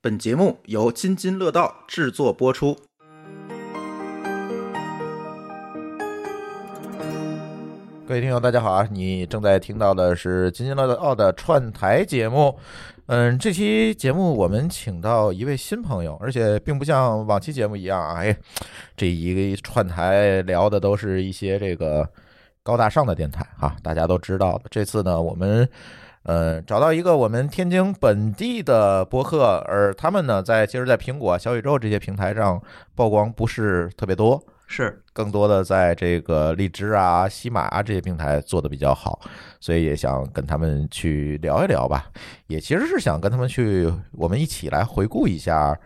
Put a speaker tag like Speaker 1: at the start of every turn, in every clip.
Speaker 1: 本节目由津津乐道制作播出。
Speaker 2: 各位听友，大家好啊！你正在听到的是津津乐道的串台节目。嗯，这期节目我们请到一位新朋友，而且并不像往期节目一样啊，哎，这一个串台聊的都是一些这个高大上的电台啊，大家都知道的。这次呢，我们呃找到一个我们天津本地的播客，而他们呢，在其实，在苹果、啊小宇宙这些平台上曝光不是特别多，
Speaker 1: 是
Speaker 2: 更多的在这个荔枝啊、喜马啊这些平台做的比较好，所以也想跟他们去聊一聊吧。也其实是想跟他们去，我们一起来回顾一下，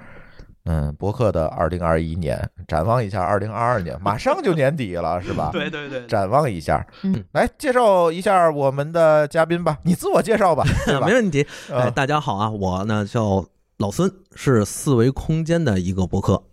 Speaker 2: 嗯，博客的二零二一年，展望一下二零二二年，马上就年底了，是吧？
Speaker 3: 对对对，
Speaker 2: 展望一下，
Speaker 4: 嗯，
Speaker 2: 来介绍一下我们的嘉宾吧，你自我介绍吧，对吧
Speaker 3: 没？问题。哎，
Speaker 2: 嗯
Speaker 3: 大家好啊，我呢叫老孙，是四维空间的一个博客。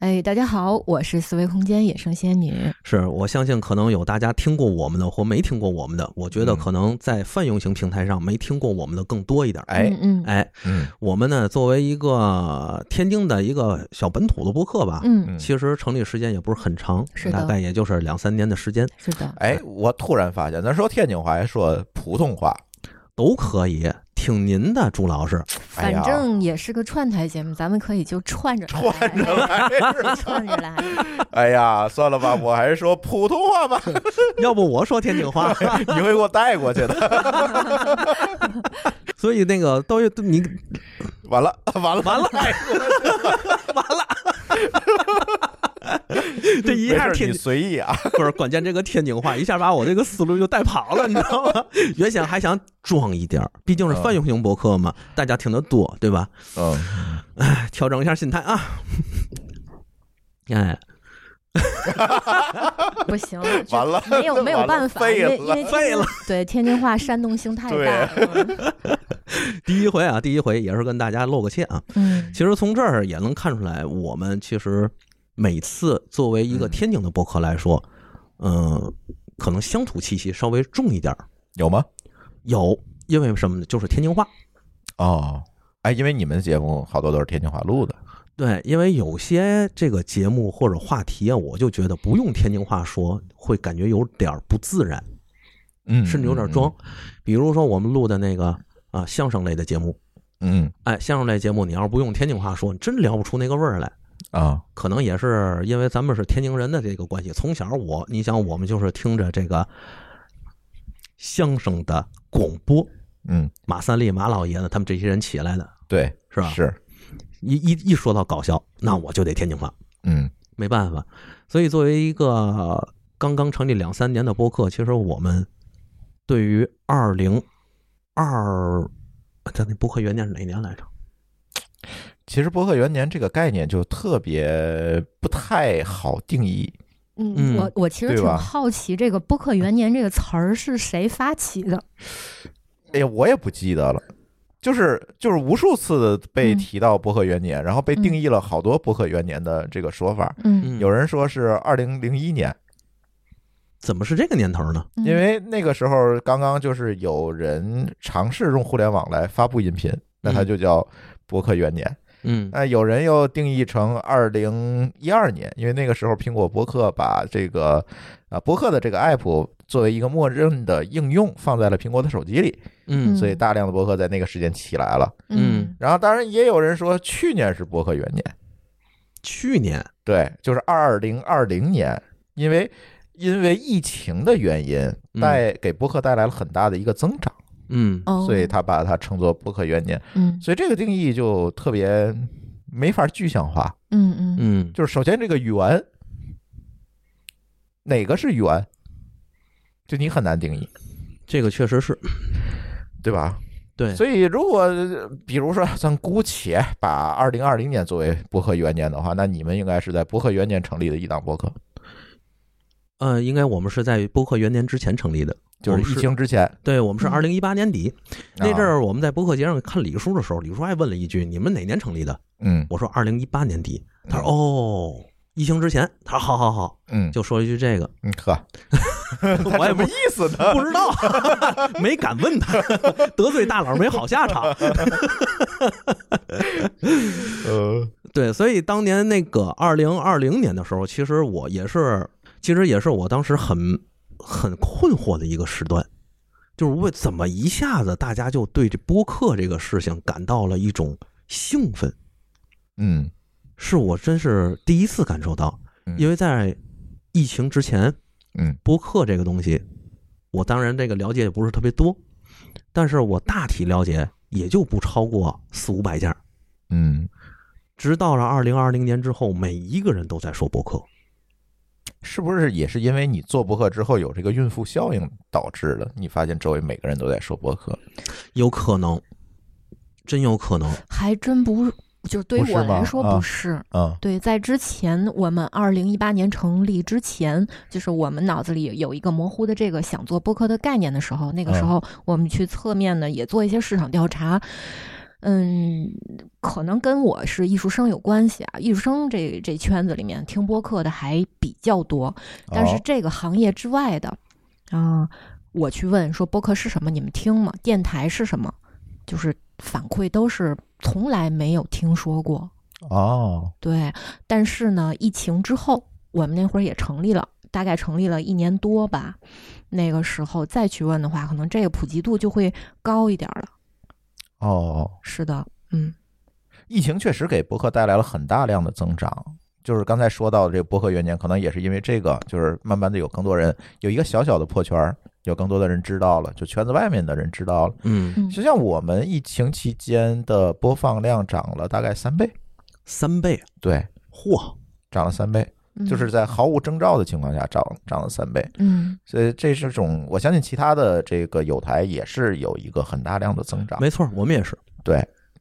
Speaker 4: 哎，大家好，我是思维空间野生仙女。
Speaker 3: 是我相信可能有大家听过我们的或没听过我们的，我觉得
Speaker 2: 嗯
Speaker 3: 可能在泛用型平台上没听过我们的更多一点。
Speaker 2: 哎，
Speaker 4: 嗯嗯
Speaker 3: 哎，
Speaker 2: 嗯
Speaker 3: 我们呢作为一个天津的一个小本土的博客吧，
Speaker 4: 嗯，
Speaker 3: 其实成立时间也不是很长，
Speaker 4: 是的
Speaker 3: 大概也就是两三年的时间
Speaker 4: 是的，
Speaker 2: 哎，我突然发现，咱说天津话还说普通 话，
Speaker 3: 都可以。听您的，朱老师，
Speaker 2: 哎呀
Speaker 4: 反正也是个串台节目，咱们可以就串着
Speaker 2: 串着
Speaker 4: 来，
Speaker 2: 来是吧
Speaker 4: 串着来。
Speaker 2: 哎呀，算了吧，我还是说普通话 吧，
Speaker 3: 要不我说天津话，
Speaker 2: 你会给我带过去的。
Speaker 3: 所以那个都有你
Speaker 2: 完了，完了，完 了，哎
Speaker 3: 这一
Speaker 2: 没
Speaker 3: 下
Speaker 2: 事，
Speaker 3: 天
Speaker 2: 你
Speaker 3: 津
Speaker 2: 随意啊。
Speaker 3: 不是，关键这个天津话一下把我这个思路就带跑了，你知道吗？原先还想装一点儿，毕竟是泛用型博客嘛，大家听得多，对吧？
Speaker 2: 嗯，
Speaker 3: 哎调整一下心态啊。哎，
Speaker 4: 不行，这
Speaker 2: 完了
Speaker 4: 没有没有
Speaker 2: 完了
Speaker 4: 办法，
Speaker 2: 废
Speaker 4: 因
Speaker 2: 了
Speaker 4: 为因为
Speaker 3: 废了。
Speaker 4: 对天津话煽动性太大 了。
Speaker 3: 第一回啊，第一回也是跟大家露个怯啊。
Speaker 4: 嗯，
Speaker 3: 其实从这儿也能看出来，我们其实每次作为一个天津的博客来说，嗯、可能乡土气息稍微重一点儿，
Speaker 2: 有吗？
Speaker 3: 有，因为什么呢？就是天津话。
Speaker 2: 哦，哎，因为你们的节目好多都是天津话录的。
Speaker 3: 对，因为有些这个节目或者话题啊，我就觉得不用天津话说，会感觉有点儿不自然，
Speaker 2: 嗯
Speaker 3: 甚至有点装。比如说我们录的那个啊相声类的节目，
Speaker 2: 嗯
Speaker 3: 哎，相声类节目你要是不用天津话说，你真聊不出那个味儿来。
Speaker 2: 啊，
Speaker 3: 可能也是因为咱们是天津人的这个关系，从小我，你想我们就是听着这个相声的广播，
Speaker 2: 嗯，
Speaker 3: 马三立、马老爷子他们这些人起来的，
Speaker 2: 对，
Speaker 3: 是吧？
Speaker 2: 是，
Speaker 3: 一一一说到搞笑，那我就得天津话。
Speaker 2: 嗯
Speaker 3: 没办法。所以作为一个刚刚成立两三年的播客，其实我们对于二零二，呃咱那播客元年是哪年来着？
Speaker 2: 其实博客元年这个概念就特别不太好定义。
Speaker 3: 嗯
Speaker 4: 嗯，我我其实
Speaker 2: 对
Speaker 4: 挺
Speaker 2: 吧
Speaker 4: 好奇这个“播客元年”这个词儿是谁发起的？
Speaker 2: 哎呀，我也不记得了。就是就是无数次被
Speaker 4: 嗯
Speaker 2: 提到博客元年，然后被定义了好多博客元年的这个说法。
Speaker 4: 嗯，
Speaker 2: 有人说是二零零一年，
Speaker 3: 怎么是这个年头呢？
Speaker 4: 嗯
Speaker 2: 因为那个时候刚刚就是有人尝试用互联网来发布音频，那
Speaker 4: 嗯
Speaker 2: 它就叫博客元年。
Speaker 3: 嗯
Speaker 2: 那有人又定义成二零一二年，因为那个时候苹果播客把这个啊播客的这个 app 作为一个默认的应用放在了苹果的手机里，
Speaker 3: 嗯
Speaker 2: 所以大量的博客在那个时间起来了。
Speaker 3: 嗯
Speaker 2: 然后当然也有人说去年是博客元年，
Speaker 3: 去年
Speaker 2: 对，就是二零二零年，因为因为疫情的原因，带给播客带来了很大的一个增长，
Speaker 3: 嗯
Speaker 4: 哦，
Speaker 2: 所以他把它称作播客元年。
Speaker 4: 嗯
Speaker 2: 所以这个定义就特别没法具象化，
Speaker 4: 嗯嗯
Speaker 3: 嗯，
Speaker 2: 就是首先这个元，哪个是元，就你很难定义，
Speaker 3: 这个确实是
Speaker 2: 对吧？
Speaker 3: 对，
Speaker 2: 所以如果呃比如说咱姑且把二零二零年作为播客元年的话，那你们应该是在播客元年成立的一档播客，
Speaker 3: 呃，应该我们是在播客元年之前成立的，
Speaker 2: 就
Speaker 3: 我们
Speaker 2: 是疫情之前
Speaker 3: 对，我们是
Speaker 4: 嗯
Speaker 3: 二零一八年底、哦那
Speaker 2: 啊
Speaker 3: 阵儿，我们在播客节上看李叔的时候，李叔还问了一句：“你们哪年成立的？”
Speaker 2: 嗯，
Speaker 3: 我说：“二零一八年底。”他说：“哦，疫情之前，他说好好好，
Speaker 2: 嗯，
Speaker 3: 就说了一句这 个，
Speaker 2: 嗯呵，
Speaker 3: 我也
Speaker 2: 什
Speaker 3: 不
Speaker 2: 么意思呢？
Speaker 3: 不知道， 没敢问他， 得罪大佬没好下场。
Speaker 2: 呃，
Speaker 3: 对，所以当年那个二零二零年的时候，其实我也是，其实也是我当时很很困惑的一个时段，就是为怎么一下子大家就对这播客这个事情感到了一种兴奋，
Speaker 2: 嗯
Speaker 3: 是我真是第一次感受到
Speaker 2: 嗯，
Speaker 3: 因为在疫情之前，
Speaker 2: 嗯，
Speaker 3: 播客这个东西，我当然这个了解也不是特别多，但是我大体了解也就不超过四五百件。
Speaker 2: 嗯
Speaker 3: 直到了二零二零年之后，每一个人都在说播客。
Speaker 2: 是不是也是因为你做博客之后有这个孕妇效应导致的？你发现周围每个人都在说博客，
Speaker 3: 有可能，真有可能。
Speaker 4: 还真不是，就是对
Speaker 2: 不
Speaker 4: 于
Speaker 2: 是
Speaker 4: 我
Speaker 2: 吗
Speaker 4: 来说
Speaker 2: 啊
Speaker 4: 不是。
Speaker 2: 嗯
Speaker 4: 对，在之前我们二零一八年成立之前，就是我们脑子里有一个模糊的这个想做播客的概念的时候，那个时
Speaker 2: 嗯
Speaker 4: 候我们去侧面呢也做一些市场调查。嗯，可能跟我是艺术生有关系啊。艺术生这这圈子里面听播客的还比较多，但是
Speaker 2: 哦
Speaker 4: 这个行业之外的，啊、我去问说播客是什么，你们听吗？电台是什么？就是反馈都是从来没有听说过。
Speaker 2: 哦，
Speaker 4: 对，但是呢，疫情之后，我们那会儿也成立了，大概成立了一年多吧。那个时候再去问的话，可能这个普及度就会高一点儿了。
Speaker 2: 哦，
Speaker 4: 是的，嗯，
Speaker 2: 疫情确实给博客带来了很大量的增长。就是刚才说到的这个博客元年，可能也是因为这个，就是慢慢的有更多人有一个小小的破圈儿，有更多的人知道了，就圈子外面的人知道了。
Speaker 3: 嗯，
Speaker 2: 就像我们疫情期间的播放量涨了大概三倍，
Speaker 3: 三倍，
Speaker 2: 对，
Speaker 3: 嚯！
Speaker 2: 涨了三倍，
Speaker 4: 嗯
Speaker 2: 就是在毫无征兆的情况下涨涨了三倍。
Speaker 4: 嗯，
Speaker 2: 所以这是种，我相信其他的这个有台也是有一个很大量的增长，
Speaker 3: 没错，我们也是
Speaker 2: 对，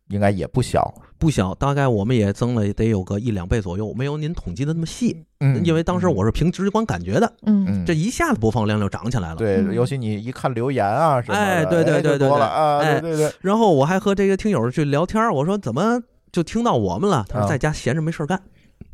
Speaker 2: 应该也不小。
Speaker 3: 不小，大概我们也增了得有个一两倍左右，没有您统计的那么细，
Speaker 2: 嗯
Speaker 3: 因为当时我是凭直观感觉的，
Speaker 4: 嗯
Speaker 2: 嗯
Speaker 3: 这一下子播放量就涨起来了。，
Speaker 2: 对，
Speaker 4: 嗯
Speaker 2: 尤其你一看留言啊什么的，
Speaker 3: 哎对对
Speaker 2: 哎
Speaker 3: 对
Speaker 2: 就
Speaker 3: 对
Speaker 2: 多了
Speaker 3: 对
Speaker 2: 啊，
Speaker 3: 哎
Speaker 2: 对对对，
Speaker 3: 然后我还和这些听友去聊天，我说怎么就听到我们了？他
Speaker 2: 啊
Speaker 3: 说在家闲着没事儿干，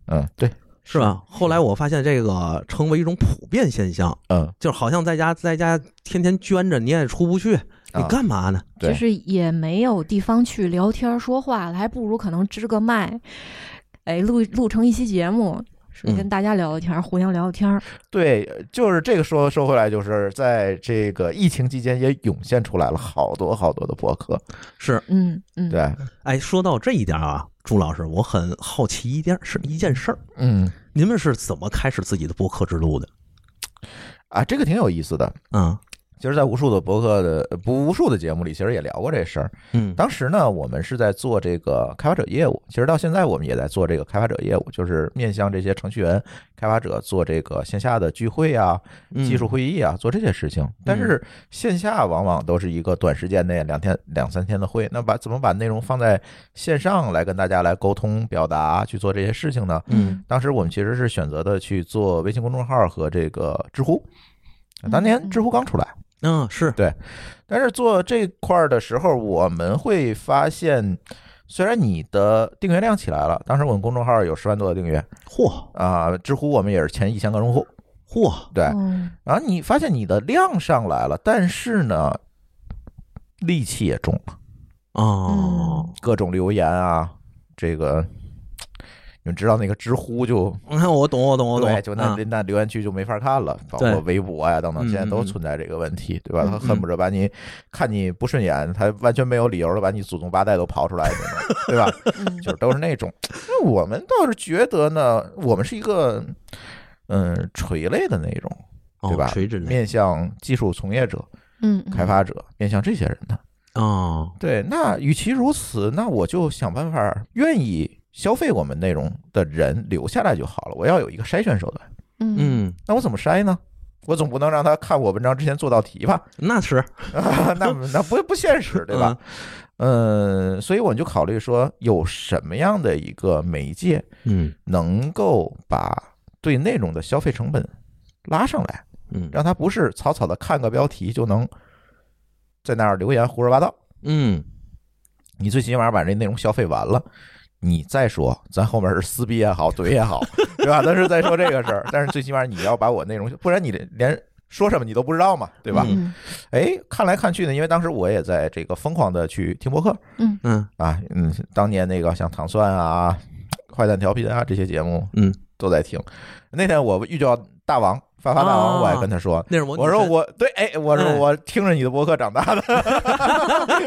Speaker 2: 嗯，对，
Speaker 3: 是吧？后来我发现这个成为一种普遍现象，
Speaker 2: 嗯，
Speaker 3: 就好像在家在家天天捐着，你也出不去，你
Speaker 2: 啊
Speaker 3: 干嘛呢？
Speaker 2: 对
Speaker 4: 就是也没有地方去聊天儿说话了，还不如可能支个麦，哎，录录成一期节目，是
Speaker 3: 嗯
Speaker 4: 跟大家聊聊天儿，互相聊聊天儿。
Speaker 2: 对，就是这个说说回来，就是在这个疫情期间也涌现出来了好多好多的博客，
Speaker 3: 是，
Speaker 4: 嗯嗯，
Speaker 2: 对，
Speaker 3: 哎，说到这一点啊，朱老师，我很好奇一点是一件事儿，
Speaker 2: 嗯
Speaker 3: 您们是怎么开始自己的播客之路的？
Speaker 2: 啊，这个挺有意思的。
Speaker 3: 啊，
Speaker 2: 其实，在无数的博客的呃不无数的节目里，其实也聊过这事儿。
Speaker 3: 嗯，
Speaker 2: 当时呢，我们是在做这个开发者业务，其实到现在我们也在做这个开发者业务，就是面向这些程序员、开发者做这个线下的聚会啊，
Speaker 4: 嗯
Speaker 2: 技术会议啊，做这些事情。但是线下往往都是一个短时间内两天两三天的会，那把怎么把内容放在线上来跟大家来沟通、表达、去做这些事情呢？
Speaker 3: 嗯
Speaker 2: 当时我们其实是选择的去做微信公众号和这个知乎。当年
Speaker 4: 嗯
Speaker 2: 知乎刚出来，
Speaker 3: 嗯、是
Speaker 2: 但是做这块儿的时候，我们会发现，虽然你的订阅量起来了，当时我们公众号有十万多的订阅
Speaker 3: 嚯
Speaker 2: 啊、知乎我们也是前一千个用户，
Speaker 3: 嚯，
Speaker 2: 对，
Speaker 4: 嗯
Speaker 2: 然后你发现你的量上来了，但是呢，戾气也重了，
Speaker 4: 嗯
Speaker 3: 哦，
Speaker 2: 各种留言啊，这个你们知道那个知乎就
Speaker 3: 你看 我懂我懂我懂，
Speaker 2: 对，就那、
Speaker 3: 啊
Speaker 2: 那留言区就没法看了，包括
Speaker 3: 对
Speaker 2: 微博呀、等等，
Speaker 3: 嗯
Speaker 2: 现在都
Speaker 3: 嗯嗯
Speaker 2: 存在这个问题，对吧？他
Speaker 4: 嗯
Speaker 2: 恨不着把你看你不顺眼，他完全没有理由的把你祖宗八代都刨出来，那种对吧？
Speaker 4: 嗯
Speaker 2: 就是都是那种。那我们倒是觉得呢，我们是一个嗯垂类的那种，
Speaker 3: 哦、
Speaker 2: 对吧
Speaker 3: 垂直类
Speaker 2: 面向技术从业者。
Speaker 4: 嗯，
Speaker 2: 开发者面向这些人的。
Speaker 3: 哦，
Speaker 2: 对，那与其如此，那我就想办法愿意消费我们内容的人留下来就好了。我要有一个筛选手段，
Speaker 4: 嗯
Speaker 3: 嗯，
Speaker 2: 那我怎么筛呢？我总不能让他看我文章之前做道题吧？
Speaker 3: 那是
Speaker 2: 啊、那那不不现实，对吧？？嗯，所以我们就考虑说，有什么样的一个媒介
Speaker 3: 嗯
Speaker 2: 能够把对内容的消费成本拉上来，
Speaker 3: 嗯
Speaker 2: 让他不是草草的看个标题就能在那儿留言胡说八道。
Speaker 3: 嗯
Speaker 2: 你最起码把这内容消费完了，你再说，咱后面是撕逼也好，怼也好， 对吧？咱是在说这个事儿，但是最起码你要把我内容，不然你连说什么你都不知道嘛，对吧？
Speaker 4: 嗯
Speaker 2: 哎，看来看去呢，因为当时我也在这个疯狂的去听播客
Speaker 4: 嗯
Speaker 3: 嗯
Speaker 2: 啊，嗯，当年那个像糖蒜啊、坏蛋调频啊这些节目
Speaker 3: 嗯，
Speaker 2: 都在听。那天我遇到大王发发大王，
Speaker 3: 啊
Speaker 2: 我还跟他说，
Speaker 3: 那是我
Speaker 2: 我说
Speaker 3: 女神
Speaker 2: 我对，哎，我说
Speaker 3: 哎
Speaker 2: 我听着你的博客长大的，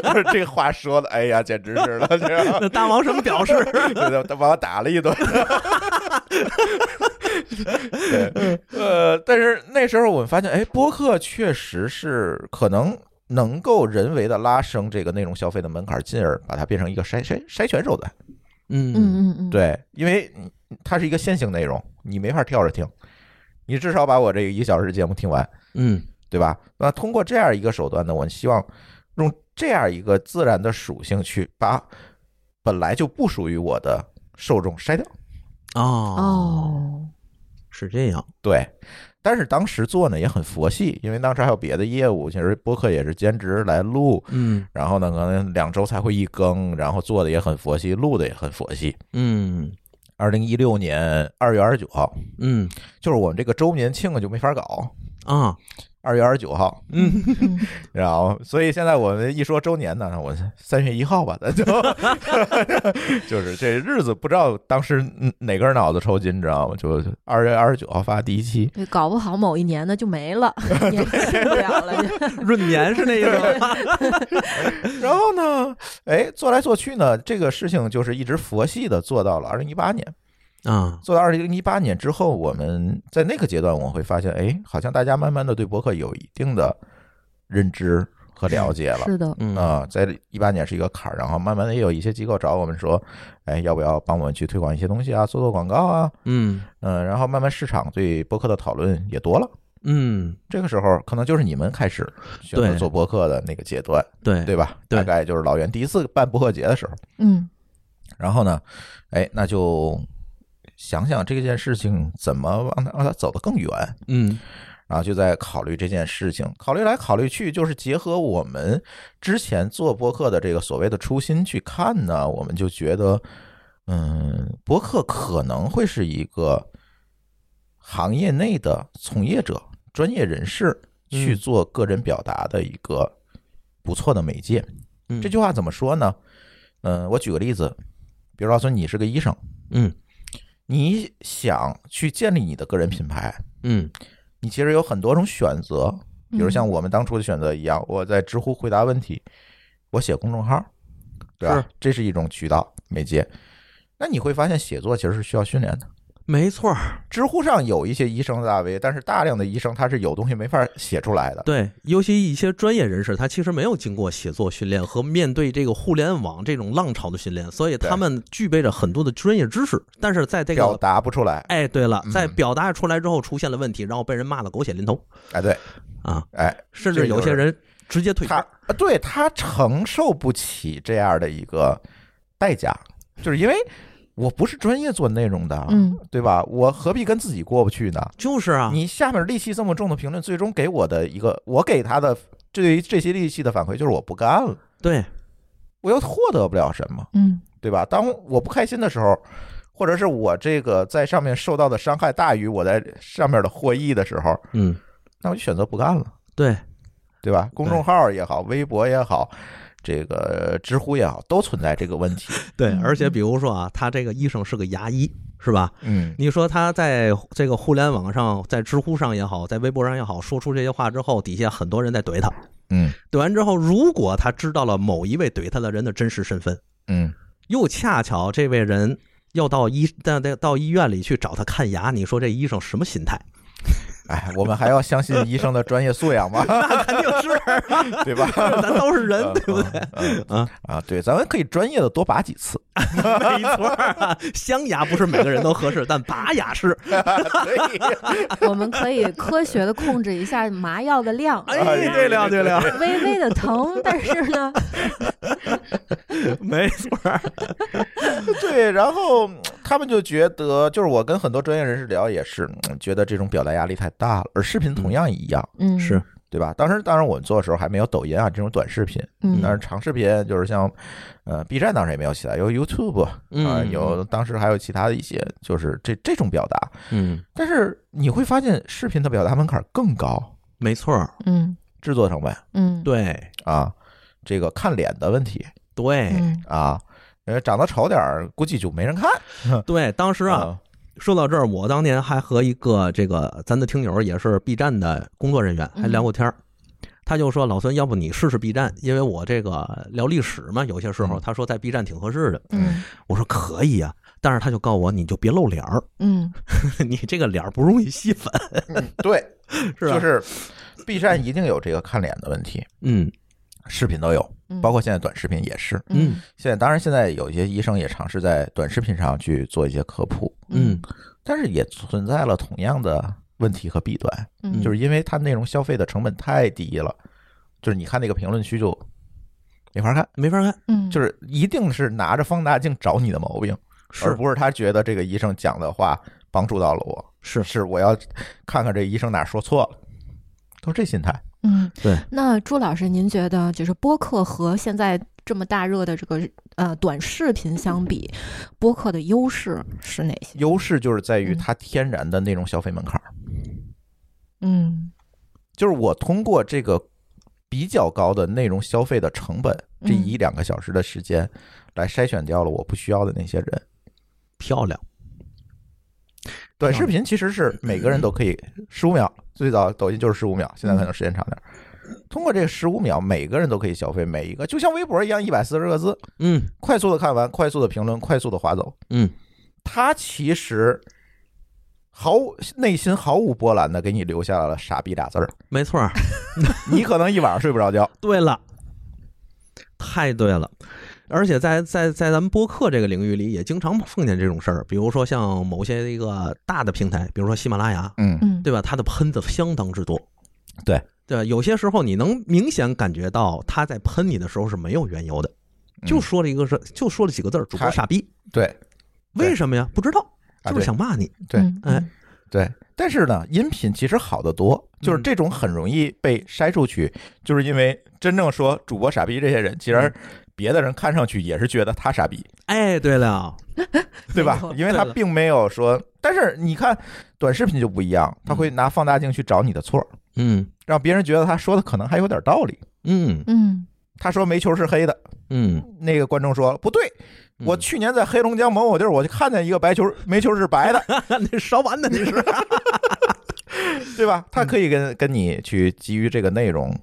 Speaker 2: 我说这话说的，哎呀，简直是了，这
Speaker 3: 那大王什么 表示？
Speaker 2: 对他把我打了一顿。对，呃，但是那时候我们发现，哎，播客确实是可能能够人为的拉升这个内容消费的门槛，进而把它变成一个筛筛筛选手段。
Speaker 3: 嗯
Speaker 4: 嗯嗯嗯，
Speaker 2: 对，因为你它是一个线性内容，你没法跳着听，你至少把我这个一小时节目听完。
Speaker 3: 嗯
Speaker 2: 对吧？那通过这样一个手段呢，我希望用这样一个自然的属性去把本来就不属于我的受众筛掉。
Speaker 3: 哦
Speaker 4: 哦，
Speaker 3: 是这样，
Speaker 2: 对，但是当时做呢也很佛系，因为当时还有别的业务，其实播客也是兼职来录，
Speaker 3: 嗯
Speaker 2: 然后呢可能两周才会一更，然后做的也很佛系，录的也很佛系。
Speaker 3: 嗯
Speaker 2: 二零一六年二月二十九号，
Speaker 3: 嗯
Speaker 2: 就是我们这个周年庆啊就没法搞，
Speaker 3: 啊
Speaker 2: 二月二十九号，
Speaker 3: 嗯
Speaker 4: 嗯
Speaker 2: 然后，所以现在我们一说周年呢， 我三月一号吧，咱就就是这日子，不知道当时哪根脑子抽筋，你知道吗？就二月二十九号发第一期，
Speaker 4: 对，搞不好某一年呢就没了，也去不了了。就
Speaker 3: 闰年是那意思吗？
Speaker 2: 然后呢，哎，做来做去呢，这个事情就是一直佛系的做到了二零一八年，
Speaker 3: 啊，
Speaker 2: 做到二零一八年之后，我们在那个阶段，我会发现，哎，好像大家慢慢的对博客有一定的认知和了解了。
Speaker 4: 是的，
Speaker 3: 嗯
Speaker 2: 啊、在一八年是一个坎儿，然后慢慢的也有一些机构找我们说，哎，要不要帮我们去推广一些东西啊，做做广告啊，
Speaker 3: 嗯
Speaker 2: 嗯、然后慢慢市场对播客的讨论也多了。
Speaker 3: 嗯，
Speaker 2: 这个时候可能就是你们开始选择
Speaker 3: 对
Speaker 2: 做播客的那个阶段，
Speaker 3: 对
Speaker 2: 对，吧？
Speaker 3: 对
Speaker 2: 大概就是老袁第一次办播客节的时候。
Speaker 4: 嗯
Speaker 2: 然后呢，哎，那就想想这件事情怎么让它让它走得更远，
Speaker 3: 嗯
Speaker 2: 然后就在考虑这件事情，考虑来考虑去，就是结合我们之前做播客的这个所谓的初心去看呢，我们就觉得，嗯，播客可能会是一个行业内的从业者、专业人士去
Speaker 3: 嗯
Speaker 2: 做个人表达的一个不错的媒介。
Speaker 3: 嗯
Speaker 2: 这句话怎么说呢？嗯，我举个例子，比如说你是个医生，
Speaker 3: 嗯
Speaker 2: 你想去建立你的个人品牌，
Speaker 3: 嗯
Speaker 2: 你其实有很多种选择，比如像
Speaker 4: 嗯
Speaker 2: 我们当初的选择一样，我在知乎回答问题，我写公众号，对吧
Speaker 3: 是？
Speaker 2: 这是一种渠道媒介。那你会发现，写作其实是需要训练的。
Speaker 3: 没错儿，
Speaker 2: 知乎上有一些医生的大 V，但是大量的医生他是有东西没法写出来的。
Speaker 3: 对，尤其一些专业人士，他其实没有经过写作训练和面对这个互联网这种浪潮的训练，所以他
Speaker 2: 对
Speaker 3: 们具备着很多的专业知识，但是在这
Speaker 2: 表
Speaker 3: 个。
Speaker 2: 达不出来，
Speaker 3: 哎，对了
Speaker 2: 嗯，
Speaker 3: 在表达出来之后出现了问题，然后被人骂的狗血淋头
Speaker 2: 哎，对，
Speaker 3: 啊，
Speaker 2: 哎，
Speaker 3: 甚
Speaker 2: 这
Speaker 3: 至
Speaker 2: 就
Speaker 3: 有些
Speaker 2: 是
Speaker 3: 人直接退
Speaker 2: 他
Speaker 3: 圈。
Speaker 2: 啊，对他承受不起这样的一个代价，就是因为我不是专业做内容的，
Speaker 4: 嗯，
Speaker 2: 对吧？我何必跟自己过不去呢？
Speaker 3: 就是啊，
Speaker 2: 你下面戾气这么重的评论，最终给我的一个，我给他的对于这些戾气的反馈就是我不干了，
Speaker 3: 对，
Speaker 2: 我又获得不了什么，
Speaker 4: 嗯
Speaker 2: 对吧？当我不开心的时候，或者是我这个在上面受到的伤害大于我在上面的获益的时候，
Speaker 3: 嗯，
Speaker 2: 那我就选择不干了，
Speaker 3: 对，
Speaker 2: 对吧？公众号也好，微博也好。这个知乎也好，都存在这个问题。
Speaker 3: 对，
Speaker 4: 嗯
Speaker 3: 而且比如说啊，他这个医生是个牙医，是吧？
Speaker 2: 嗯，
Speaker 3: 你说他在这个互联网上，在知乎上也好，在微博上也好，说出这些话之后，底下很多人在怼他。
Speaker 2: 嗯
Speaker 3: 怼完之后，如果他知道了某一位怼他的人的真实身份，
Speaker 2: 嗯，
Speaker 3: 又恰巧这位人要到医到到到医院里去找他看牙，你说这医生什么心态？
Speaker 2: 哎，我们还要相信医生的专业素养嘛，
Speaker 3: 那肯定是，
Speaker 2: 对吧？
Speaker 3: 咱都 是人，对不对？
Speaker 2: 对？嗯
Speaker 3: 啊，
Speaker 2: 啊，对，咱们可以专业的多拔几次。
Speaker 3: 没错 啊，镶牙不是每个人都合适，但拔牙是。
Speaker 2: 对呀，
Speaker 4: 我们可以科学的控制一下麻药的量，
Speaker 3: 哎，对了对了，
Speaker 4: 微微的疼，但是呢，
Speaker 3: 没错儿。
Speaker 2: 对，然后嗯他们就觉得，就是我跟很多专业人士聊，也是嗯觉得这种表达压力太大了，而视频同样一样。
Speaker 4: 嗯，
Speaker 3: 是，
Speaker 2: 对吧？当时当然我们做的时候还没有抖音啊这种短视频，
Speaker 4: 嗯
Speaker 2: 但是长视频就是像呃 B 站当时也没有起来，有 YouTube 啊、
Speaker 3: 嗯
Speaker 2: 有当时还有其他的一些就是这这种表达，
Speaker 3: 嗯，
Speaker 2: 但是你会发现视频的表达门槛更高，
Speaker 3: 没错儿，
Speaker 4: 嗯
Speaker 2: 制作成本
Speaker 4: 嗯，
Speaker 3: 对
Speaker 2: 啊，这个看脸的问题
Speaker 3: 对
Speaker 4: 嗯
Speaker 2: 啊，因为长得丑点儿估计就没人看，
Speaker 3: 对，当时
Speaker 2: 是
Speaker 3: 啊，说到这儿，我当年还和一个这个咱的听友，也是 B 站的工作人员，还聊过天儿。他就说：“老孙，要不你试试 B 站？因为我这个聊历史嘛，有些时候
Speaker 2: 嗯
Speaker 3: 他说在 B 站挺合适的。
Speaker 4: 嗯
Speaker 3: 我说可以啊，但是他就告我，你就别露脸儿，
Speaker 4: 嗯
Speaker 3: 你这个脸儿不容易吸粉，
Speaker 2: 嗯，对，
Speaker 3: 是吧？
Speaker 2: 就，是 B 站一定有这个看脸的问题，
Speaker 3: 嗯
Speaker 2: 视频都有，
Speaker 4: 嗯，
Speaker 2: 包括现在短视频也是。
Speaker 3: 嗯
Speaker 2: 现在当然，现在有一些医生也尝试在短视频上去做一些科普，
Speaker 3: 嗯
Speaker 2: 但是也存在了同样的问题和弊端，
Speaker 4: 嗯
Speaker 2: 就是因为它内容消费的成本太低了，就是你看那个评论区就没法看，
Speaker 3: 没法看，
Speaker 4: 嗯
Speaker 2: 就是一定是拿着放大镜找你的毛病，而
Speaker 3: 是
Speaker 2: 不是他觉得这个医生讲的话帮助到了我，
Speaker 3: 是，
Speaker 2: 是我要看看这医生哪说错了，都这心态。
Speaker 4: 嗯
Speaker 3: 对。
Speaker 4: 那朱老师，您觉得就是播客和现在这么大热的这个呃短视频相比，播客的优势是哪些？
Speaker 2: 优势就是在于
Speaker 4: 嗯
Speaker 2: 它天然的内容消费门槛儿，
Speaker 4: 嗯
Speaker 2: 就是我通过这个比较高的内容消费的成本，
Speaker 4: 嗯
Speaker 2: 这一两个小时的时间，来筛选掉了我不需要的那些人。
Speaker 3: 漂亮，
Speaker 2: 短视频其实是每个人都可以十五秒，最早抖音就是十五秒，现在可能时间长点儿。通过这十五秒，每个人都可以消费每一个，就像微博一样，一百四十个字，
Speaker 3: 嗯
Speaker 2: 快速的看完，快速的评论，快速的划走。
Speaker 3: 嗯，
Speaker 2: 它其实毫无内心毫无波澜的给你留下了“傻逼”俩字儿。
Speaker 3: 没错儿。
Speaker 2: 你可能一晚上睡不着觉。
Speaker 3: 对了，太对了。而且在在在咱们播客这个领域里，也经常碰见这种事儿，比如说像某些一个大的平台，比如说喜马拉雅，
Speaker 2: 嗯
Speaker 4: 嗯，
Speaker 3: 对吧？它的喷子相当之多，
Speaker 2: 对
Speaker 3: 对吧？有些时候你能明显感觉到他在喷你的时候是没有缘由的，就
Speaker 2: 嗯
Speaker 3: 说了一个是，就说了几个字儿，主播
Speaker 2: 他
Speaker 3: 傻逼，
Speaker 2: 对对
Speaker 3: 为什么呀？不知道，
Speaker 2: 啊
Speaker 3: 就是想骂你。
Speaker 2: 对
Speaker 4: 嗯
Speaker 3: 哎，
Speaker 2: 对，但是呢，音频其实好得多，就是这种很容易被筛出去，就是因为真正说主播傻逼这些人，其实别的人看上去也是觉得他傻逼，
Speaker 3: 哎，对了，
Speaker 2: 对吧
Speaker 4: 没错？
Speaker 2: 因为他并没有说，但是你看短视频就不一样，他会拿放大镜去找你的错儿，
Speaker 3: 嗯
Speaker 2: 让别人觉得他说的可能还有点道理。
Speaker 3: 嗯
Speaker 4: 嗯
Speaker 2: 他说煤球是黑的，
Speaker 3: 嗯，
Speaker 2: 那个观众说不对，我去年在黑龙江某某地儿，我就看见一个白球，煤球是白的，
Speaker 3: 那烧完的那是，
Speaker 2: 对
Speaker 3: 嗯
Speaker 2: 吧？他可以跟跟你去基于这个内容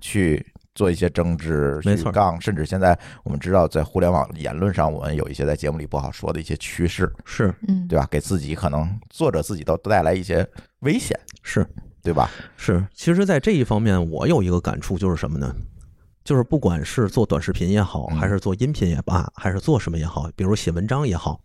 Speaker 2: 去做一些争执，
Speaker 3: 没
Speaker 2: 去
Speaker 3: 错
Speaker 2: 杠，甚至现在我们知道，在互联网言论上，我们有一些在节目里不好说的一些趋势，
Speaker 3: 是
Speaker 4: 嗯，
Speaker 2: 对吧？给自己可能作者自己都带来一些危险，
Speaker 3: 是，
Speaker 2: 对吧？
Speaker 3: 是，其实，在这一方面，我有一个感触，就是什么呢？就是不管是做短视频也好，
Speaker 2: 嗯
Speaker 3: 还是做音频也罢，还是做什么也好，比如写文章也好，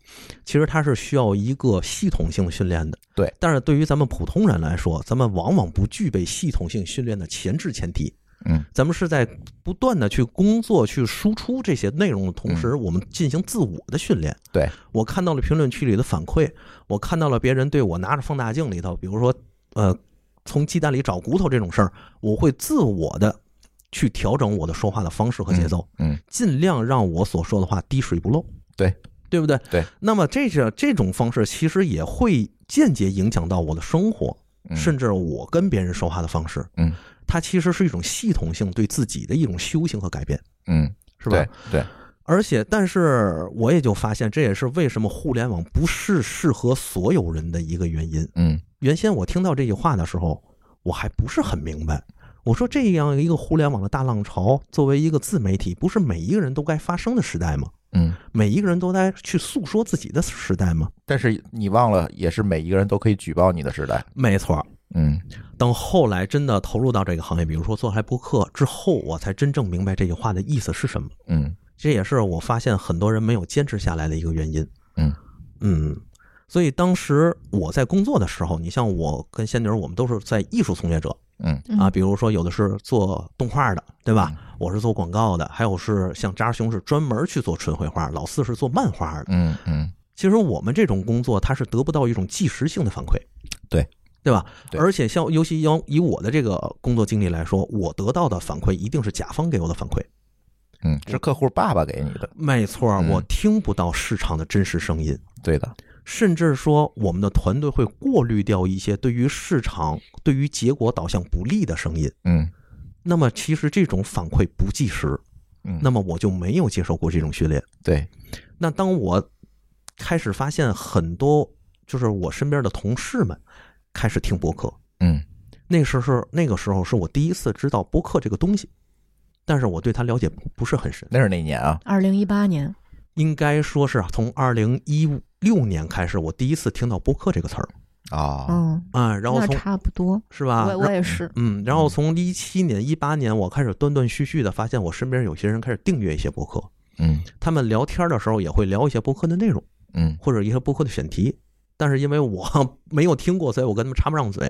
Speaker 3: 其实它是需要一个系统性训练的。
Speaker 2: 对，
Speaker 3: 但是对于咱们普通人来说，咱们往往不具备系统性训练的前置前提。
Speaker 2: 嗯，
Speaker 3: 咱们是在不断的去工作、去输出这些内容的同时，
Speaker 2: 嗯
Speaker 3: 我们进行自我的训练。
Speaker 2: 对
Speaker 3: 我看到了评论区里的反馈，我看到了别人对我拿着放大镜里头，比如说呃，从鸡蛋里找骨头这种事儿，我会自我的去调整我的说话的方式和节奏，
Speaker 2: 嗯，
Speaker 3: 尽量让我所说的话滴水不漏。
Speaker 2: 对。
Speaker 3: 对不对？
Speaker 2: 对。
Speaker 3: 那么这是这种方式，其实也会间接影响到我的生活，
Speaker 2: 嗯
Speaker 3: 甚至我跟别人说话的方式。
Speaker 2: 嗯，
Speaker 3: 它其实是一种系统性对自己的一种修行和改变，
Speaker 2: 嗯，
Speaker 3: 是吧？
Speaker 2: 对对，
Speaker 3: 而且，但是我也就发现，这也是为什么互联网不是适合所有人的一个原因。
Speaker 2: 嗯
Speaker 3: 原先我听到这句话的时候，我还不是很明白。我说这样一个互联网的大浪潮，作为一个自媒体，不是每一个人都该发生的时代吗？
Speaker 2: 嗯。
Speaker 3: 每一个人都该去诉说自己的时代吗？
Speaker 2: 但是你忘了，也是每一个人都可以举报你的时代。
Speaker 3: 没错。
Speaker 2: 嗯
Speaker 3: 等后来真的投入到这个行业，比如说做开播客之后，我才真正明白这句话的意思是什么。
Speaker 2: 嗯
Speaker 3: 这也是我发现很多人没有坚持下来的一个原因。
Speaker 2: 嗯
Speaker 3: 嗯，所以当时我在工作的时候，你像我跟仙女儿，我们都是在艺术从业者，
Speaker 2: 嗯
Speaker 3: 啊，比如说有的是做动画的，对吧？我是做广告的，还有是像扎熊是专门去做纯绘画，老四是做漫画的。
Speaker 2: 嗯嗯，
Speaker 3: 其实我们这种工作，它是得不到一种即时性的反馈，
Speaker 2: 对
Speaker 3: 对吧？
Speaker 2: 对
Speaker 3: 而且像尤其要以我的这个工作经历来说，我得到的反馈一定是甲方给我的反馈，
Speaker 2: 嗯，是客户爸爸给你的，
Speaker 3: 没错儿，
Speaker 2: 嗯
Speaker 3: 我听不到市场的真实声音，
Speaker 2: 对的，
Speaker 3: 甚至说我们的团队会过滤掉一些对于市场、对于结果导向不利的声音。
Speaker 2: 嗯
Speaker 3: 那么其实这种反馈不计时，
Speaker 2: 嗯，
Speaker 3: 那么我就没有接受过这种训练。
Speaker 2: 对，
Speaker 3: 那当我开始发现很多，就是我身边的同事们开始听播客，
Speaker 2: 嗯
Speaker 3: 那时候那个时候是我第一次知道播客这个东西，但是我对它了解不是很深，
Speaker 2: 那是那年啊，
Speaker 4: 二零一八年，
Speaker 3: 应该说是啊，从二零一六年开始，我第一次听到播客这个词儿
Speaker 2: 啊、
Speaker 4: 嗯，
Speaker 3: 啊、然后
Speaker 4: 那
Speaker 3: 从
Speaker 4: 差不多，
Speaker 3: 是吧，
Speaker 4: 我我也是，
Speaker 3: 嗯，然后从一七年、一八年，我开始断断续续的发现，我身边有些人开始订阅一些播客，
Speaker 2: 嗯
Speaker 3: 他们聊天的时候也会聊一些播客的内容
Speaker 2: 嗯
Speaker 3: 或者一些播客的选题，但是因为我 没有听过，所以我跟他们插不上嘴。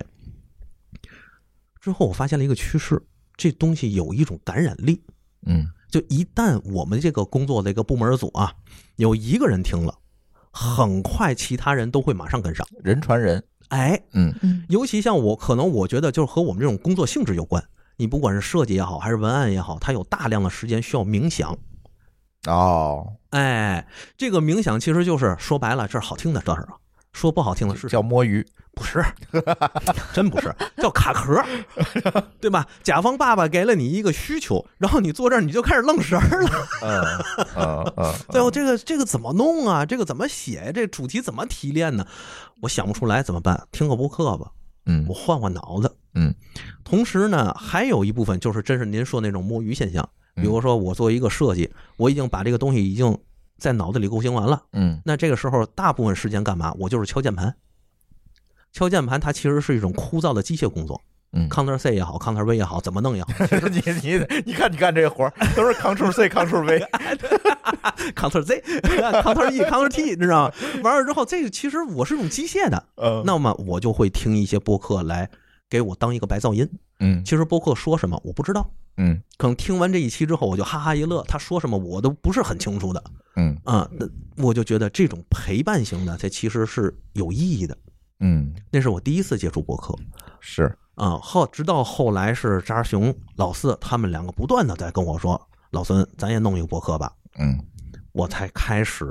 Speaker 3: 之后我发现了一个趋势，这东西有一种感染力，
Speaker 2: 嗯
Speaker 3: 就一旦我们这个工作的一个部门组啊，有一个人听了，很快其他人都会马上跟上。
Speaker 2: 人传人，
Speaker 3: 哎，
Speaker 2: 嗯
Speaker 4: 嗯，
Speaker 3: 尤其像我，可能我觉得就是和我们这种工作性质有关。你不管是设计也好，还是文案也好，它有大量的时间需要冥想。
Speaker 2: 哦，
Speaker 3: 哎，这个冥想其实就是说白了，这是好听的事儿啊。说不好听的是
Speaker 2: 叫摸鱼，
Speaker 3: 不是？ 真不是，叫卡壳，对吧？甲方爸爸给了你一个需求，然后你坐这儿你就开始愣神儿了。
Speaker 2: 嗯嗯嗯，
Speaker 3: 最后这个这个怎么弄啊？这个怎么写呀？这主题怎么提炼呢？我想不出来，怎么办？听个播客吧。
Speaker 2: 嗯
Speaker 3: 我换换脑子。
Speaker 2: 嗯，
Speaker 3: 同时呢，还有一部分就是真是您说那种摸鱼现象，
Speaker 2: 嗯
Speaker 3: 比如说我作为一个设计，我已经把这个东西已经在脑子里构型完了，
Speaker 2: 嗯
Speaker 3: 那这个时候大部分时间干嘛？我就是敲键盘。敲键盘它其实是一种枯燥的机械工作
Speaker 2: 嗯，
Speaker 3: ，Ctrl C 也好，Ctrl V 也好，怎么弄也好
Speaker 2: 你你你看你干这活儿都是 Ctrl C Ctrl V，
Speaker 3: ，Ctrl Z，Ctrl E，Ctrl E， T，你知道吗？完了之后，这个其实我是用机械的，
Speaker 2: 嗯
Speaker 3: 那么我就会听一些播客来给我当一个白噪音。
Speaker 2: 嗯
Speaker 3: 其实播客说什么我不知道，
Speaker 2: 嗯
Speaker 3: 可能听完这一期之后，我就哈哈一乐，他说什么我都不是很清楚的
Speaker 2: 嗯
Speaker 3: 啊、那我就觉得这种陪伴型的，它其实是有意义的。
Speaker 2: 嗯，
Speaker 3: 那是我第一次接触播客
Speaker 2: 是，
Speaker 3: 啊，后直到后来是扎熊、老四他们两个不断的在跟我说：“老孙，咱也弄一个播客吧。
Speaker 2: 嗯”
Speaker 3: 我才开始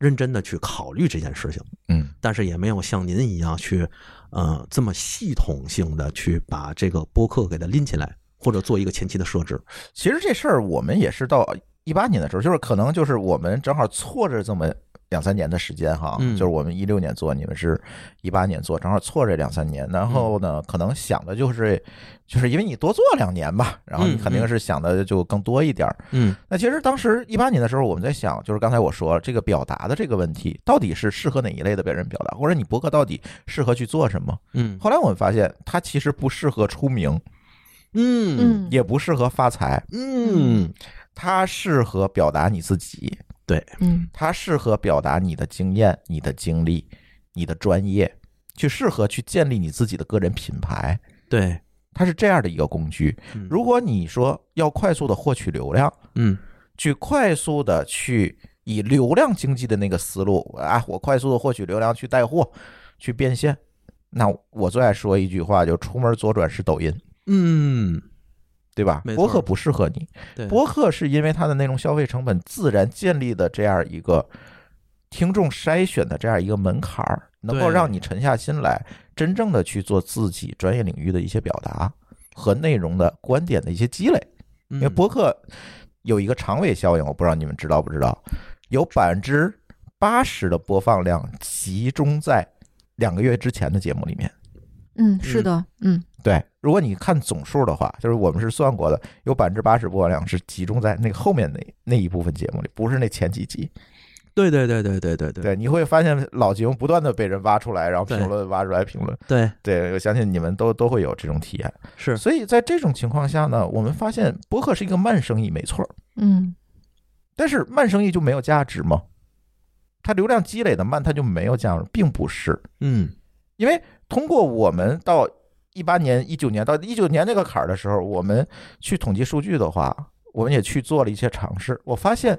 Speaker 3: 认真的去考虑这件事情，
Speaker 2: 嗯
Speaker 3: 但是也没有像您一样去，呃，这么系统性的去把这个播客给它拎起来，或者做一个前期的设置。
Speaker 2: 其实这事儿我们也是到一八年的时候，就是可能就是我们正好错着这么两三年的时间哈，
Speaker 3: 嗯
Speaker 2: 就是我们一六年做，你们是一八年做，正好错着两三年。然后
Speaker 3: 嗯
Speaker 2: 呢，可能想的就是，就是因为你多做两年吧，然后你
Speaker 3: 嗯
Speaker 2: 肯定是想的就更多一点儿。
Speaker 3: 嗯
Speaker 2: 那其实当时一八年的时候，我们在想，就是刚才我说这个表达的这个问题，到底是适合哪一类的别人表达，或者你博客到底适合去做什么？
Speaker 3: 嗯
Speaker 2: 后来我们发现，它其实不适合出名，
Speaker 3: 嗯
Speaker 4: 嗯，
Speaker 2: 也不适合发财。
Speaker 3: 嗯
Speaker 2: 它适合表达你自己，
Speaker 4: 嗯，
Speaker 2: 它适合表达你的经验、你的经历、你的专业，去适合去建立你自己的个人品牌。，
Speaker 3: 对，
Speaker 2: 它是这样的一个工具。
Speaker 3: 嗯
Speaker 2: 如果你说要快速的获取流量，
Speaker 3: 嗯
Speaker 2: 去快速的去以流量经济的那个思路啊，我快速的获取流量去带货、去变现，那我最爱说一句话，就出门左转是抖音，
Speaker 3: 嗯，
Speaker 2: 对吧
Speaker 3: 没？错
Speaker 2: 博客不适合你，
Speaker 3: 对，
Speaker 2: 播客是因为它的内容消费成本自然建立的这样一个听众筛选的这样一个门槛儿，能够
Speaker 3: 对
Speaker 2: 让你沉下心来，真正的去做自己专业领域的一些表达和内容的观点的一些积累。
Speaker 3: 嗯
Speaker 2: 因为播客有一个长尾效应，我不知道你们知道不知道，有百分之八十的播放量集中在两个月之前的节目里面。
Speaker 4: 嗯，是的，嗯，
Speaker 2: 对，如果你看总数的话，就是我们是算过的，有百分之八十播放量是集中在那个后面那那一部分节目里，不是那前几集。
Speaker 3: 对对对对对对对
Speaker 2: 对，你会发现老节目不断的被人挖出来，然后
Speaker 3: 对
Speaker 2: 评论挖出来评论。
Speaker 3: 对
Speaker 2: 对，我相信你们都都会有这种体验。
Speaker 3: 是，
Speaker 2: 所以在这种情况下呢，我们发现播客是一个慢生意，没错儿，
Speaker 4: 嗯，
Speaker 2: 但是慢生意就没有价值吗？它流量积累的慢，它就没有价值，并不是。
Speaker 3: 嗯
Speaker 2: 因为通过我们到一八年、一九年到一九年那个坎儿的时候，我们去统计数据的话，我们也去做了一些尝试。我发现，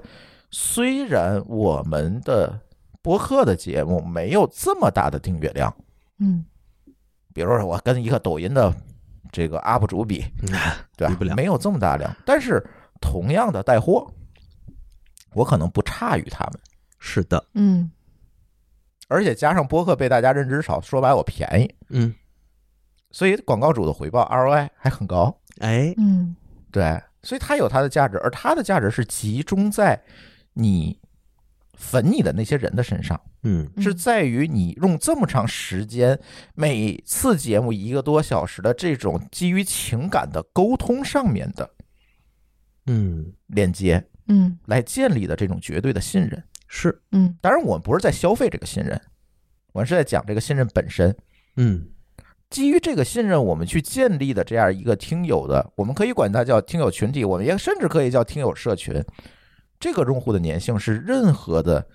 Speaker 2: 虽然我们的播客的节目没有这么大的订阅量，
Speaker 4: 嗯，
Speaker 2: 比如说我跟一个抖音的这个 UP 主比，对吧
Speaker 3: 比不了？
Speaker 2: 没有这么大量，但是同样的带货，我可能不差于他们，
Speaker 3: 是的，
Speaker 4: 嗯
Speaker 2: 而且加上播客被大家认知少，说白了我便宜，
Speaker 3: 嗯，
Speaker 2: 所以广告主的回报 ROI 还很高，
Speaker 3: 哎，
Speaker 4: 嗯
Speaker 2: 对，所以它有它的价值，而它的价值是集中在你粉你的那些人的身上。
Speaker 3: 嗯，
Speaker 4: 嗯
Speaker 2: 是在于你用这么长时间，每次节目一个多小时的这种基于情感的沟通上面的
Speaker 3: 嗯，
Speaker 2: 链接
Speaker 4: 嗯
Speaker 2: 来建立的这种绝对的信任。
Speaker 3: 是，
Speaker 4: 嗯
Speaker 2: 当然，我们不是在消费这个信任，我们是在讲这个信任本身。
Speaker 3: 嗯
Speaker 2: 基于这个信任，我们去建立的这样一个听友的，我们可以管它叫听友群体，我们也甚至可以叫听友社群。这个用户的粘性是任何的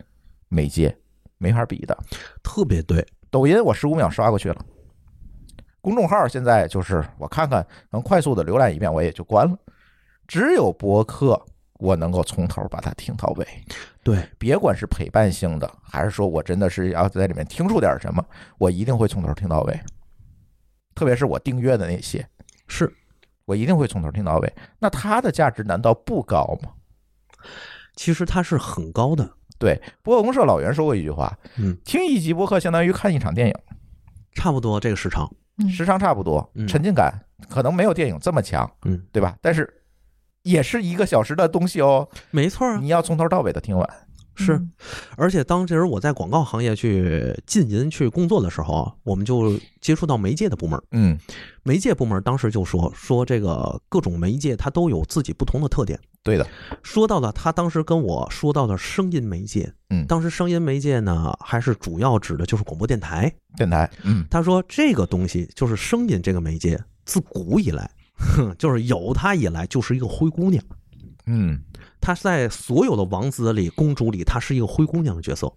Speaker 2: 媒介没法比的。
Speaker 3: 特别对，
Speaker 2: 抖音我十五秒刷过去了，公众号现在就是我看看能快速的浏览一遍，我也就关了。只有播客，我能够从头把它听到尾，
Speaker 3: 对，
Speaker 2: 别管是陪伴性的，还是说我真的是要在里面听出点什么，我一定会从头听到尾。特别是我订阅的那些，
Speaker 3: 是
Speaker 2: 我一定会从头听到尾。那它的价值难道不高吗？
Speaker 3: 其实它是很高的，
Speaker 2: 对，播客公社老袁说过一句话：
Speaker 3: 嗯，
Speaker 2: 听一集播客相当于看一场电影。
Speaker 3: 差不多这个时长，
Speaker 4: 嗯
Speaker 2: 时长差不多
Speaker 3: 嗯，
Speaker 2: 沉浸感可能没有电影这么强，
Speaker 3: 嗯，
Speaker 2: 对吧？但是也是一个小时的东西哦，
Speaker 3: 没错啊，
Speaker 2: 你要从头到尾的听完。
Speaker 3: 是，
Speaker 4: 嗯
Speaker 3: 而且当时我在广告行业去进营去工作的时候啊，我们就接触到媒介的部门，
Speaker 2: 嗯，
Speaker 3: 媒介部门当时就说说这个各种媒介它都有自己不同的特点。
Speaker 2: 对的，
Speaker 3: 说到了他当时跟我说到的声音媒介，
Speaker 2: 嗯
Speaker 3: 当时声音媒介呢还是主要指的就是广播电台。
Speaker 2: 电台，嗯，
Speaker 3: 他说这个东西就是声音这个媒介，自古以来， 哼，就是有它以来就是一个灰姑娘。
Speaker 2: 嗯，
Speaker 3: 她在所有的王子里、公主里，她是一个灰姑娘的角色，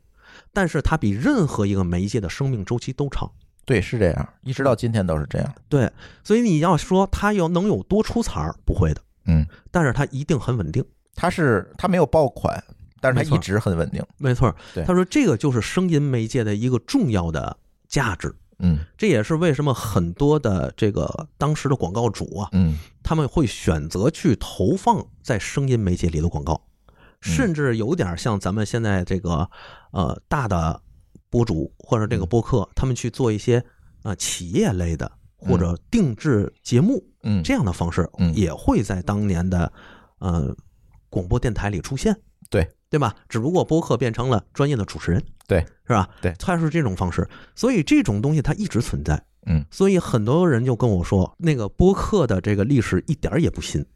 Speaker 3: 但是她比任何一个媒介的生命周期都长。
Speaker 2: 对，是这样，一直到今天都是这样。
Speaker 3: 对，所以你要说她有能有多出彩儿，不会的，
Speaker 2: 嗯，
Speaker 3: 但是她一定很稳定。
Speaker 2: 它是它没有爆款，但是
Speaker 3: 没
Speaker 2: 它
Speaker 3: 错
Speaker 2: 一直很稳定。
Speaker 3: 没错儿
Speaker 2: 对，
Speaker 3: 他说这个就是声音媒介的一个重要的价值。
Speaker 2: 嗯
Speaker 3: 这也是为什么很多的这个当时的广告主啊，
Speaker 2: 嗯，
Speaker 3: 他们会选择去投放在声音媒介里的广告，甚至有点像咱们现在这个呃大的博主或者这个播客，他们去做一些呃企业类的或者定制节目
Speaker 2: 嗯，
Speaker 3: 这样的方式
Speaker 2: 嗯，
Speaker 3: 也会在当年的呃广播电台里出现。
Speaker 2: 对
Speaker 3: 对吧？只不过播客变成了专业的主持人，
Speaker 2: 对
Speaker 3: 是吧？
Speaker 2: 对
Speaker 3: 它是这种方式，所以这种东西它一直存在。
Speaker 2: 嗯，
Speaker 3: 所以很多人就跟我说，那个播客的这个历史一点儿也不新，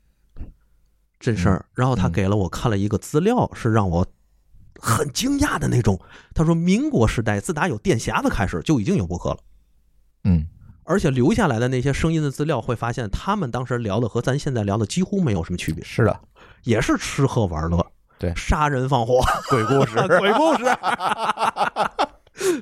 Speaker 3: 这事
Speaker 2: 嗯
Speaker 3: 儿。然后他给了我看了一个资料，是让我很惊讶的那种。他说，民国时代自打有电匣子开始，就已经有播客了。
Speaker 2: 嗯
Speaker 3: 而且留下来的那些声音的资料，会发现他们当时聊的和咱现在聊的几乎没有什么区别，
Speaker 2: 是的，
Speaker 3: 也是吃喝玩乐，
Speaker 2: 对
Speaker 3: 杀人放火，
Speaker 2: 鬼故事
Speaker 3: 鬼故事，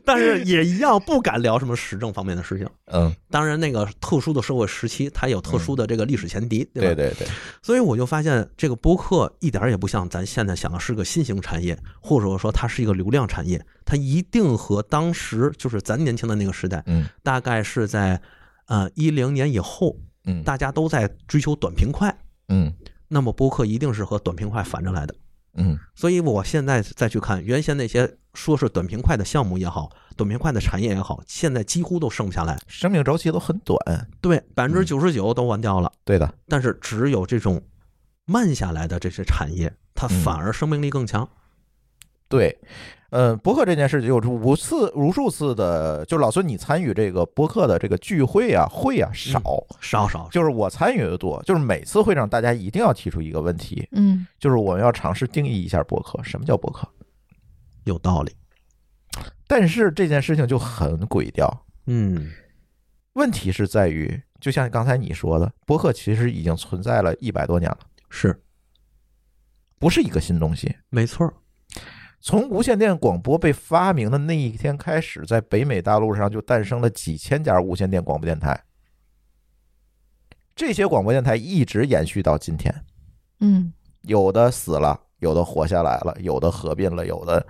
Speaker 3: 但是也一样不敢聊什么时政方面的事情。
Speaker 2: 嗯，
Speaker 3: 当然，那个特殊的社会时期，它有特殊的这个历史前提，对吧？
Speaker 2: 对对对，
Speaker 3: 所以我就发现，这个播客一点儿也不像咱现在想的是个新型产业，或者说它是一个流量产业，它一定和当时就是咱年轻的那个时代，
Speaker 2: 嗯
Speaker 3: 大概是在呃一零年以后，
Speaker 2: 嗯
Speaker 3: 大家都在追求短平快，
Speaker 2: 嗯
Speaker 3: 那么播客一定是和短平快反着来的。
Speaker 2: 嗯
Speaker 3: 所以我现在再去看原先那些说是短平快的项目也好，短平快的产业也好，现在几乎都剩不下来。
Speaker 2: 生命周期都很短。
Speaker 3: 对，百分之九十九都完掉了。
Speaker 2: 对的，
Speaker 3: 但是只有这种慢下来的这些产业，它反而生命力更强。
Speaker 2: 对，呃，播客这件事情有无次无数次的，就老孙你参与这个播客的这个聚会啊、会啊少，
Speaker 3: 少少
Speaker 2: 就是我参与的多，就是每次会上大家一定要提出一个问题，
Speaker 4: 嗯
Speaker 2: 就是我们要尝试定义一下播客，什么叫播客？
Speaker 3: 有道理。
Speaker 2: 但是这件事情就很诡调，
Speaker 3: 嗯，
Speaker 2: 问题是在于，就像刚才你说的，播客其实已经存在了一百多年了，
Speaker 3: 是
Speaker 2: 不是一个新东西。
Speaker 3: 没错儿。
Speaker 2: 从无线电广播被发明的那一天开始，在北美大陆上就诞生了几千家无线电广播电台。这些广播电台一直延续到今天，
Speaker 4: 嗯
Speaker 2: 有的死了，有的活下来了，有的合并了，有的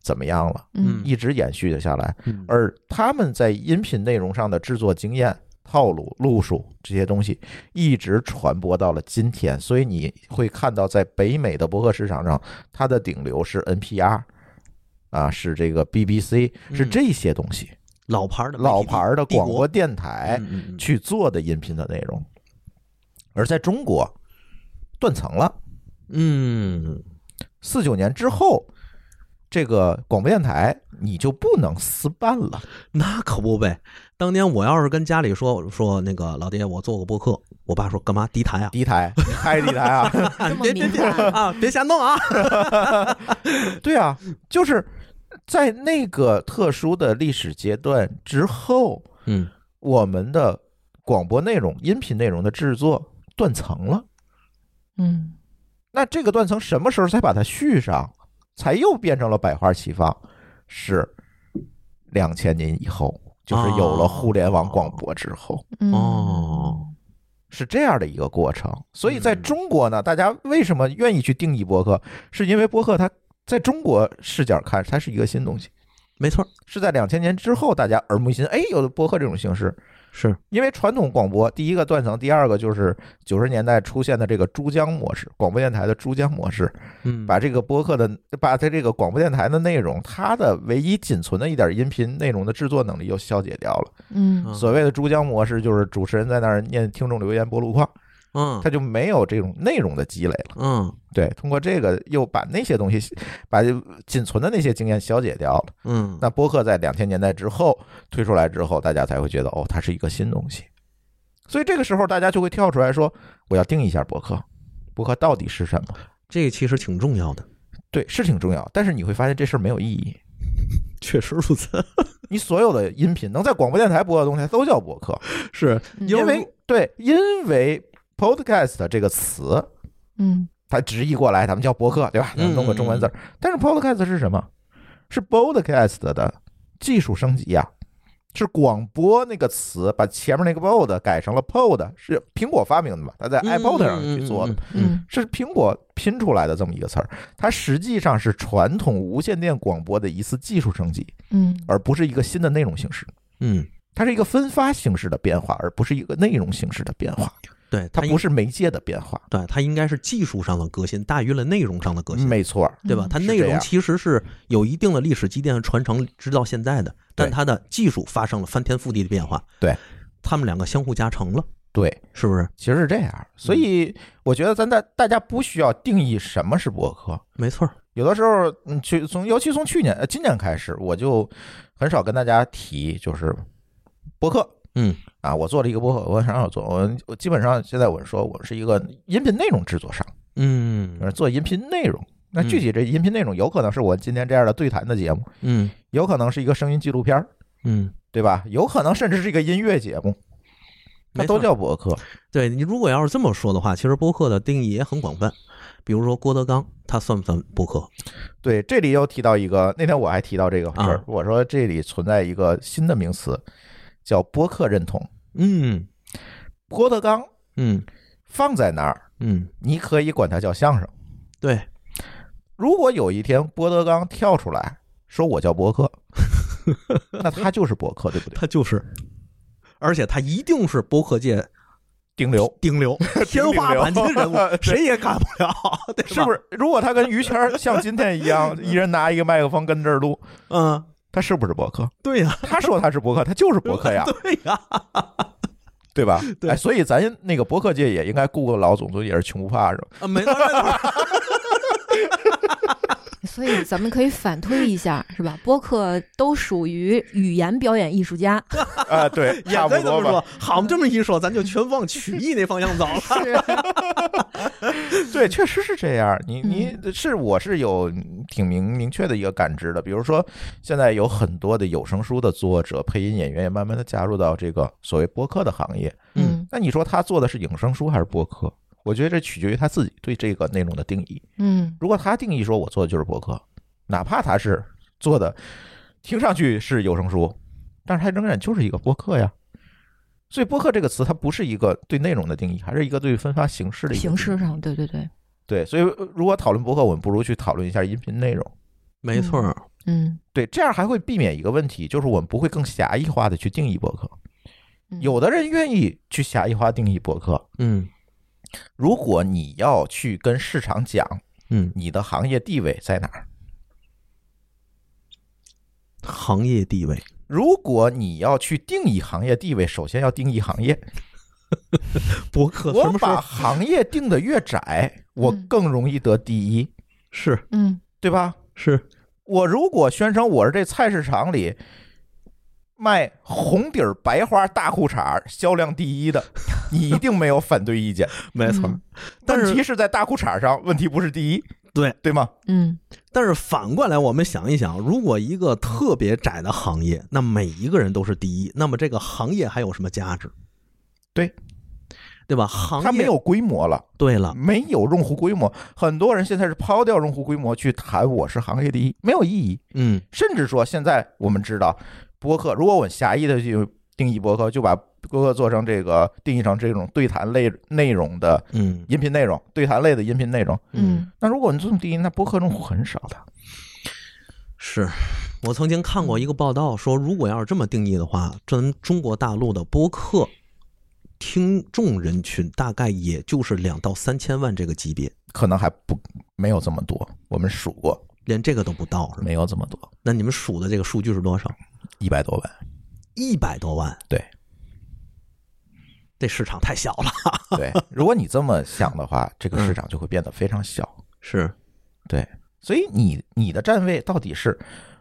Speaker 2: 怎么样了，
Speaker 4: 嗯
Speaker 3: 嗯
Speaker 2: 一直延续了下来。
Speaker 3: 嗯
Speaker 2: 而他们在音频内容上的制作经验、套路、路数这些东西，一直传播到了今天。所以你会看到，在北美的博客市场上，它的顶流是 NPR。啊，是这个 BBC，是
Speaker 3: 嗯
Speaker 2: 这些东西，
Speaker 3: 老牌儿的
Speaker 2: 老牌儿的广播
Speaker 3: 播，
Speaker 2: 电台，
Speaker 3: 嗯嗯嗯
Speaker 2: 去做的音频的内容，而在中国断层了。
Speaker 3: 嗯，
Speaker 2: 四九年之后，这个广播电台你就不能私办了。
Speaker 3: 那可不呗。当年我要是跟家里说说那个老爹，我做个播客，我爸说干嘛敌台啊？
Speaker 2: 第一台，你开第一台啊？
Speaker 4: 这么敏感，
Speaker 3: 啊，别瞎弄啊！
Speaker 2: 对啊，就是在那个特殊的历史阶段之后，
Speaker 3: 嗯，
Speaker 2: 我们的广播内容、音频内容的制作断层了。
Speaker 4: 嗯
Speaker 2: 那这个断层什么时候才把它续上？才又变成了百花齐放？是两千年以后，就是有了互联网广播之后，
Speaker 4: 嗯
Speaker 3: 哦，
Speaker 2: 是这样的一个过程。所以在中国呢，大家为什么愿意去定义播客？是因为播客它在中国视角看，它是一个新东西，
Speaker 3: 没错儿，
Speaker 2: 是在两千年之后大家耳目一新，哎，有了播客这种形式。
Speaker 3: 是
Speaker 2: 因为传统广播第一个断层，第二个就是九十年代出现的这个珠江模式，广播电台的珠江模式，
Speaker 3: 嗯，
Speaker 2: 把这个播客的，把它这个广播电台的内容，它的唯一仅存的一点音频内容的制作能力又消解掉了。
Speaker 4: 嗯
Speaker 3: 嗯
Speaker 2: 所谓的珠江模式，就是主持人在那儿念听众留言播路况，
Speaker 3: 嗯
Speaker 2: 它就没有这种内容的积累了。
Speaker 3: 嗯
Speaker 2: 对，通过这个又把那些东西，把仅存的那些经验消解掉了。
Speaker 3: 嗯，
Speaker 2: 那播客在两千年代之后推出来之后，大家才会觉得哦，它是一个新东西。所以这个时候，大家就会跳出来说，我要定义一下播客，播客到底是什么？
Speaker 3: 这其实挺重要的，
Speaker 2: 对，是挺重要，但是你会发现这事儿没有意义。
Speaker 3: 确实如此。
Speaker 2: 你所有的音频能在广播电台播的东西，它都叫播客，
Speaker 3: 是
Speaker 4: 嗯
Speaker 3: 有
Speaker 2: 因为对，因为 podcast 这个词，
Speaker 4: 嗯
Speaker 2: 它直译过来，咱们叫播客，
Speaker 3: 嗯
Speaker 2: 对吧？咱们弄个中文字儿。但是 podcast 是什么？是 podcast 的技术升级啊，是广播那个词把前面那个 pod 改成了 pod，是苹果发明的嘛？它在 iPod 上去做的，，
Speaker 3: 嗯
Speaker 4: 嗯
Speaker 2: 是苹果拼出来的这么一个词儿。它实际上是传统无线电广播的一次技术升级，
Speaker 4: 嗯
Speaker 2: 而不是一个新的内容形式。
Speaker 3: 嗯，
Speaker 2: 它是一个分发形式的变化，而不是一个内容形式的变化，
Speaker 3: 对，
Speaker 2: 它
Speaker 3: 应
Speaker 2: 不是媒介的变化。
Speaker 3: 对，它应该是技术上的革新大于了内容上的革新，
Speaker 2: 没错儿，
Speaker 3: 对吧？
Speaker 4: 嗯
Speaker 3: 它
Speaker 2: 是
Speaker 3: 内
Speaker 2: 这
Speaker 3: 容
Speaker 2: 样
Speaker 3: 其实是有一定的历史积淀和传承，直到现在的，但
Speaker 2: 对
Speaker 3: 它的技术发生了翻天覆地的变化。
Speaker 2: 对，
Speaker 3: 他们两个相互加成了，
Speaker 2: 对，
Speaker 3: 是不是？
Speaker 2: 其实是这样。
Speaker 3: 嗯
Speaker 2: 所以我觉得咱大大家不需要定义什么是博客。
Speaker 3: 没错儿，
Speaker 2: 有的时候，嗯，去从尤其从去年、呃今年开始，我就很少跟大家提，就是博客。
Speaker 3: 嗯，
Speaker 2: 啊，我做了一个博客，我很少做，我我基本上现在我说我是一个音频内容制作商，
Speaker 3: 嗯
Speaker 2: 就是做音频内容。那
Speaker 3: 嗯
Speaker 2: 具体这音频内容，有可能是我今天这样的对谈的节目，
Speaker 3: 嗯
Speaker 2: 有可能是一个声音纪录片儿，
Speaker 3: 嗯，
Speaker 2: 对吧？有可能甚至是一个音乐节目，它
Speaker 3: 没
Speaker 2: 都
Speaker 3: 错
Speaker 2: 叫博客。
Speaker 3: 对你如果要是这么说的话，其实播客的定义也很广泛，比如说郭德纲，他算不算播客？
Speaker 2: 对，这里又提到一个，那天我还提到这个事儿，
Speaker 3: 啊
Speaker 2: 我说这里存在一个新的名词，叫播客认同。
Speaker 3: 嗯
Speaker 2: 郭德纲
Speaker 3: 嗯
Speaker 2: 放在那儿，
Speaker 3: 嗯，
Speaker 2: 你可以管它叫相声。
Speaker 3: 对，
Speaker 2: 如果有一天郭德纲跳出来说我叫博客，那他就是博客，对不对？
Speaker 3: 他就是，而且他一定是播客界
Speaker 2: 顶流。，
Speaker 3: 顶流、天花板级的人物
Speaker 2: 对
Speaker 3: 谁也赶不了，对吧？
Speaker 2: 是不是？如果他跟于谦儿像今天一 样，一人拿一个麦克风跟这儿录，
Speaker 3: 嗯，
Speaker 2: 他是不是博客？
Speaker 3: 对呀，
Speaker 2: 他说他是博客，他就是博客 呀。
Speaker 3: 对呀，
Speaker 2: 对吧？
Speaker 3: 对
Speaker 2: 哎，所以咱那个博客界也应该雇个老总，所以也是穷不怕是吧？
Speaker 3: 啊没错没错，
Speaker 4: 所以咱们可以反推一下，是吧？播客都属于语言表演艺术 家，
Speaker 2: 啊， 对，差不
Speaker 3: 也 可以这
Speaker 2: 多
Speaker 3: 么说
Speaker 2: 吧。。
Speaker 3: 好，我们这么一说，咱就全往 曲艺那方向走了。
Speaker 4: 是，
Speaker 2: 对，确实是这样。你
Speaker 4: 嗯
Speaker 2: 你是我是有挺明明确的一个感知的。比如说，现在有很多的有声书的作者、配音演员也慢慢的加入到这个所谓播客的行业。
Speaker 4: 嗯
Speaker 2: 那你说他做的是有声书还是播客？我觉得这取决于他自己对这个内容的定义。
Speaker 4: 嗯
Speaker 2: 如果他定义说我做的就是博客，哪怕他是做的听上去是有声书，但是他仍然就是一个播客呀。所以“播客”这个词，它不是一个对内容的定义，还是一个对分发形式的一个定义
Speaker 4: 形式上，对对对，
Speaker 2: 对。所以，呃如果讨论博客，我们不如去讨论一下音频内容。
Speaker 3: 没错儿，
Speaker 4: 嗯，
Speaker 2: 对，这样还会避免一个问题，就是我们不会更狭义化的去定义博客。
Speaker 4: 嗯
Speaker 2: 有的人愿意去狭义化定义博客，
Speaker 3: 嗯
Speaker 2: 如果你要去跟市场讲
Speaker 3: 嗯，
Speaker 2: 你的行业地位在哪儿，
Speaker 3: 行业地位，
Speaker 2: 如果你要去定义行业地位，首先要定义行业。
Speaker 3: 博客什
Speaker 2: 我
Speaker 3: 么时
Speaker 2: 把
Speaker 3: 候
Speaker 2: 行业定的越窄，我
Speaker 4: 嗯
Speaker 2: 更容易得第一，
Speaker 3: 是
Speaker 4: 嗯
Speaker 2: 对吧？
Speaker 3: 是
Speaker 2: 我如果宣称我是这菜市场里卖红底儿白花大裤衩儿销量第一的，你一定没有反对意见。
Speaker 3: 没错儿
Speaker 4: 嗯，
Speaker 3: 但
Speaker 2: 问题
Speaker 3: 是
Speaker 2: 是在大裤衩上，问题不是第一，
Speaker 3: 对，
Speaker 2: 对吗？
Speaker 4: 嗯
Speaker 3: 但是反过来我们想一想，如果一个特别窄的行业，那每一个人都是第一，那么这个行业还有什么价值？
Speaker 2: 对
Speaker 3: 对吧？行业啊
Speaker 2: 它没有规模了，
Speaker 3: 对了，
Speaker 2: 没有用户规模。很多人现在是抛掉用户规模去谈我是行业第一，没有意义。
Speaker 3: 嗯
Speaker 2: 甚至说，现在我们知道，播客如果我们狭义的去定义播客，就把播客做成这个定义成这种对谈类内容的
Speaker 3: 嗯
Speaker 2: 音频内容，对谈类的音频内容。
Speaker 4: 嗯，
Speaker 2: 那如果你这么定义，那播客用户很少的。
Speaker 3: 是我曾经看过一个报道说，如果要是这么定义的话，咱中国大陆的播客听众人群大概也就是两到三千万这个级别，
Speaker 2: 可能还不没有这么多，我们数过
Speaker 3: 连这个都不到是吧？
Speaker 2: 没有这么多，
Speaker 3: 那你们数的这个数据是多少？
Speaker 2: 一百多万。
Speaker 3: 一百多万，
Speaker 2: 对，
Speaker 3: 这市场太小了。
Speaker 2: 对，如果你这么想的话，这个市场就会变得非常小。
Speaker 3: 是，
Speaker 2: 所以你你的站位到底是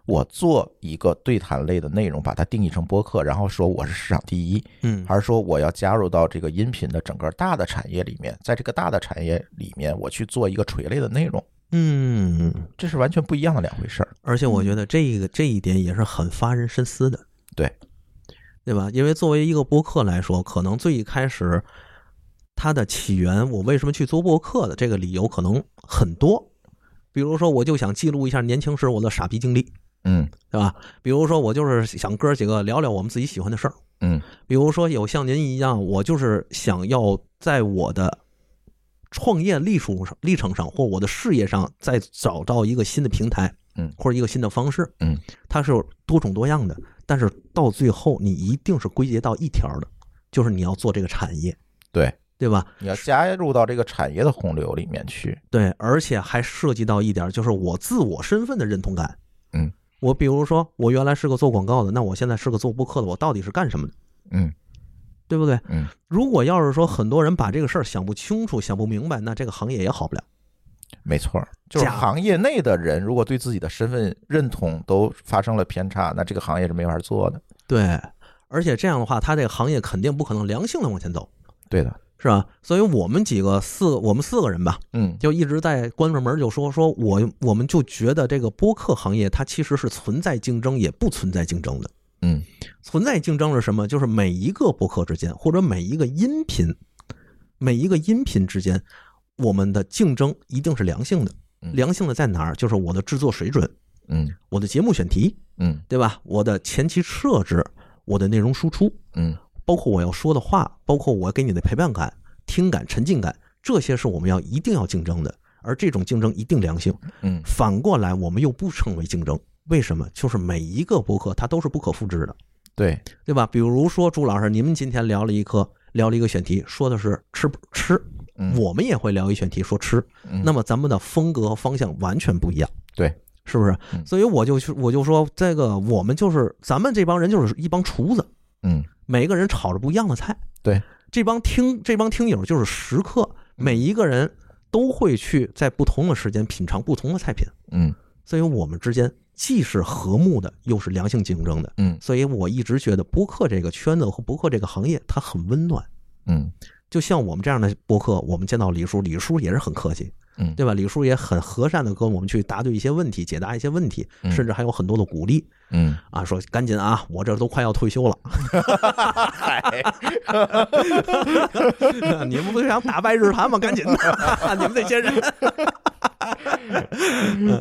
Speaker 2: 我做一个对谈类的内容，把它定义成播客，然后说我是市场第一，
Speaker 3: 嗯，
Speaker 2: 还是说我要加入到这个音频的整个大的产业里面，在这个大的产业里面，我去做一个垂类的内容，
Speaker 3: 嗯，
Speaker 2: 这是完全不一样的两回事儿。
Speaker 3: 而且我觉得这个这一点也是很发人深思的，
Speaker 2: 对，
Speaker 3: 对吧？因为作为一个播客来说，可能最一开始它的起源，我为什么去做播客的这个理由可能很多，比如说我就想记录一下年轻时我的傻逼经历，
Speaker 2: 嗯
Speaker 3: 对吧？比如说我就是想哥几个聊聊我们自己喜欢的事儿，
Speaker 2: 嗯
Speaker 3: 比如说有像您一样，我就是想要在我的创业历程上、历程上或我的事业上，再找到一个新的平台，
Speaker 2: 嗯
Speaker 3: 或者一个新的方式，
Speaker 2: 嗯，
Speaker 3: 它是有多种多样的，但是到最后你一定是归结到一条的，就是你要做这个产业，
Speaker 2: 对，
Speaker 3: 对吧？
Speaker 2: 你要加入到这个产业的洪流里面去。
Speaker 3: 对，而且还涉及到一点，就是我自我身份的认同感。
Speaker 2: 嗯，
Speaker 3: 我比如说，我原来是个做广告的，那我现在是个做播客的，我到底是干什么的？
Speaker 2: 嗯
Speaker 3: 对不对？
Speaker 2: 嗯，
Speaker 3: 如果要是说很多人把这个事儿想不清楚、想不明白，那这个行业也好不了。
Speaker 2: 没错儿，就是
Speaker 3: 假
Speaker 2: 行业内的人如果对自己的身份认同都发生了偏差，那这个行业是没法做的。
Speaker 3: 对，而且这样的话，他这个行业肯定不可能良性的往前走，
Speaker 2: 对的，
Speaker 3: 是吧？所以我们几个四，我们四个人吧，
Speaker 2: 嗯
Speaker 3: 就一直在关着门就说说我，我们就觉得这个播客行业它其实是存在竞争，也不存在竞争的。
Speaker 2: 嗯
Speaker 3: 存在竞争是什么？就是每一个博客之间，或者每一个音频，每一个音频之间，我们的竞争一定是良性的。
Speaker 2: 嗯
Speaker 3: 良性的在哪儿？就是我的制作水准，
Speaker 2: 嗯
Speaker 3: 我的节目选题，
Speaker 2: 嗯
Speaker 3: 对吧？我的前期设置，我的内容输出，
Speaker 2: 嗯
Speaker 3: 包括我要说的话，包括我给你的陪伴感、听感、沉浸感，这些是我们要一定要竞争的。而这种竞争一定良性。
Speaker 2: 嗯，
Speaker 3: 反过来，我们又不称为竞争，为什么？就是每一个博客它都是不可复制的。
Speaker 2: 对，
Speaker 3: 对吧？比如说朱老师，你们今天聊了一个聊了一个选题，说的是吃不吃，
Speaker 2: 嗯
Speaker 3: 我们也会聊一选题说吃，
Speaker 2: 嗯
Speaker 3: 那么咱们的风格和方向完全不一样，
Speaker 2: 对，
Speaker 3: 是不是？
Speaker 2: 嗯
Speaker 3: 所以我就去我就说这个我们就是咱们这帮人就是一帮厨子，
Speaker 2: 嗯
Speaker 3: 每个人炒着不一样的菜，
Speaker 2: 对，
Speaker 3: 这帮听这帮听友就是食客，每一个人都会去在不同的时间品尝不同的菜品，
Speaker 2: 嗯
Speaker 3: 所以我们之间既是和睦的，又是良性竞争的。
Speaker 2: 嗯
Speaker 3: 所以我一直觉得播客这个圈子和播客这个行业它很温暖。
Speaker 2: 嗯
Speaker 3: 就像我们这样的播客，我们见到李叔，李叔也是很客气，
Speaker 2: 嗯
Speaker 3: 对吧？李叔也很和善的跟我们去答对一些问题，解答一些问题，
Speaker 2: 嗯
Speaker 3: 甚至还有很多的鼓励
Speaker 2: 嗯，
Speaker 3: 啊，说赶紧啊，我这都快要退 休了， 你们不是想打败日韩吗？赶紧的，你们这些人。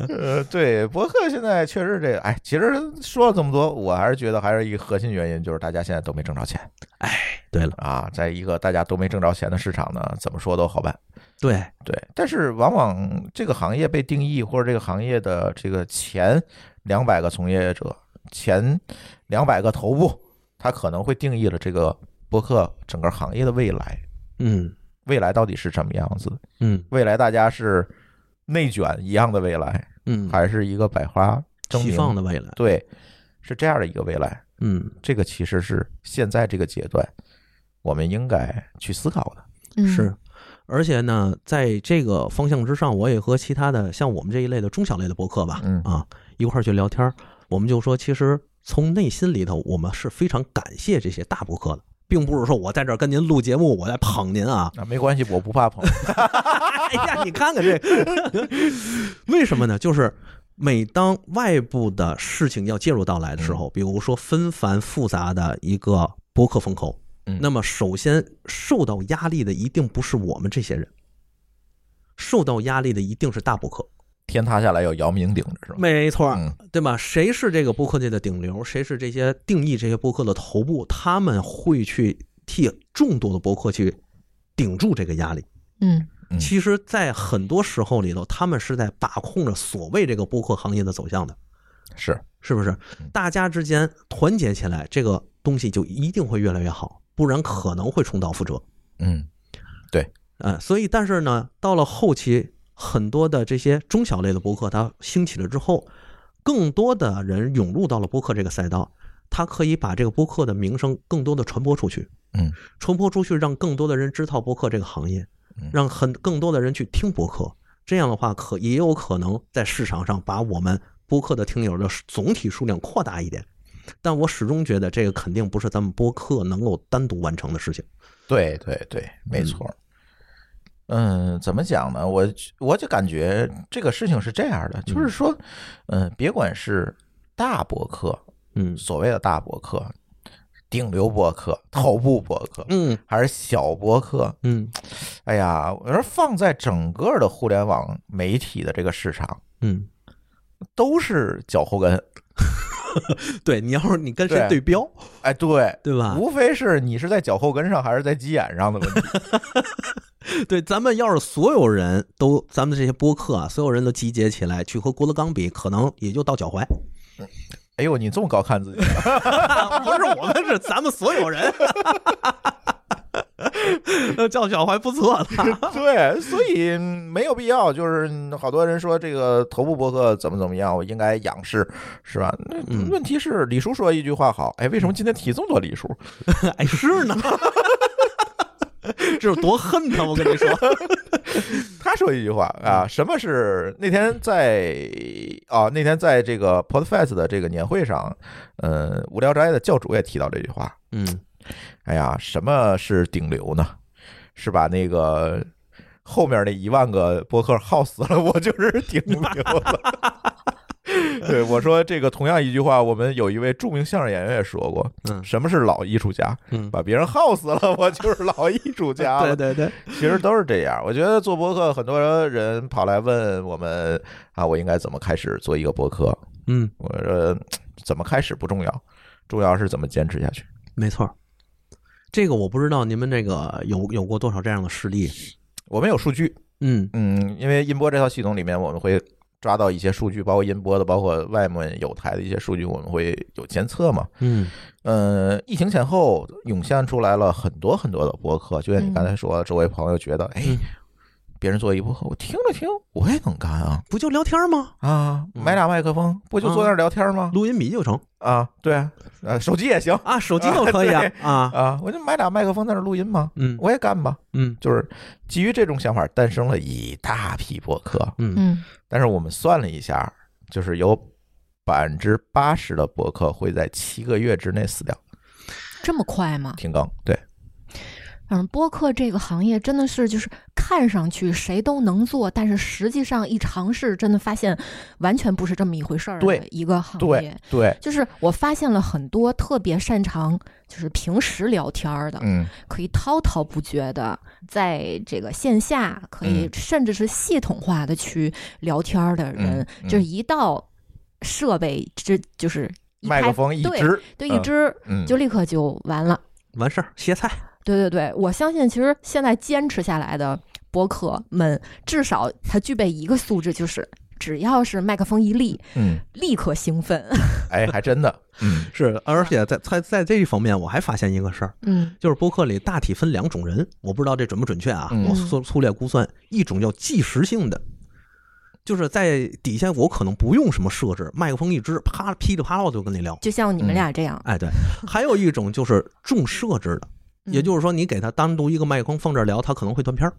Speaker 2: 呃，对，博客现在确实这个，哎，其实说了这么多，我还是觉得还是一个核心原因，就是大家现在都没挣着钱
Speaker 3: 对了，
Speaker 2: 啊，在一个大家都没挣着钱的市场呢，怎么说都好办。
Speaker 3: 对，
Speaker 2: 对，但是往往这个行业被定义，或者这个行业的这个前两百个从业者、前两百个头部，他可能会定义了这个博客整个行业的未来，
Speaker 3: 嗯
Speaker 2: 未来到底是什么样子？
Speaker 3: 嗯
Speaker 2: 未来大家是内卷一样的未来，
Speaker 3: 嗯，
Speaker 2: 还是一个百花争
Speaker 3: 西放
Speaker 2: 鸣？
Speaker 3: 的未来，
Speaker 2: 对，是这样的一个未来。
Speaker 3: 嗯
Speaker 2: 这个其实是现在这个阶段我们应该去思考的。
Speaker 4: 嗯
Speaker 3: 是。而且呢，在这个方向之上，我也和其他的像我们这一类的中小类的博客吧，
Speaker 2: 嗯
Speaker 3: 啊，一块儿去聊天儿，我们就说，其实从内心里头，我们是非常感谢这些大博客的，并不是说我在这儿跟您录节目，我在捧您啊，
Speaker 2: 啊，没关系，我不怕捧。
Speaker 3: 哎呀，你看看这， 为什么呢？就是每当外部的事情要介入到来的时候，比如说纷繁复杂的一个博客风口，
Speaker 2: 嗯
Speaker 3: 那么首先受到压力的一定不是我们这些人，受到压力的一定是大博客。
Speaker 2: 天塌下来有姚明顶着是吧？
Speaker 3: 没错儿
Speaker 2: 嗯
Speaker 3: 对吧？谁是这个播客界的顶流？谁是这些定义这些播客的头部？他们会去替众多的博客去顶住这个压力。
Speaker 4: 嗯
Speaker 2: 嗯
Speaker 3: 其实，在很多时候里头，他们是在把控着所谓这个播客行业的走向的，
Speaker 2: 是，
Speaker 3: 是不是？大家之间团结起来，这个东西就一定会越来越好，不然可能会重蹈覆辙。
Speaker 2: 嗯，
Speaker 3: 嗯，所以，但是呢，到了后期，很多的这些中小类的播客它兴起了之后，更多的人涌入到了播客这个赛道，它可以把这个播客的名声更多的传播出去，
Speaker 2: 嗯，
Speaker 3: 传播出去，让更多的人知道播客这个行业
Speaker 2: 嗯，
Speaker 3: 让很更多的人去听播客。这样的话，可也有可能在市场上把我们播客的听友的总体数量扩大一点。但我始终觉得这个肯定不是咱们播客能够单独完成的事情。
Speaker 2: 对对对，没错。嗯，怎么讲呢？我我就感觉这个事情是这样的，就是说，嗯，别管是大博客，
Speaker 3: 嗯
Speaker 2: 所谓的大博客、顶流博客、头部博客，
Speaker 3: 嗯
Speaker 2: 还是小博客，
Speaker 3: 嗯
Speaker 2: 哎呀，我说放在整个的互联网媒体的这个市场，
Speaker 3: 嗯，
Speaker 2: 都是脚后跟。
Speaker 3: 对，你要是你跟谁
Speaker 2: 对
Speaker 3: 对标，
Speaker 2: 哎，对。
Speaker 3: 对吧？
Speaker 2: 无非是你是在脚后跟上还是在鸡眼上的问 题，
Speaker 3: 对，咱们要是所有人都，咱们这些播客啊，所有人都集结起来去和郭德纲比，可能也就到脚踝。
Speaker 2: 哎呦，你这么高看自己，
Speaker 3: 啊不是我们，是咱们所有人。那 叫脚踝不错了，
Speaker 2: 对，所以嗯没有必要。就是嗯好多人说这个头部博客怎么怎么样，我应该仰视，是吧？那
Speaker 3: 嗯
Speaker 2: 问题是李叔说一句话好，哎，为什么今天提这么多李叔？
Speaker 3: 哎，是呢， 这有多恨他！我跟你说，
Speaker 2: 他说一句话啊，什么是那天在啊那天在这个 Podfest 的这个年会上，呃，无聊斋的教主也提到这句话。
Speaker 3: 嗯
Speaker 2: 哎呀，什么是顶流呢？是把那个后面那一万个博客耗死了，我就是顶流了。 对，我说这个同样一句话，我们有一位著名相声演员也说过，
Speaker 3: 嗯
Speaker 2: 什么是老艺术家？
Speaker 3: 嗯，
Speaker 2: 把别人耗死了，我就是老艺术家了
Speaker 3: 对。对对，
Speaker 2: 其实都是这样。我觉得做博客，很多人跑来问我们啊，我应该怎么开始做一个博客？
Speaker 3: 嗯，
Speaker 2: 我说呃怎么开始不重要，重要是怎么坚持下去。
Speaker 3: 没错儿。这个我不知道你们这个有有过多少这样的事 例，
Speaker 2: 我们有数据，
Speaker 3: 嗯，
Speaker 2: 嗯，因为音波这套系统里面，我们会抓到一些数据，包括音波的，包括外面有台的一些数据，我们会有监测嘛。
Speaker 3: 嗯
Speaker 2: 嗯，疫情前后涌现出来了很多很多的博客，就像你刚才说，周围朋友觉得，哎
Speaker 3: 嗯，
Speaker 2: 别人做一博客，我听着听，我也能干啊。
Speaker 3: 不就聊天吗？
Speaker 2: 啊，
Speaker 3: 嗯啊
Speaker 2: 买俩麦克风，不就坐那儿聊天吗？
Speaker 3: 录音笔就成
Speaker 2: 啊，对啊，呃，手机也行
Speaker 3: 啊，手机都可以啊啊，
Speaker 2: 啊，我就买俩麦克风在那儿录音嘛，
Speaker 3: 嗯
Speaker 2: 我也干吧。
Speaker 3: 嗯
Speaker 2: 就是基于这种想法，诞生了一大批博客。
Speaker 3: 嗯
Speaker 4: 嗯
Speaker 2: 但是我们算了一下，就是有百分之八十的博客会在七个月之内死掉
Speaker 4: 这么快吗？
Speaker 2: 停更。对，
Speaker 4: 反正嗯播客这个行业真的是就是看上去谁都能做，但是实际上一尝试，真的发现完全不是这么一回事儿
Speaker 2: 对
Speaker 4: 的一个行
Speaker 2: 对
Speaker 4: 业。
Speaker 2: 对，
Speaker 4: 就是我发现了很多特别擅长就是平时聊天儿的，
Speaker 2: 嗯
Speaker 4: 可以滔滔不绝的在这个线下，可以
Speaker 2: 嗯
Speaker 4: 甚至是系统化的去聊天儿的人，
Speaker 2: 嗯嗯
Speaker 4: 就是一到设备之就是一
Speaker 2: 麦克
Speaker 4: 开
Speaker 2: 风一
Speaker 4: 对
Speaker 2: 支，
Speaker 4: 对
Speaker 2: 嗯
Speaker 4: 一支
Speaker 2: 嗯，
Speaker 4: 就立刻就完了。
Speaker 3: 完事儿歇菜。
Speaker 4: 对对对，我相信其实现在坚持下来的博客们，至少它具备一个素质，就是只要是麦克风一立，
Speaker 2: 嗯，
Speaker 4: 立刻兴奋。
Speaker 2: 哎，还真的，嗯
Speaker 3: 是，而且在在在这一方面，我还发现一个事儿，
Speaker 4: 嗯
Speaker 3: 就是播客里大体分两种人，我不知道这准不准确啊，
Speaker 2: 嗯
Speaker 3: 我粗粗略估算，一种叫即时性的，就是在底下我可能不用什么设置，麦克风一支，啪噼里啪啦我就跟你聊。
Speaker 4: 就像你们俩这样，
Speaker 3: 哎，对，还有一种就是重设置的，
Speaker 4: 嗯
Speaker 3: 也就是说你给他单独一个麦克风放这儿聊，他可能会断片儿，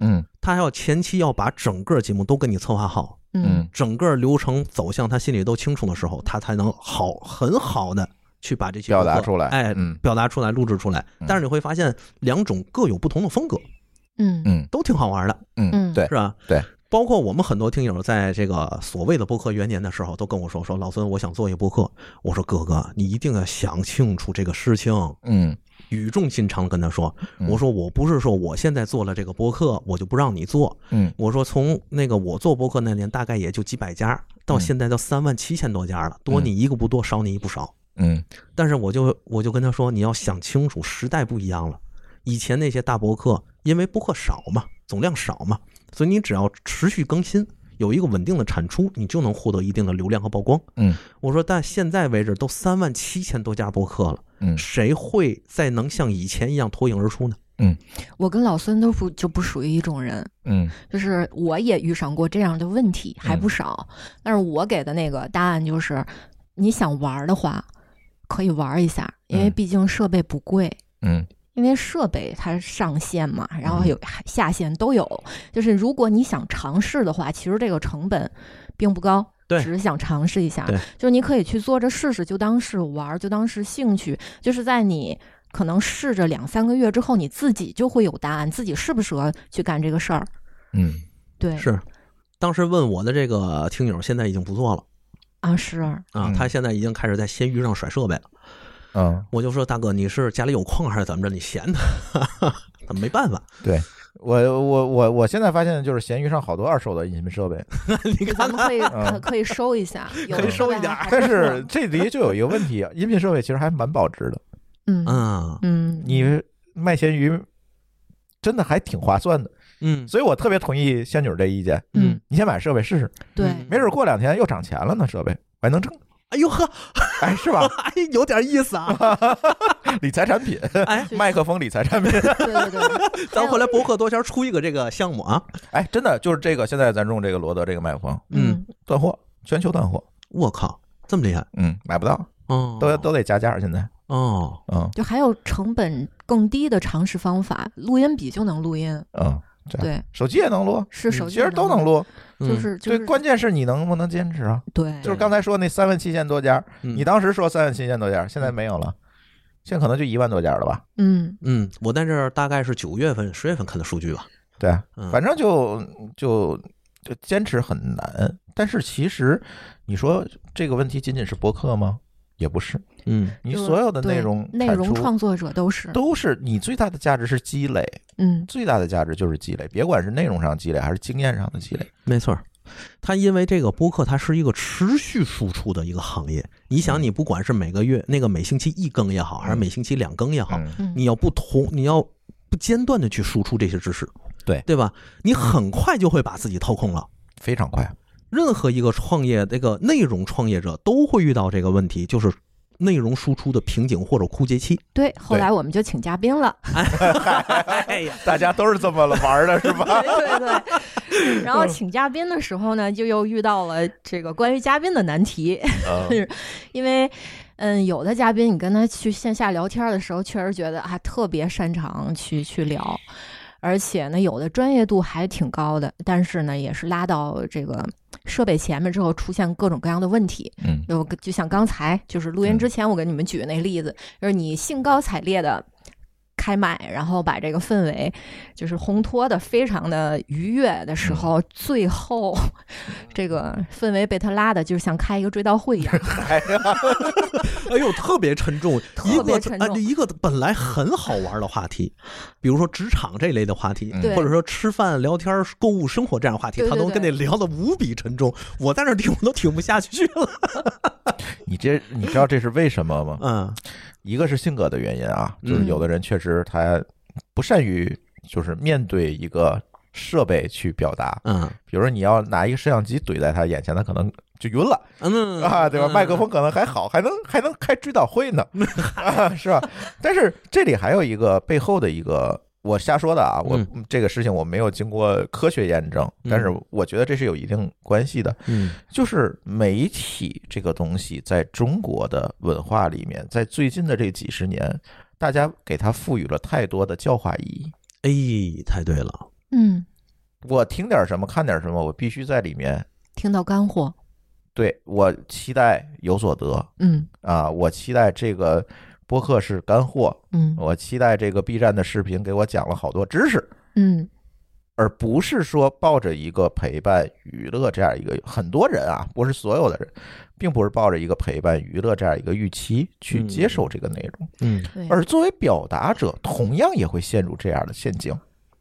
Speaker 2: 嗯
Speaker 3: 他还要前期要把整个节目都跟你策划好，
Speaker 4: 嗯
Speaker 2: 嗯
Speaker 3: 整个流程走向他心里都清楚的时候，他才能好很好的去把这些
Speaker 2: 表达
Speaker 3: 顾客
Speaker 2: 出来
Speaker 3: 哎，
Speaker 2: 嗯
Speaker 3: 表达出来，录制出来
Speaker 2: 嗯。
Speaker 3: 但是你会发现，两种各有不同的风格，
Speaker 4: 嗯
Speaker 2: 嗯
Speaker 3: 都挺好玩的，
Speaker 2: 嗯，
Speaker 4: 嗯
Speaker 2: 对
Speaker 3: 是，吧？
Speaker 2: 对。
Speaker 3: 包括我们很多听友在这个所谓的播客元年的时候，都跟我说：“说老孙，我想做一播客。”我说：“哥哥，你一定要想清楚这个事情。
Speaker 2: 嗯”
Speaker 3: 语重心长地跟他说：“
Speaker 2: 嗯
Speaker 3: 我说我不是说我现在做了这个播客，我就不让你做，
Speaker 2: 嗯
Speaker 3: 我说从那个我做播客那年，大概也就几百家，到
Speaker 2: 嗯
Speaker 3: 现在都三万七千多家了，多你一个不多，少你一不少。
Speaker 2: 嗯
Speaker 3: 但是我就我就跟他说，你要想清楚，时代不一样了。以前那些大博客，因为播客少嘛，总量少嘛，所以你只要持续更新，有一个稳定的产出，你就能获得一定的流量和曝光。
Speaker 2: 嗯，
Speaker 3: 我说，但现在为止都三万七千多家播客了，
Speaker 2: 嗯
Speaker 3: 谁会再能像以前一样脱颖而出呢？
Speaker 4: 我跟老孙都不就不属于一种人，
Speaker 2: 嗯
Speaker 4: 就是我也遇上过这样的问题，还不少。但是我给的那个答案就是，你想玩儿的话，可以玩儿一下，因为
Speaker 2: 嗯
Speaker 4: 毕竟设备不贵。
Speaker 2: 嗯
Speaker 4: 因为设备它上限嘛，然
Speaker 3: 嗯
Speaker 4: 后还有下限都有。就是如果你想尝试的话，其实这个成本并不高，
Speaker 3: 对
Speaker 4: 只是想尝试一下
Speaker 3: 对。
Speaker 4: 就是你可以去做着试试，就当是玩儿，就当是兴趣。就是在你可能试着两三个月之后，你自己就会有答案，自己适不适合去干这个事儿。
Speaker 2: 嗯
Speaker 4: 对，
Speaker 3: 是，当时问我的这个听友，现在已经不做了。
Speaker 4: 啊，是，
Speaker 3: 啊
Speaker 2: 嗯，
Speaker 3: 他现在已经开始在闲鱼上甩设备了。
Speaker 2: 嗯，
Speaker 3: 我就说大哥，你是家里有空还是怎么着？你闲的， 他没办法。
Speaker 2: 我我我我现在发现就是闲鱼上好多二手的音频设备，
Speaker 3: 你看
Speaker 4: 咱们
Speaker 3: 看，
Speaker 4: 可以可
Speaker 2: 嗯
Speaker 4: 可以收 一下，有
Speaker 3: 可以
Speaker 4: 的
Speaker 3: 收一
Speaker 4: 还
Speaker 3: 点儿
Speaker 4: 还
Speaker 2: 但
Speaker 4: 不
Speaker 2: 是
Speaker 4: 错
Speaker 2: 这里就有一个问题，啊，音频设备其实还蛮保值的，
Speaker 4: 嗯
Speaker 3: 嗯
Speaker 4: 嗯，
Speaker 2: 你卖闲鱼真的还挺划算的，
Speaker 3: 嗯
Speaker 2: 所以我特别同意仙女这意见，
Speaker 4: 嗯，
Speaker 2: 你先买设备试试，
Speaker 4: 对，
Speaker 3: 嗯
Speaker 2: 没准过两天又涨钱了呢，设备我还能挣，
Speaker 3: 哎呦呵，
Speaker 2: 哎，是吧？
Speaker 3: 哎，有点意思啊。
Speaker 2: 理财产品，
Speaker 3: 哎，
Speaker 2: 麦克风理财产品，
Speaker 4: 对对对，
Speaker 3: 咱回来博客多圈出一个这个项目啊。
Speaker 2: 哎，真的就是这个，现在咱用这个罗德这个麦克风
Speaker 4: 嗯，
Speaker 2: 断货，全球断货，
Speaker 3: 我靠，这么厉害
Speaker 2: 嗯，买不到，
Speaker 3: 哦，
Speaker 2: 都都得加价现在，
Speaker 3: 哦，
Speaker 2: 嗯
Speaker 4: 就还有成本更低的尝试方法，录音笔就能录音，
Speaker 2: 嗯，对
Speaker 4: 对，
Speaker 2: 手机也能录，
Speaker 4: 是手
Speaker 2: 嗯其
Speaker 4: 机
Speaker 2: 实都能，录，
Speaker 3: 嗯
Speaker 4: 就是就
Speaker 2: 对，
Speaker 4: 是
Speaker 2: 关键是你能不能坚持啊？
Speaker 4: 对，
Speaker 2: 就是刚才说那三万七千多家，
Speaker 3: 嗯
Speaker 2: 你当时说三万七千多家，现在没有了，现在可能就一万多家了吧？
Speaker 4: 嗯
Speaker 3: 嗯，我在这儿大概是九月份、十月份看的数据吧。
Speaker 2: 对啊，
Speaker 3: 嗯
Speaker 2: 反正就就就坚持很难。但是其实你说这个问题仅仅是播客吗？也不是，
Speaker 3: 嗯
Speaker 2: 你
Speaker 4: 就是
Speaker 2: 所有的
Speaker 4: 对
Speaker 2: 内容
Speaker 4: 内
Speaker 2: 产
Speaker 4: 容
Speaker 2: 出
Speaker 4: 创作者都是，
Speaker 2: 都是你最大的价值是积累，
Speaker 4: 嗯
Speaker 2: 最大的价值就是积累，别管是内容上积累还是经验上的积累。
Speaker 3: 没错儿，它因为这个播客，它是一个持续输出的一个行业。你想，你不管是每个月那个每星期一更也好，还是每星期两更也好，
Speaker 2: 嗯
Speaker 4: 嗯，
Speaker 3: 你要不同，你要不间断的去输出这些知识，
Speaker 2: 对
Speaker 3: 对吧？你很快就会把自己掏空了。
Speaker 2: 非常快。
Speaker 3: 任何一个创业这个内容创业者都会遇到这个问题，就是内容输出的瓶颈或者枯竭期。
Speaker 4: 对，后
Speaker 2: 对
Speaker 4: 来我们就请嘉宾了，
Speaker 3: 哎呀，
Speaker 2: 大家都是这么玩的，是吧？嗯
Speaker 4: 对对对，然后请嘉宾的时候呢，就又遇到了这个关于嘉宾的难题，
Speaker 2: 嗯
Speaker 4: 因为。嗯，有的嘉宾你跟他去线下聊天的时候，确实觉得还特别擅长去去聊，而且呢，有的专业度还挺高的，但是呢，也是拉到这个设备前面之后，出现各种各样的问题。
Speaker 2: 嗯
Speaker 4: 就就像刚才就是录音之前我给你们举的那例子，就是你兴高采烈的。开麦，然后把这个氛围就是烘托的非常的愉悦的时候，最后 这个氛围被他拉的，就是像开一个追悼会一样。
Speaker 3: 哎呦，特别沉重，
Speaker 4: 特别沉重
Speaker 3: 一个一个本来很好玩的话题，比如说职场这类的话题，
Speaker 2: 嗯
Speaker 4: 对
Speaker 3: 或者说吃饭、聊天、购物、生活这样的话题，
Speaker 4: 对对
Speaker 3: 他都跟那
Speaker 4: 对
Speaker 3: 聊的无比沉重，我在那儿听我都听不下去了。
Speaker 2: 你这你知道这是为什么吗？
Speaker 3: 嗯
Speaker 2: 一个是性格的原因啊，就是
Speaker 4: 嗯
Speaker 2: 有的人确实他不善于就是面对一个设备去表达，
Speaker 3: 嗯
Speaker 2: 比如说你要拿一个摄像机怼在他眼前，他可能就晕了
Speaker 3: 嗯
Speaker 2: 啊，对吧？
Speaker 3: 嗯
Speaker 2: 麦克风可能还好，还能还能开追悼 会呢，啊是吧？但是这里还有一个背后的一个。我瞎说的啊，我这个事情我没有经过科学验证，
Speaker 3: 嗯
Speaker 2: 但是我觉得这是有一定关系的。
Speaker 3: 嗯
Speaker 2: 就是媒体这个东西，在中国的文化里面，在最近的这几十年，大家给它赋予了太多的教化意义。
Speaker 3: 哎，太对了，
Speaker 4: 嗯，
Speaker 2: 我听点什么，看点什么，我必须在里面。
Speaker 4: 听到干货，
Speaker 2: 对我期待有所得
Speaker 4: 嗯
Speaker 2: 啊！我期待这个播客是干货，
Speaker 4: 嗯
Speaker 2: 我期待这个 B 站的视频给我讲了好多知识，
Speaker 4: 嗯
Speaker 2: 而不是说抱着一个陪伴娱乐这样一个很多人啊，不是所有的人，并不是抱着一个陪伴娱乐这样一个预期去
Speaker 3: 嗯
Speaker 2: 接受这个内容，
Speaker 3: 嗯
Speaker 4: 对。
Speaker 2: 而作为表达者，同样也会陷入这样的陷阱。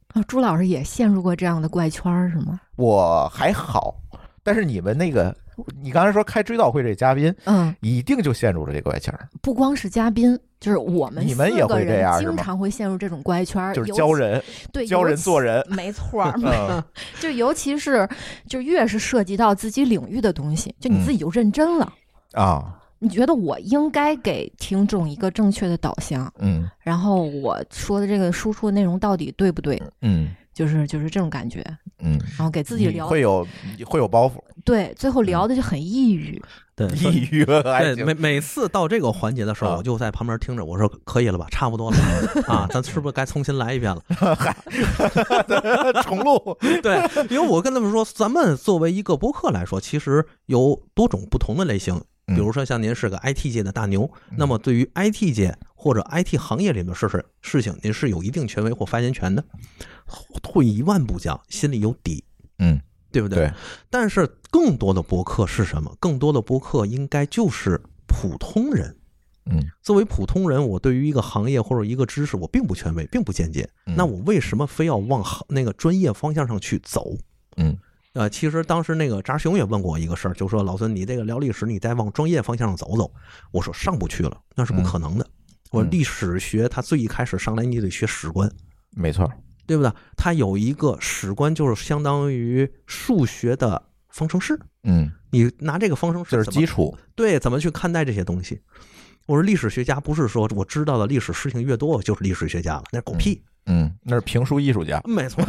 Speaker 4: 啊，朱老师也陷入过这样的怪圈儿是吗？
Speaker 2: 我还好，但是你们那个，你刚才说开追悼会这嘉宾，
Speaker 4: 嗯，
Speaker 2: 一定就陷入了这个外圈儿，
Speaker 4: 不光是嘉宾，就是我们
Speaker 2: 你们
Speaker 4: 四
Speaker 2: 也
Speaker 4: 个
Speaker 2: 会这
Speaker 4: 人
Speaker 2: 样是
Speaker 4: 经
Speaker 2: 吗
Speaker 4: 常会陷入这种怪圈儿，
Speaker 2: 就是
Speaker 4: 尤
Speaker 2: 教
Speaker 4: 其
Speaker 2: 人
Speaker 4: 对
Speaker 2: 教
Speaker 4: 尤
Speaker 2: 人
Speaker 4: 其。
Speaker 2: 做人
Speaker 4: 没错儿，
Speaker 2: 嗯，
Speaker 4: 就尤其是就越是涉及到自己领域的东西，就你
Speaker 2: 嗯
Speaker 4: 自己就认真了。
Speaker 2: 啊，
Speaker 4: 你觉得我应该给听众一个正确的导向，
Speaker 2: 嗯
Speaker 4: 然后我说的这个输出的内容到底对不对？
Speaker 2: 嗯
Speaker 4: 就是就是这种感觉，
Speaker 2: 嗯，
Speaker 4: 然后给自己
Speaker 2: 你
Speaker 4: 聊
Speaker 2: 会嗯有会有包袱，
Speaker 4: 对，最后聊的就很抑郁。
Speaker 3: 对。
Speaker 2: 抑郁和爱
Speaker 3: 对，
Speaker 2: 情
Speaker 3: 每每次到这个环节的时候，
Speaker 2: 啊
Speaker 3: 我就在旁边听着，我说可以了吧， 差 不多了啊，咱是不是该重新来一遍了？
Speaker 2: 重录，
Speaker 3: 对，因为我跟他们说，咱们作为一个播客来说，其实有多种不同的类型。比
Speaker 2: 嗯
Speaker 3: 如说，像您是个 IT 界的大牛，那么对于 IT 界或者 IT 行业里面的事事事情，您是有一定权威或发言权的。退一万步讲，心里有底，
Speaker 2: 嗯，
Speaker 3: 对不
Speaker 2: 对，
Speaker 3: 但是更多的播客是什么？更多的播客应该就是普通人。
Speaker 2: 嗯，
Speaker 3: 作为普通人，我对于一个行业或者一个知识，我并不权威，并不见解。
Speaker 2: 嗯
Speaker 3: 那我为什么非要往行那个专业方向上去走？
Speaker 2: 嗯，
Speaker 3: 呃，其实当时那个扎熊也问过我一个事儿，就说老孙，你这个聊历史，你再往专业方向上走走，我说上不去了，那是不可能的。我说
Speaker 2: 嗯
Speaker 3: 历史学，它最一开始上来你得学史观，
Speaker 2: 没错，
Speaker 3: 对不对？它有一个史观，就是相当于数学的方程式。
Speaker 2: 嗯，
Speaker 3: 你拿这个方程式
Speaker 2: 就是
Speaker 3: 怎么
Speaker 2: 基础，
Speaker 3: 对怎么去看待这些东西。我说历史学家不是说我知道的历史事情越多，我就是历史学家了，那是狗屁，
Speaker 2: 嗯，那是评书艺术 家，
Speaker 3: 没错。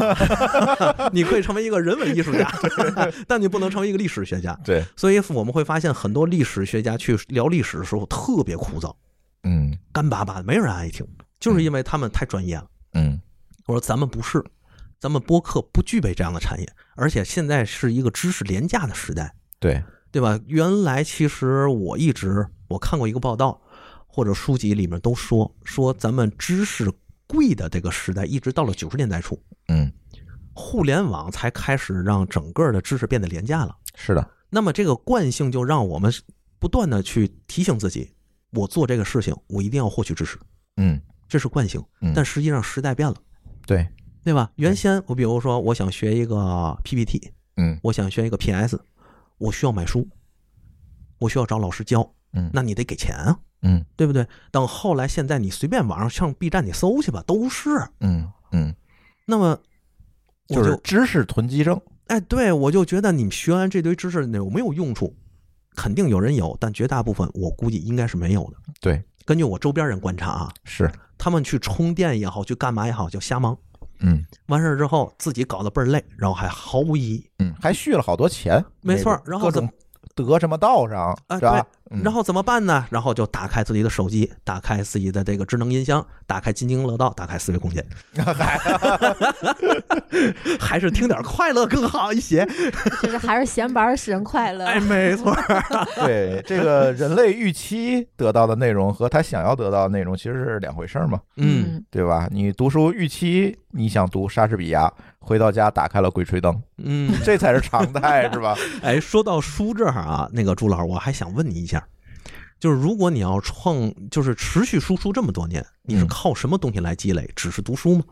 Speaker 3: 你可以成为一个人文艺术家， 但你不能成为一个历史学家。
Speaker 2: 对，
Speaker 3: 所以我们会发现，很多历史学家去聊历史的时候特别枯燥、
Speaker 2: 嗯
Speaker 3: 干巴巴的，没人爱听，就是因为他们太专业了。
Speaker 2: 嗯
Speaker 3: 我说咱们不是，咱们播客不具备这样的产业，而且现在是一个知识廉价的时代，
Speaker 2: 对，
Speaker 3: 对吧？原来其实我一直我看过一个报道或者书籍里面都说说咱们知识贵的这个时代，一直到了九十年代初，
Speaker 2: 嗯，
Speaker 3: 互联网才开始让整个的知识变得廉价了。
Speaker 2: 是的，
Speaker 3: 那么这个惯性就让我们不断的去提醒自己，我做这个事情，我一定要获取知识，
Speaker 2: 嗯
Speaker 3: 这是惯性。
Speaker 2: 嗯，
Speaker 3: 但
Speaker 2: 是
Speaker 3: 实际上时代变了。
Speaker 2: 对，
Speaker 3: 对吧？原先我比如说我想学一个 PPT，
Speaker 2: 嗯
Speaker 3: 我想学一个 PS，我需要买书，我需要找老师教，
Speaker 2: 嗯
Speaker 3: 那你得给钱啊，
Speaker 2: 嗯
Speaker 3: 对不对？等后来现在你随便网上上 B 站你搜去吧，都是。
Speaker 2: 嗯嗯，
Speaker 3: 那么我就、
Speaker 2: 就是知识囤积症，
Speaker 3: 哎，对我就觉得你们学完这堆知识有没有用处？肯定有人有，但绝大部分我估计应该是没有的。
Speaker 2: 对，
Speaker 3: 根据我周边人观察啊，
Speaker 2: 是，
Speaker 3: 他们去充电也好，去干嘛也好，就瞎忙。
Speaker 2: 嗯
Speaker 3: 完事儿之后自己搞得倍儿累，然后还毫无意义。
Speaker 2: 嗯嗯，还续了好多钱，
Speaker 3: 没错
Speaker 2: 那个
Speaker 3: 然后
Speaker 2: 各
Speaker 3: 怎
Speaker 2: 种得什么道上，
Speaker 3: 啊
Speaker 2: 是吧？嗯
Speaker 3: 然后怎么办呢？然后就打开自己的手机，打开自己的这个智能音箱，打开津津乐道，打开思维空间，还是听点快乐更好一些。
Speaker 4: 就是还是闲玩儿使人快乐。
Speaker 2: 嗯
Speaker 3: 哎，没错，
Speaker 2: 对这个人类预期得到的内容和他想要得到的内容其实是两回事儿嘛，
Speaker 3: 嗯
Speaker 2: 对吧？你读书预期你想读莎士比亚，回到家打开了《鬼吹灯》，
Speaker 3: 嗯，
Speaker 2: 这才是常态，是吧？
Speaker 3: 哎，说到书这儿啊，那个朱老师，我还想问你一下，就是如果你要创，就是持续输出这么多年，你是
Speaker 2: 嗯
Speaker 3: 靠什么东西来积累？只是读书吗？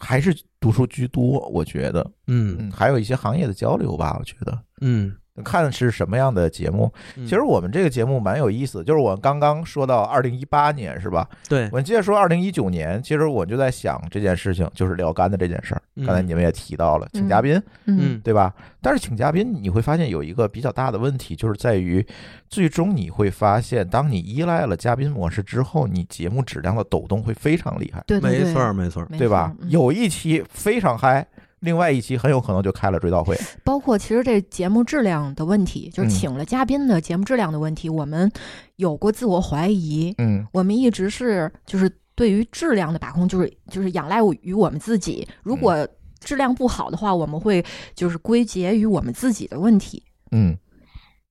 Speaker 2: 还是读书居多，我觉得，
Speaker 3: 嗯
Speaker 2: 嗯，还有一些行业的交流吧，我觉得。
Speaker 3: 嗯，
Speaker 2: 看是什么样的节目。
Speaker 3: 其
Speaker 2: 其实我们这个节目蛮有意思的，就是我刚刚说到二零一八年是吧？
Speaker 3: 对，
Speaker 2: 我接着说二零一九年，其实我就在想这件事情，就是聊干的这件事儿。
Speaker 3: 嗯
Speaker 2: 刚才你们也提到了，请嘉宾，
Speaker 4: 嗯
Speaker 3: 嗯
Speaker 2: 对吧？但是请嘉宾，你会发现有一个比较大的问题，就是在于最终你会发现，当你依赖了嘉宾模式之后，你节目质量的抖动会非常厉害，
Speaker 4: 对对
Speaker 3: 没
Speaker 4: 对，
Speaker 3: 错儿没错儿，
Speaker 4: 没
Speaker 2: 对
Speaker 4: 错
Speaker 2: 吧？
Speaker 4: 嗯
Speaker 2: 有一期非常嗨。另外一期很有可能就开了追悼会，
Speaker 4: 包括其实这节目质量的问题，就是
Speaker 2: 嗯
Speaker 4: 请了嘉宾的节目质量的问题，我们有过自我怀疑，
Speaker 2: 嗯，
Speaker 4: 我们一直是就是对于质量的把控，就是就是仰赖于我们自己。
Speaker 2: 嗯
Speaker 4: 如果质量不好的话，我们会就是归结于我们自己的问题。
Speaker 2: 嗯，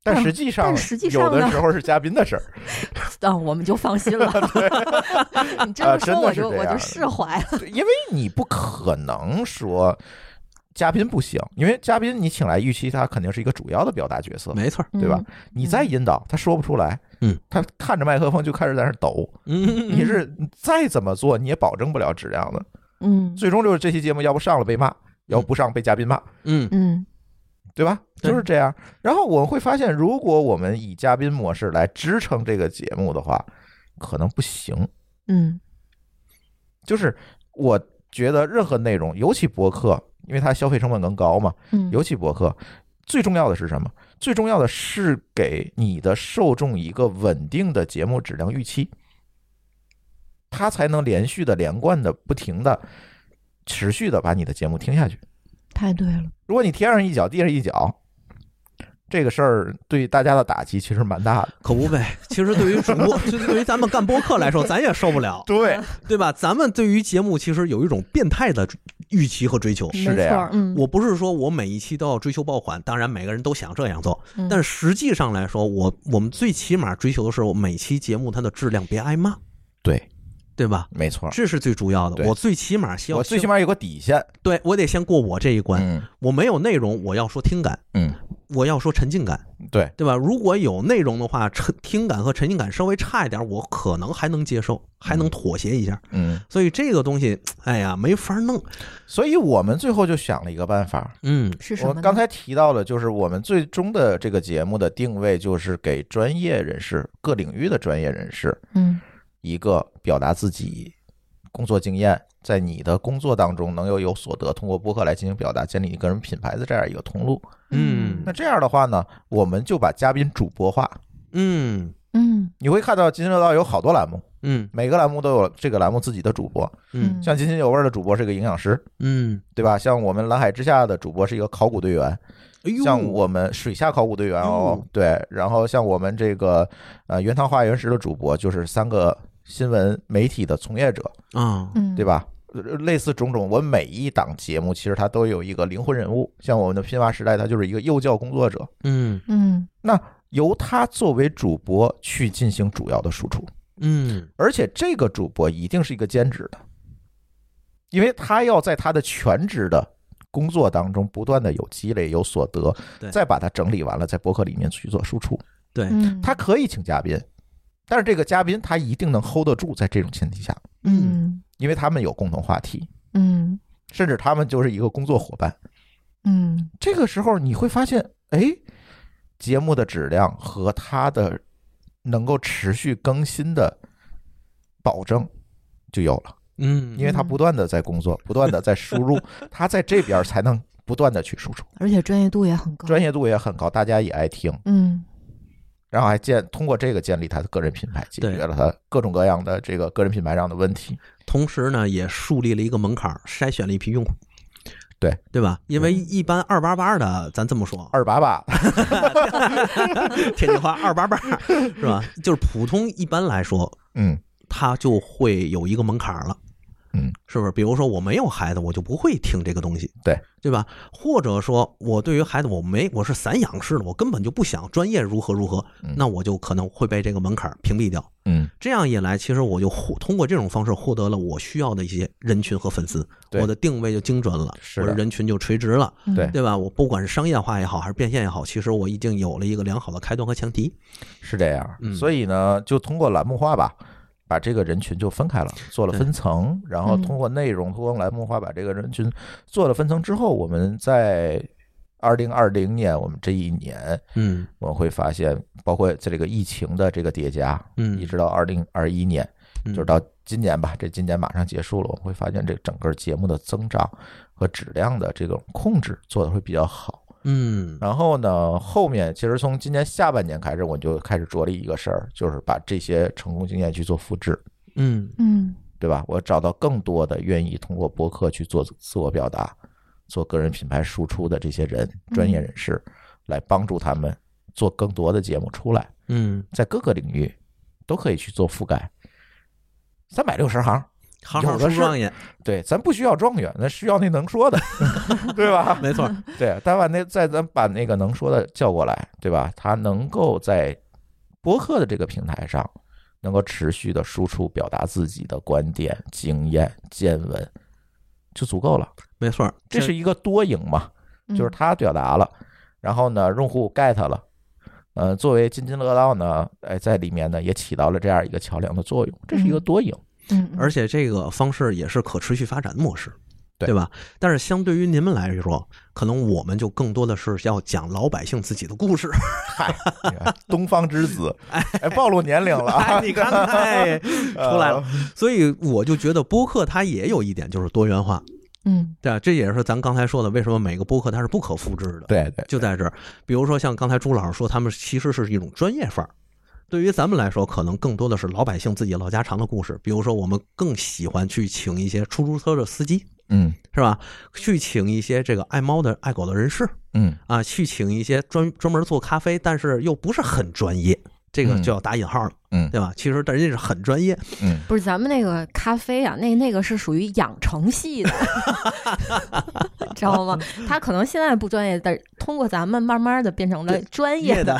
Speaker 2: 但
Speaker 4: 但
Speaker 2: 实际上，
Speaker 4: 但实际
Speaker 2: 有
Speaker 4: 上
Speaker 2: 的
Speaker 4: 呢
Speaker 2: 时候是嘉宾的事儿，
Speaker 4: 啊，我们就放 心了。你这
Speaker 2: 啊
Speaker 4: 么
Speaker 2: 真
Speaker 4: 说，
Speaker 2: 的
Speaker 4: 我
Speaker 2: 是
Speaker 4: 就
Speaker 2: 这
Speaker 4: 我
Speaker 2: 样
Speaker 4: 就释怀了。
Speaker 2: 对因为你不可能说嘉宾不行，因为嘉宾你请来，预期他肯定是一个主要的表达角色，
Speaker 3: 没错儿，
Speaker 2: 对吧
Speaker 4: 嗯？
Speaker 2: 你再引导他说不出来，
Speaker 3: 嗯，
Speaker 2: 他看着麦克风就开始在那儿抖，
Speaker 3: 嗯，
Speaker 2: 你是再怎么做你也保证不了质量的，
Speaker 4: 嗯
Speaker 2: 最终就是这期节目要不上了被骂，要不上被嘉宾骂，
Speaker 3: 嗯
Speaker 4: 嗯
Speaker 2: 对吧？
Speaker 3: 对
Speaker 2: 就是这样。然后我们会发现，如果我们以嘉宾模式来支撑这个节目的话，可能不行，
Speaker 4: 嗯
Speaker 2: 就是我觉得任何内容，尤其博客，因为它消费成本更高嘛，
Speaker 4: 嗯，
Speaker 2: 尤其博客，最重要的是什么？最重要的是给你的受众一个稳定的节目质量预期，它才能连续的、连贯的、不停的、持续的把你的节目听下去。
Speaker 4: 太对了。
Speaker 2: 如果你天上一脚，地上一脚，这个事儿对大家的打击其实蛮大的。
Speaker 3: 可不呗。其实对于主播，就对于咱们干播客来说，咱也受不了，
Speaker 2: 对，
Speaker 3: 对吧？咱们对于节目其实有一种变态的预期和追求。
Speaker 2: 是这样
Speaker 4: 没错嗯，
Speaker 3: 我不是说我每一期都要追求爆款，当然每个人都想这样做，
Speaker 4: 嗯
Speaker 3: 但实际上来说，我我们最起码追求的是我每期节目它的质量别挨骂，
Speaker 2: 对，
Speaker 3: 对吧？
Speaker 2: 没错。
Speaker 3: 这是最主要的。
Speaker 2: 对
Speaker 3: 我最起码先
Speaker 2: 我最起码有个底线。
Speaker 3: 对我得先过我这一关。
Speaker 2: 嗯
Speaker 3: 我没有内容，我要说听感，
Speaker 2: 嗯，
Speaker 3: 我要说沉浸感，
Speaker 2: 对，
Speaker 3: 对吧？如果有内容的话，沉听感和沉浸感稍微差一点，我可能还能接受，还能妥协一下。
Speaker 2: 嗯。
Speaker 3: 所以这个东西，哎呀，没法弄。
Speaker 2: 所以我们最后就想了一个办法，
Speaker 3: 嗯
Speaker 4: 是什
Speaker 2: 我
Speaker 4: 么呢？
Speaker 2: 刚才提到了，就是我们最终的这个节目的定位，就是给专业人士、各领域的专业人士
Speaker 4: 嗯
Speaker 2: 一个表达自己工作经验，在你的工作当中能有有所得，通过播客来进行表达，建立你个人品牌的这样一个通路。
Speaker 3: 嗯
Speaker 2: 那这样的话呢，我们就把嘉宾主播化。
Speaker 3: 嗯
Speaker 4: 嗯
Speaker 2: 你会看到津津乐道有好多栏目，
Speaker 3: 嗯
Speaker 2: 每个栏目都有这个栏目自己的主播，
Speaker 3: 嗯
Speaker 2: 像津津有味的主播是个营养师，
Speaker 3: 嗯，
Speaker 2: 对吧？像我们蓝海之下的主播是一个考古队员，
Speaker 3: 哎呦，
Speaker 2: 像我们水下考古队员哦
Speaker 3: 哟，
Speaker 2: 对，然后像我们这个呃原汤化原石的主播，就是三个新闻媒体的从业者，
Speaker 3: 啊，
Speaker 4: 嗯，
Speaker 2: 对吧？呃类似种种，我每一档节目其实它都有一个灵魂人物，像我们的拼娃时代，它就是一个幼教工作者，
Speaker 3: 嗯
Speaker 4: 嗯
Speaker 2: 由他作为主播去进行主要的输出，
Speaker 3: 嗯
Speaker 2: 而且这个主播一定是一个兼职的，因为他要在他的全职的。工作当中不断的有积累、有所得
Speaker 3: 对，
Speaker 2: 再把它整理完了，在博客里面去做输出。
Speaker 3: 对，
Speaker 4: 嗯，
Speaker 2: 他可以请嘉宾，但是这个嘉宾他一定能 hold 得住，在这种前提下，
Speaker 4: 嗯
Speaker 2: 因为他们有共同话题，
Speaker 4: 嗯
Speaker 2: 甚至他们就是一个工作伙伴。
Speaker 4: 嗯
Speaker 2: 这个时候你会发现，哎，节目的质量和他的能够持续更新的保证就有了，
Speaker 3: 嗯，
Speaker 2: 因为他不断的在工作，不断的在输 入，他在这边才能不断的去输出，
Speaker 4: 而且专业度也很高。
Speaker 2: 专业度也很高，大家也爱听。
Speaker 4: 嗯
Speaker 2: 然后还建通过这个建立他的个人品牌，解决
Speaker 3: 对
Speaker 2: 了他各种各样的这个个人品牌上的问题。
Speaker 3: 同时呢，也树立了一个门槛儿，筛选了一批用户。
Speaker 2: 对
Speaker 3: 对吧？因为一般二八八的，咱这么说，
Speaker 2: 二八八，
Speaker 3: 天津话二八 八是吧？就是普通一般来说，
Speaker 2: 嗯
Speaker 3: 它就会有一个门槛儿了。
Speaker 2: 嗯，
Speaker 3: 是不是？比如说我没有孩子，我就不会听这个东西，
Speaker 2: 对
Speaker 3: 对吧？或者说我对于孩子我没我是散养式的，我根本就不想专业如何如何，
Speaker 2: 嗯
Speaker 3: 那我就可能会被这个门槛儿屏蔽掉。
Speaker 2: 嗯，
Speaker 3: 这样一来，其实我就获通过这种方式获得了我需要的一些人群和粉丝，
Speaker 2: 对
Speaker 3: 我的定位就精准了，
Speaker 2: 是
Speaker 3: 我
Speaker 2: 的
Speaker 3: 的人群就垂直了，
Speaker 4: 嗯
Speaker 2: 对
Speaker 3: 对吧？我不管是商业化也好，还是变现也好，其实我已经有了一个良好的开端和前提。
Speaker 2: 是这样。
Speaker 3: 嗯
Speaker 2: 所以呢，就通过栏目化吧，把这个人群就分开了，做了分层，然
Speaker 3: 嗯
Speaker 2: 后通过内容，通过栏目化把这个人群做了分层之后，我们在二零二零年，我们这一年，
Speaker 3: 嗯
Speaker 2: 我们会发现，包括在这个疫情的这个叠加，
Speaker 3: 嗯，
Speaker 2: 一直到二零二一年，
Speaker 3: 嗯
Speaker 2: 就是到今年吧，这今年马上结束了，我们会发现这整个节目的增长和质量的这种控制做的会比较好。
Speaker 3: 嗯
Speaker 2: 然后呢，后面其实从今年下半年开始，我就开始着力一个事儿，就是把这些成功经验去做复制，
Speaker 3: 嗯
Speaker 4: 嗯
Speaker 2: 对吧？我找到更多的愿意通过播客去做自我表达、做个人品牌输出的这些人，专
Speaker 3: 嗯
Speaker 2: 业人士，来帮助他们做更多的节目出来，
Speaker 3: 嗯，
Speaker 2: 在各个领域都可以去做覆盖，三百六十行。
Speaker 3: 行
Speaker 2: 有
Speaker 3: 行
Speaker 2: 的
Speaker 3: 出
Speaker 2: 是
Speaker 3: 状 元，
Speaker 2: 对，咱不需要状元，咱需要那能说的， 对吧？
Speaker 3: 没错，
Speaker 2: 对，咱把那再咱把那个能说的叫过来，对吧？他能够在播客的这个平台上，能够持续的输出表达自己的观点、经验、见闻，就足够了。
Speaker 3: 没错，
Speaker 2: 这是一个多赢嘛，
Speaker 4: 嗯
Speaker 2: 就是他表达了，然后呢，用户 get 了。呃，作为津津乐道呢，哎，在里面呢也起到了这样一个桥梁的作用，这是一个多赢。
Speaker 4: 嗯，嗯
Speaker 3: 而且这个方式也是可持续发展模式，
Speaker 2: 对
Speaker 3: 吧？但是相对于您们来说，可能我们就更多的是要讲老百姓自己的 故事。
Speaker 2: 东方之子，哎，暴露年龄了啊呃
Speaker 3: 哎，！你看看，哎， 出来了。所以我就觉得播客它也有一点就是多元化，
Speaker 4: 嗯
Speaker 3: 对吧？啊这也是咱刚才说的，为什么每个播客它是不可复制的，
Speaker 2: 对对，
Speaker 3: 就在这儿。比如说像刚才朱老师说，他们其实是一种专业范儿。对于咱们来说，可能更多的是老百姓自己老家常的故事。比如说，我们更喜欢去请一些出租车的司机，
Speaker 2: 嗯
Speaker 3: 是吧？去请一些这个爱猫的、爱狗的人士
Speaker 2: 嗯，
Speaker 3: 啊，去请一些专专门做咖啡，但是又不是很专业，这个
Speaker 2: 嗯
Speaker 3: 就要打引号了，
Speaker 2: 嗯
Speaker 3: 对吧？其实人家是很专业，
Speaker 2: 嗯，
Speaker 4: 不是咱们那个咖啡啊，那那个是属于养成系的，知道吗？他可能现在不专业，但是通过咱们慢慢的变成了专业
Speaker 3: 业的，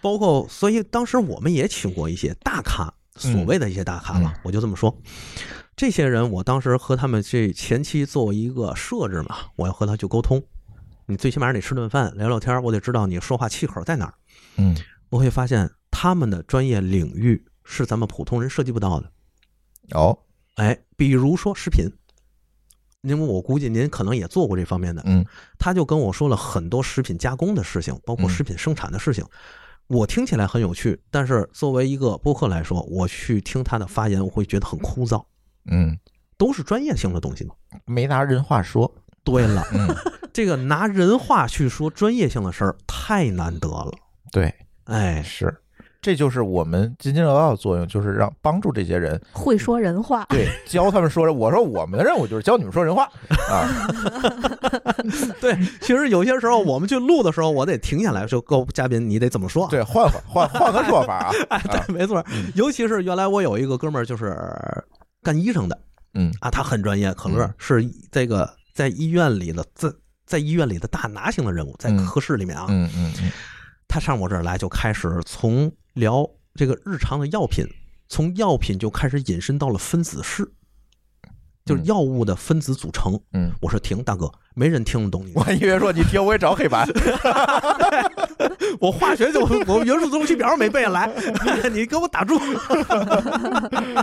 Speaker 3: 包括所以当时我们也请过一些大咖，
Speaker 2: 嗯
Speaker 3: 所谓的一些大咖吧，我就这么说。这些人，我当时和他们这前期做一个设置嘛，我要和他去沟通。你最起码得吃顿饭，聊聊天儿，我得知道你说话气口在哪儿。
Speaker 2: 嗯
Speaker 3: 我会发现他们的专业领域是咱们普通人涉及不到的。
Speaker 2: 哦，
Speaker 3: 哎，比如说食品，因为我估计您可能也做过这方面的，
Speaker 2: 嗯，
Speaker 3: 他就跟我说了很多食品加工的事情，包括
Speaker 2: 嗯
Speaker 3: 食品生产的事情。我听起来很有趣，但是作为一个播客来说，我去听他的发言，我会觉得很枯燥，
Speaker 2: 嗯，
Speaker 3: 都是专业性的东西嘛。
Speaker 2: 没拿人话说，
Speaker 3: 对了，
Speaker 2: 嗯，
Speaker 3: 这个拿人话去说专业性的事儿太难得了。
Speaker 2: 对，
Speaker 3: 哎，
Speaker 2: 是，这就是我们津津乐道的作用，就是让帮助这些人，
Speaker 4: 会说人话。
Speaker 2: 对，教他们说人。我说我们的任务就是教你们说人话啊，
Speaker 3: 对，其实有些时候我们去录的时候，我得停下来就告嘉宾你得怎么说啊。
Speaker 2: 对，换换换换个说法啊，嗯
Speaker 3: 哎， 对，没错儿，尤其是原来我有一个哥们儿，就是干医生的
Speaker 2: 嗯
Speaker 3: 啊，他很专业，可乐
Speaker 2: 嗯
Speaker 3: 是这个在医院里的在在医院里的大拿型的人物，在
Speaker 2: 嗯
Speaker 3: 科室里面啊，
Speaker 2: 嗯嗯嗯，
Speaker 3: 他上我这儿来就开始从聊这个日常的药品，从药品就开始引申到了分子式。就是
Speaker 2: 嗯
Speaker 3: 药物的分子组成，
Speaker 2: 嗯
Speaker 3: 我说停，大哥，没人听得懂你。
Speaker 2: 我还以为说你听我也找黑板，
Speaker 3: 我化学就 我元素周期表没背下来， 你给我打住！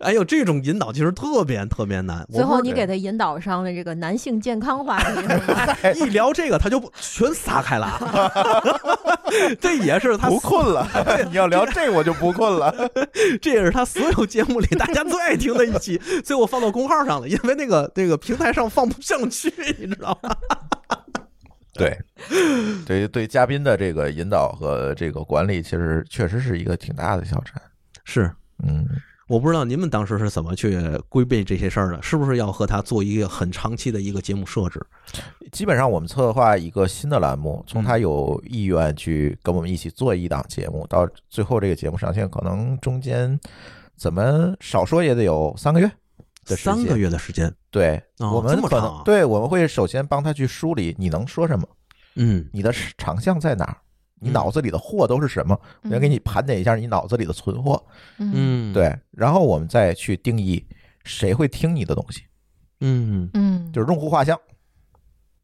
Speaker 3: 哎呦，这种引导其实特别特别难。我
Speaker 4: 最后
Speaker 3: 不
Speaker 4: 你给他引导上了这个男性健康话题，是吗
Speaker 3: 是一聊这个，他就不全撒开了，啊 这也是他
Speaker 2: 不困了。 你要聊这我就不困了。
Speaker 3: 这也是他所有节目里大家最爱听的一期，所以我放到公号上了，因为那个那个平台上放不上去，你知道吗？
Speaker 2: 对，对对，嘉宾的这个引导和这个管理，其实确实是一个挺大的挑战。
Speaker 3: 是
Speaker 2: 嗯
Speaker 3: 我不知道您们当时是怎么去规避这些事儿的，是不是要和他做一个很长期的一个节目设置？
Speaker 2: 基本上我们策划一个新的栏目，从他有意愿去跟我们一起做一档节目，到最后这个节目上线，可能中间怎么少说也得有三个月的时间。
Speaker 3: 三个月的时间，
Speaker 2: 对，
Speaker 3: 哦
Speaker 2: 我
Speaker 3: 这
Speaker 2: 们
Speaker 3: 么
Speaker 2: 可
Speaker 3: 长
Speaker 2: 能、
Speaker 3: 啊
Speaker 2: 对我们会首先帮他去梳理你能说什么，
Speaker 3: 嗯，
Speaker 2: 你的长项在哪儿，你
Speaker 3: 嗯
Speaker 2: 脑子里的货都是什么，
Speaker 4: 嗯
Speaker 2: 要给你盘点一下你脑子里的存货，
Speaker 4: 嗯
Speaker 3: 嗯，，
Speaker 2: 对，然后我们再去定义谁会听你的东西，
Speaker 3: 嗯
Speaker 4: 嗯，
Speaker 2: 就是用户画像，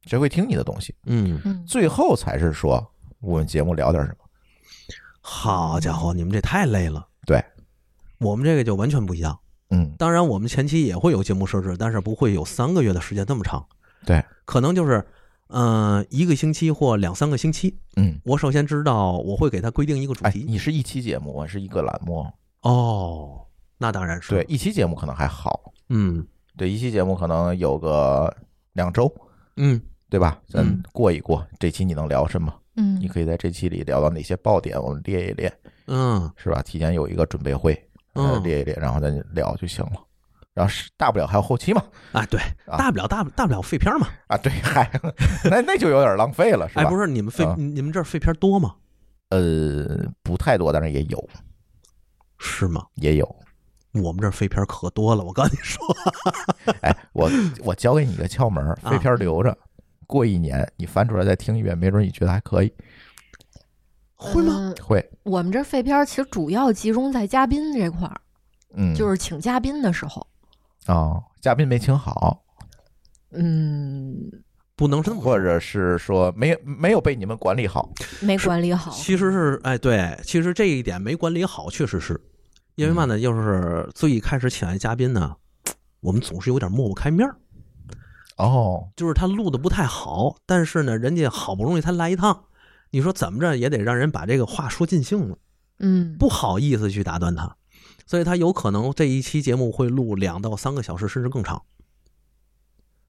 Speaker 2: 谁会听你的东西，
Speaker 3: 嗯，
Speaker 4: 嗯
Speaker 2: 最后才是说我们节目聊点什么。
Speaker 3: 好家伙，你们这太累了。
Speaker 2: 对，
Speaker 3: 我们这个就完全不一样。
Speaker 2: 嗯，
Speaker 3: 当然，我们前期也会有节目设置，但是不会有三个月的时间那么长。
Speaker 2: 对，
Speaker 3: 可能就是，嗯，一个星期或两三个星期。
Speaker 2: 嗯，
Speaker 3: 我首先知道我会给他规定一个主
Speaker 2: 哎，
Speaker 3: 题。
Speaker 2: 你是一期节目，我是一个栏目，
Speaker 3: 哦，那当然是
Speaker 2: 对，，一期节目可能还好，
Speaker 3: 嗯
Speaker 2: 对，一期节目可能有个两周，
Speaker 3: 嗯
Speaker 2: 对吧？咱
Speaker 4: 嗯
Speaker 2: 过一过，这期你能聊什么？
Speaker 4: 嗯
Speaker 2: 你可以在这期里聊到哪些爆点，我们列一列，
Speaker 3: 嗯
Speaker 2: 是吧？提前有一个准备会，呃
Speaker 3: 嗯
Speaker 2: 列一列，然后咱聊就行了。然后是大不了还有后期嘛，
Speaker 3: 啊，对，
Speaker 2: 啊
Speaker 3: 大不了大不大不了废片嘛。
Speaker 2: 啊，对，嗨， 那那就有点浪费了，是吧？
Speaker 3: 哎，不是你们废
Speaker 2: 啊
Speaker 3: 你们这儿废片多吗？
Speaker 2: 呃，不太多，但是也有，
Speaker 3: 是吗？
Speaker 2: 也有。
Speaker 3: 我们这儿废片可多了，我告诉你说，
Speaker 2: 哎，我我教给你一个窍门儿，
Speaker 3: 啊
Speaker 2: 废片儿留着，过一年你翻出来再听一遍，没准你觉得还可以。
Speaker 3: 会吗？
Speaker 4: 嗯
Speaker 2: 会，
Speaker 4: 我们这废片儿其实主要集中在嘉宾这块儿，
Speaker 2: 嗯，
Speaker 4: 就是请嘉宾的时候，
Speaker 2: 啊，嘉宾没请好，
Speaker 4: 嗯，
Speaker 3: 不能是那么
Speaker 2: 或者是说没有没有被你们管理好。
Speaker 4: 没
Speaker 3: 是
Speaker 4: 管理好，
Speaker 3: 其实是哎，对，其实这一点没管理好，确实是因为嘛呢，就是最开始请来嘉宾呢，我们总是有点抹不开面儿，
Speaker 2: 哦，
Speaker 3: 就是他录的不太好，但是呢，人家好不容易才来一趟，你说怎么着也得让人把这个话说尽兴了，
Speaker 4: 嗯，
Speaker 3: 不好意思去打断他，所以他有可能这一期节目会录两到三个小时，甚至更长，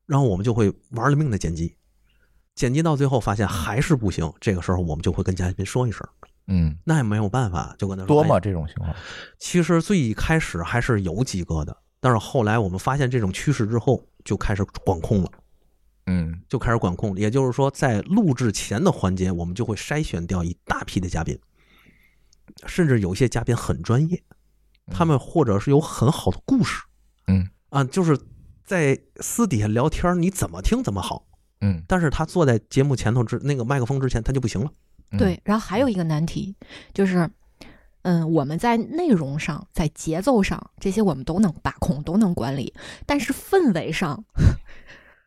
Speaker 3: 然后我们就会玩了命的剪辑。剪辑到最后发现还是不行，这个时候我们就会跟嘉宾说一声，
Speaker 2: 嗯，
Speaker 3: 那也没有办法，就跟他说
Speaker 2: 多
Speaker 3: 哎
Speaker 2: 吗？这种情况？
Speaker 3: 其实最一开始还是有几个的，但是后来我们发现这种趋势之后，就开始管控了，
Speaker 2: 嗯，
Speaker 3: 就开始管控了。也就是说，在录制前的环节，我们就会筛选掉一大批的嘉宾，甚至有一些嘉宾很专业，他们或者是有很好的故事，
Speaker 2: 嗯
Speaker 3: 啊，就是在私底下聊天，你怎么听怎么好。
Speaker 2: 嗯，
Speaker 3: 但是他坐在节目前头之那个麦克风之前，他就不行了。
Speaker 2: 嗯，
Speaker 4: 对。然后还有一个难题就是，嗯，我们在内容上、在节奏上这些我们都能把控、都能管理，但是氛围上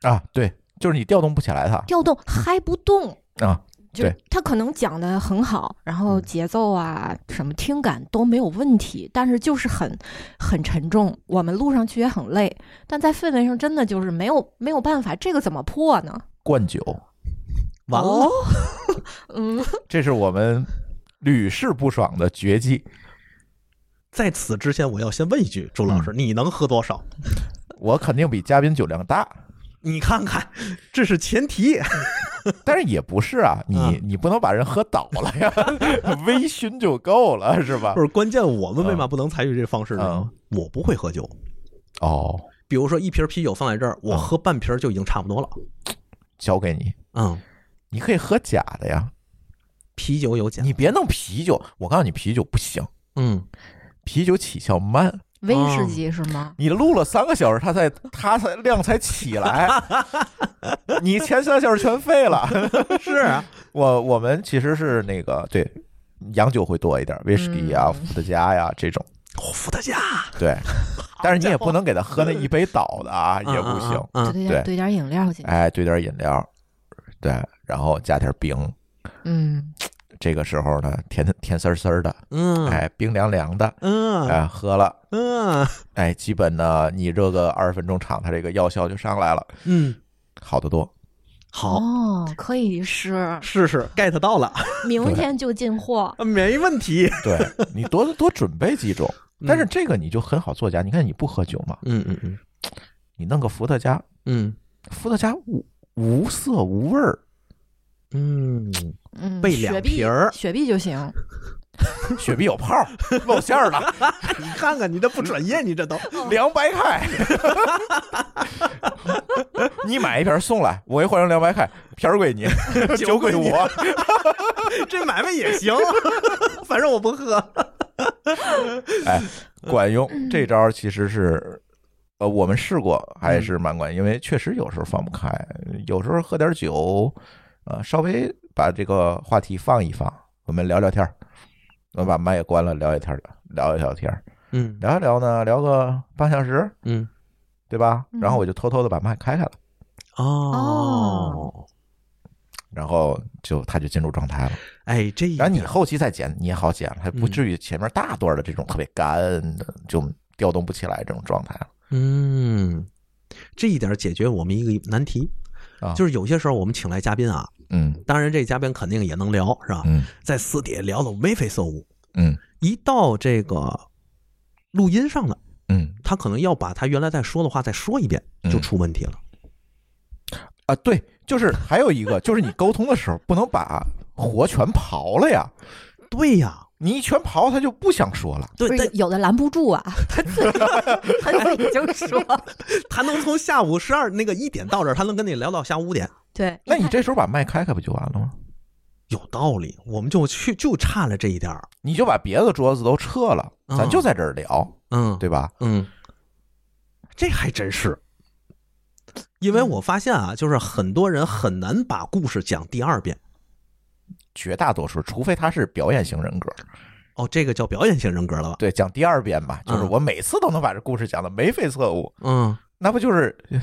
Speaker 2: 啊，对，就是你调动不起来它
Speaker 4: 调动嗨不动。
Speaker 2: 啊，
Speaker 4: 就是
Speaker 2: 对
Speaker 4: 他可能讲的很好，
Speaker 3: 嗯
Speaker 4: 然后节奏啊、什么听感都没有问题，但是就是很很沉重，我们录上去也很累，但在氛围上真的就是没有没有办法，这个怎么破呢？
Speaker 2: 灌酒，
Speaker 3: 完了，哦
Speaker 4: 哦， 嗯，
Speaker 2: 这是我们屡试不爽的绝技。
Speaker 3: 在此之前，我要先问一句，周老师，你能喝多少？
Speaker 2: 我肯定比嘉宾酒量大，
Speaker 3: 你看看，这是前提。
Speaker 2: 啊但是也不是啊，你
Speaker 3: 嗯
Speaker 2: 你不能把人喝倒了呀， 微醺就够了，是吧
Speaker 3: 不？是关键，我
Speaker 2: 啊
Speaker 3: 们为嘛不能采取这方式呢
Speaker 2: 嗯？
Speaker 3: 我不会喝酒，
Speaker 2: 哦，
Speaker 3: 比如说一瓶啤酒放在这儿，我
Speaker 2: 嗯
Speaker 3: 喝半瓶就已经差不多了。
Speaker 2: 交给你，
Speaker 3: 嗯，
Speaker 2: 你可以喝假的呀，
Speaker 3: 啤酒有假，
Speaker 2: 你别弄啤酒，我告诉你，啤酒不行，
Speaker 3: 嗯，
Speaker 2: 啤酒起效慢，
Speaker 4: 威士忌是吗？
Speaker 2: 你录了三个小时，它才它才量才起 来，你前三小时全废了。
Speaker 3: 是啊，
Speaker 2: 我我们其实是那个对。洋酒会多一点，威士忌呀、
Speaker 4: 嗯
Speaker 2: 伏特加呀这种，
Speaker 3: 我伏特加，
Speaker 2: 对。但是你也不能给他喝那一杯倒的啊，也不行。
Speaker 3: 嗯。嗯嗯
Speaker 4: 就兑点
Speaker 2: 对
Speaker 4: 兑点饮料进去，
Speaker 2: 哎，兑点饮料，对，然后加点冰。
Speaker 4: 嗯
Speaker 2: 这个时候呢，甜甜丝丝的，
Speaker 3: 嗯，
Speaker 2: 哎，冰凉凉的，
Speaker 3: 嗯
Speaker 2: 哎，喝了，
Speaker 3: 嗯
Speaker 2: 哎，基本呢，你热个二十分钟场，它这个药效就上来了，
Speaker 3: 嗯，
Speaker 2: 好得多。
Speaker 3: 好，
Speaker 4: 哦，可以是
Speaker 3: 试试 get 到了，
Speaker 4: 明天就进货，
Speaker 3: 没问题。
Speaker 2: 对你多多准备几种，但是这个你就很好作假。你看你不喝酒嘛，
Speaker 3: 嗯嗯嗯
Speaker 2: 你弄个伏特加，
Speaker 3: 嗯
Speaker 2: 伏特加无无色无味儿，
Speaker 3: 嗯，
Speaker 4: 嗯，
Speaker 3: 备
Speaker 4: 雪
Speaker 3: 两
Speaker 4: 碧
Speaker 3: 瓶儿
Speaker 4: 雪碧就行，
Speaker 2: 雪碧有泡儿，露馅儿了，
Speaker 3: 你看看你这不专业，你这都
Speaker 2: 凉白开。你买一瓶送来，我一换成凉白开，瓶儿归你， 酒归我。
Speaker 3: 这买卖也行，反正我不喝。
Speaker 2: 哎，管用，这招儿其实是。呃，我们试过，还是蛮管用，因为确实有时候放不开，有时候喝点酒，呃，稍微把这个话题放一放，我们聊聊天儿，我把麦也关了，聊一天儿，聊一聊天儿，
Speaker 3: 嗯
Speaker 2: 聊一聊呢，聊个半小时，
Speaker 3: 嗯
Speaker 2: 对吧？
Speaker 4: 嗯
Speaker 2: 然后我就偷偷的把麦开开了，
Speaker 3: 哦，
Speaker 2: 然后就他就进入状态了。
Speaker 3: 哎，这一
Speaker 2: 然后你
Speaker 3: 点
Speaker 2: 后期再剪，你也好剪了，还不
Speaker 3: 嗯
Speaker 2: 至于前面大段的这种特别干的就调动不起来这种状态了。
Speaker 3: 嗯，这一点解决我们一个难题
Speaker 2: 啊。
Speaker 3: 就是有些时候我们请来嘉宾啊，
Speaker 2: 嗯
Speaker 3: 当然这嘉宾肯定也能聊，是吧？
Speaker 2: 嗯
Speaker 3: 在私底下聊的眉飞色舞，
Speaker 2: 嗯
Speaker 3: 一到这个录音上了，
Speaker 2: 嗯
Speaker 3: 他可能要把他原来在说的话再说一遍，
Speaker 2: 嗯
Speaker 3: 就出问题了。
Speaker 2: 啊，对，就是还有一个，就是你沟通的时候不能把活全刨了呀，
Speaker 3: 对呀，
Speaker 2: 你一全刨他就不想说了。
Speaker 3: 对，
Speaker 4: 不是
Speaker 3: 但
Speaker 4: 有的拦不住啊， 他自己他自己就说，
Speaker 3: 他能从下午十二那个一点到这儿，他能跟你聊到下午五点，
Speaker 4: 对，
Speaker 2: 那你这时候把麦开开不就完了吗？
Speaker 3: 有道理。我们就去就差了这一点儿，
Speaker 2: 你就把别的桌子都撤了，咱
Speaker 3: 嗯
Speaker 2: 就在这儿聊，
Speaker 3: 嗯，
Speaker 2: 对吧？
Speaker 3: 嗯，这还真是，因为我发现啊，就是很多人很难把故事讲第二遍。
Speaker 2: 绝大多数，除非他是表演型人格，
Speaker 3: 哦，这个叫表演型人格了吧？
Speaker 2: 对，讲第二遍吧，就是
Speaker 3: 嗯
Speaker 2: 我每次都能把这故事讲的眉飞色舞，
Speaker 3: 嗯，
Speaker 2: 那不就是呃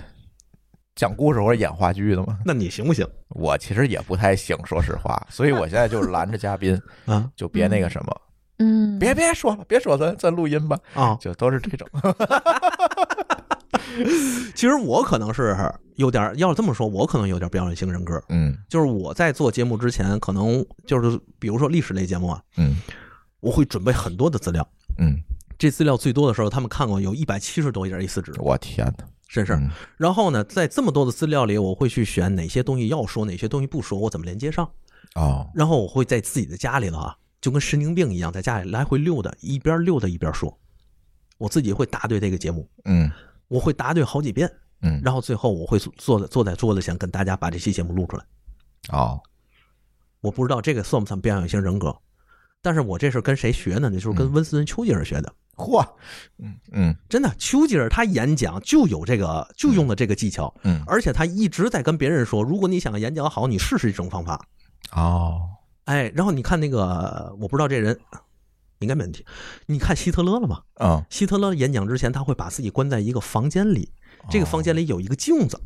Speaker 2: 讲故事或者演话剧的吗？
Speaker 3: 那你行不行
Speaker 2: 我其实也不太行，说实话，所以我现在就是拦着嘉宾，
Speaker 3: 啊？
Speaker 2: 就别那个什么，
Speaker 4: 嗯，
Speaker 2: 别别说了，别说咱咱录音吧，
Speaker 3: 啊，
Speaker 2: 就都是这种。
Speaker 3: 其实我可能是有点儿，要这么说，我可能有点表演型人格。
Speaker 2: 嗯
Speaker 3: 就是我在做节目之前，可能就是比如说历史类节目啊，
Speaker 2: 嗯
Speaker 3: 我会准备很多的资料。
Speaker 2: 嗯，
Speaker 3: 这资料最多的时候，他们看过有一百七十多页 A 四纸，
Speaker 2: 我天哪，
Speaker 3: 真是。
Speaker 2: 嗯
Speaker 3: 然后呢，在这么多的资料里，我会去选哪些东西要说，哪些东西不说，我怎么连接上。
Speaker 2: 哦，
Speaker 3: 然后我会在自己的家里了啊，就跟神经病一样，在家里来回溜达，一边溜达一边说。我自己会答对这个节目，
Speaker 2: 嗯
Speaker 3: 我会答对好几遍，
Speaker 2: 嗯，
Speaker 3: 然后最后我会坐在坐在桌子前跟大家把这期节目录出来。
Speaker 2: 哦，
Speaker 3: 我不知道这个算不算表演型人格，但是我这是跟谁学呢？那就是跟温斯顿·丘吉尔学的。
Speaker 2: 嚯，嗯嗯
Speaker 3: 真的，丘吉尔他演讲就有这个，就用了这个技巧，
Speaker 2: 嗯，
Speaker 3: 而且他一直在跟别人说，如果你想演讲好，你试试这种方法。
Speaker 2: 哦，
Speaker 3: 哎，然后你看那个，我不知道这人应该没问题。你看希特勒了吗？
Speaker 2: 嗯，
Speaker 3: 希特勒演讲之前，他会把自己关在一个房间里，
Speaker 2: 哦
Speaker 3: 这个房间
Speaker 2: 里
Speaker 3: 里有一个镜子，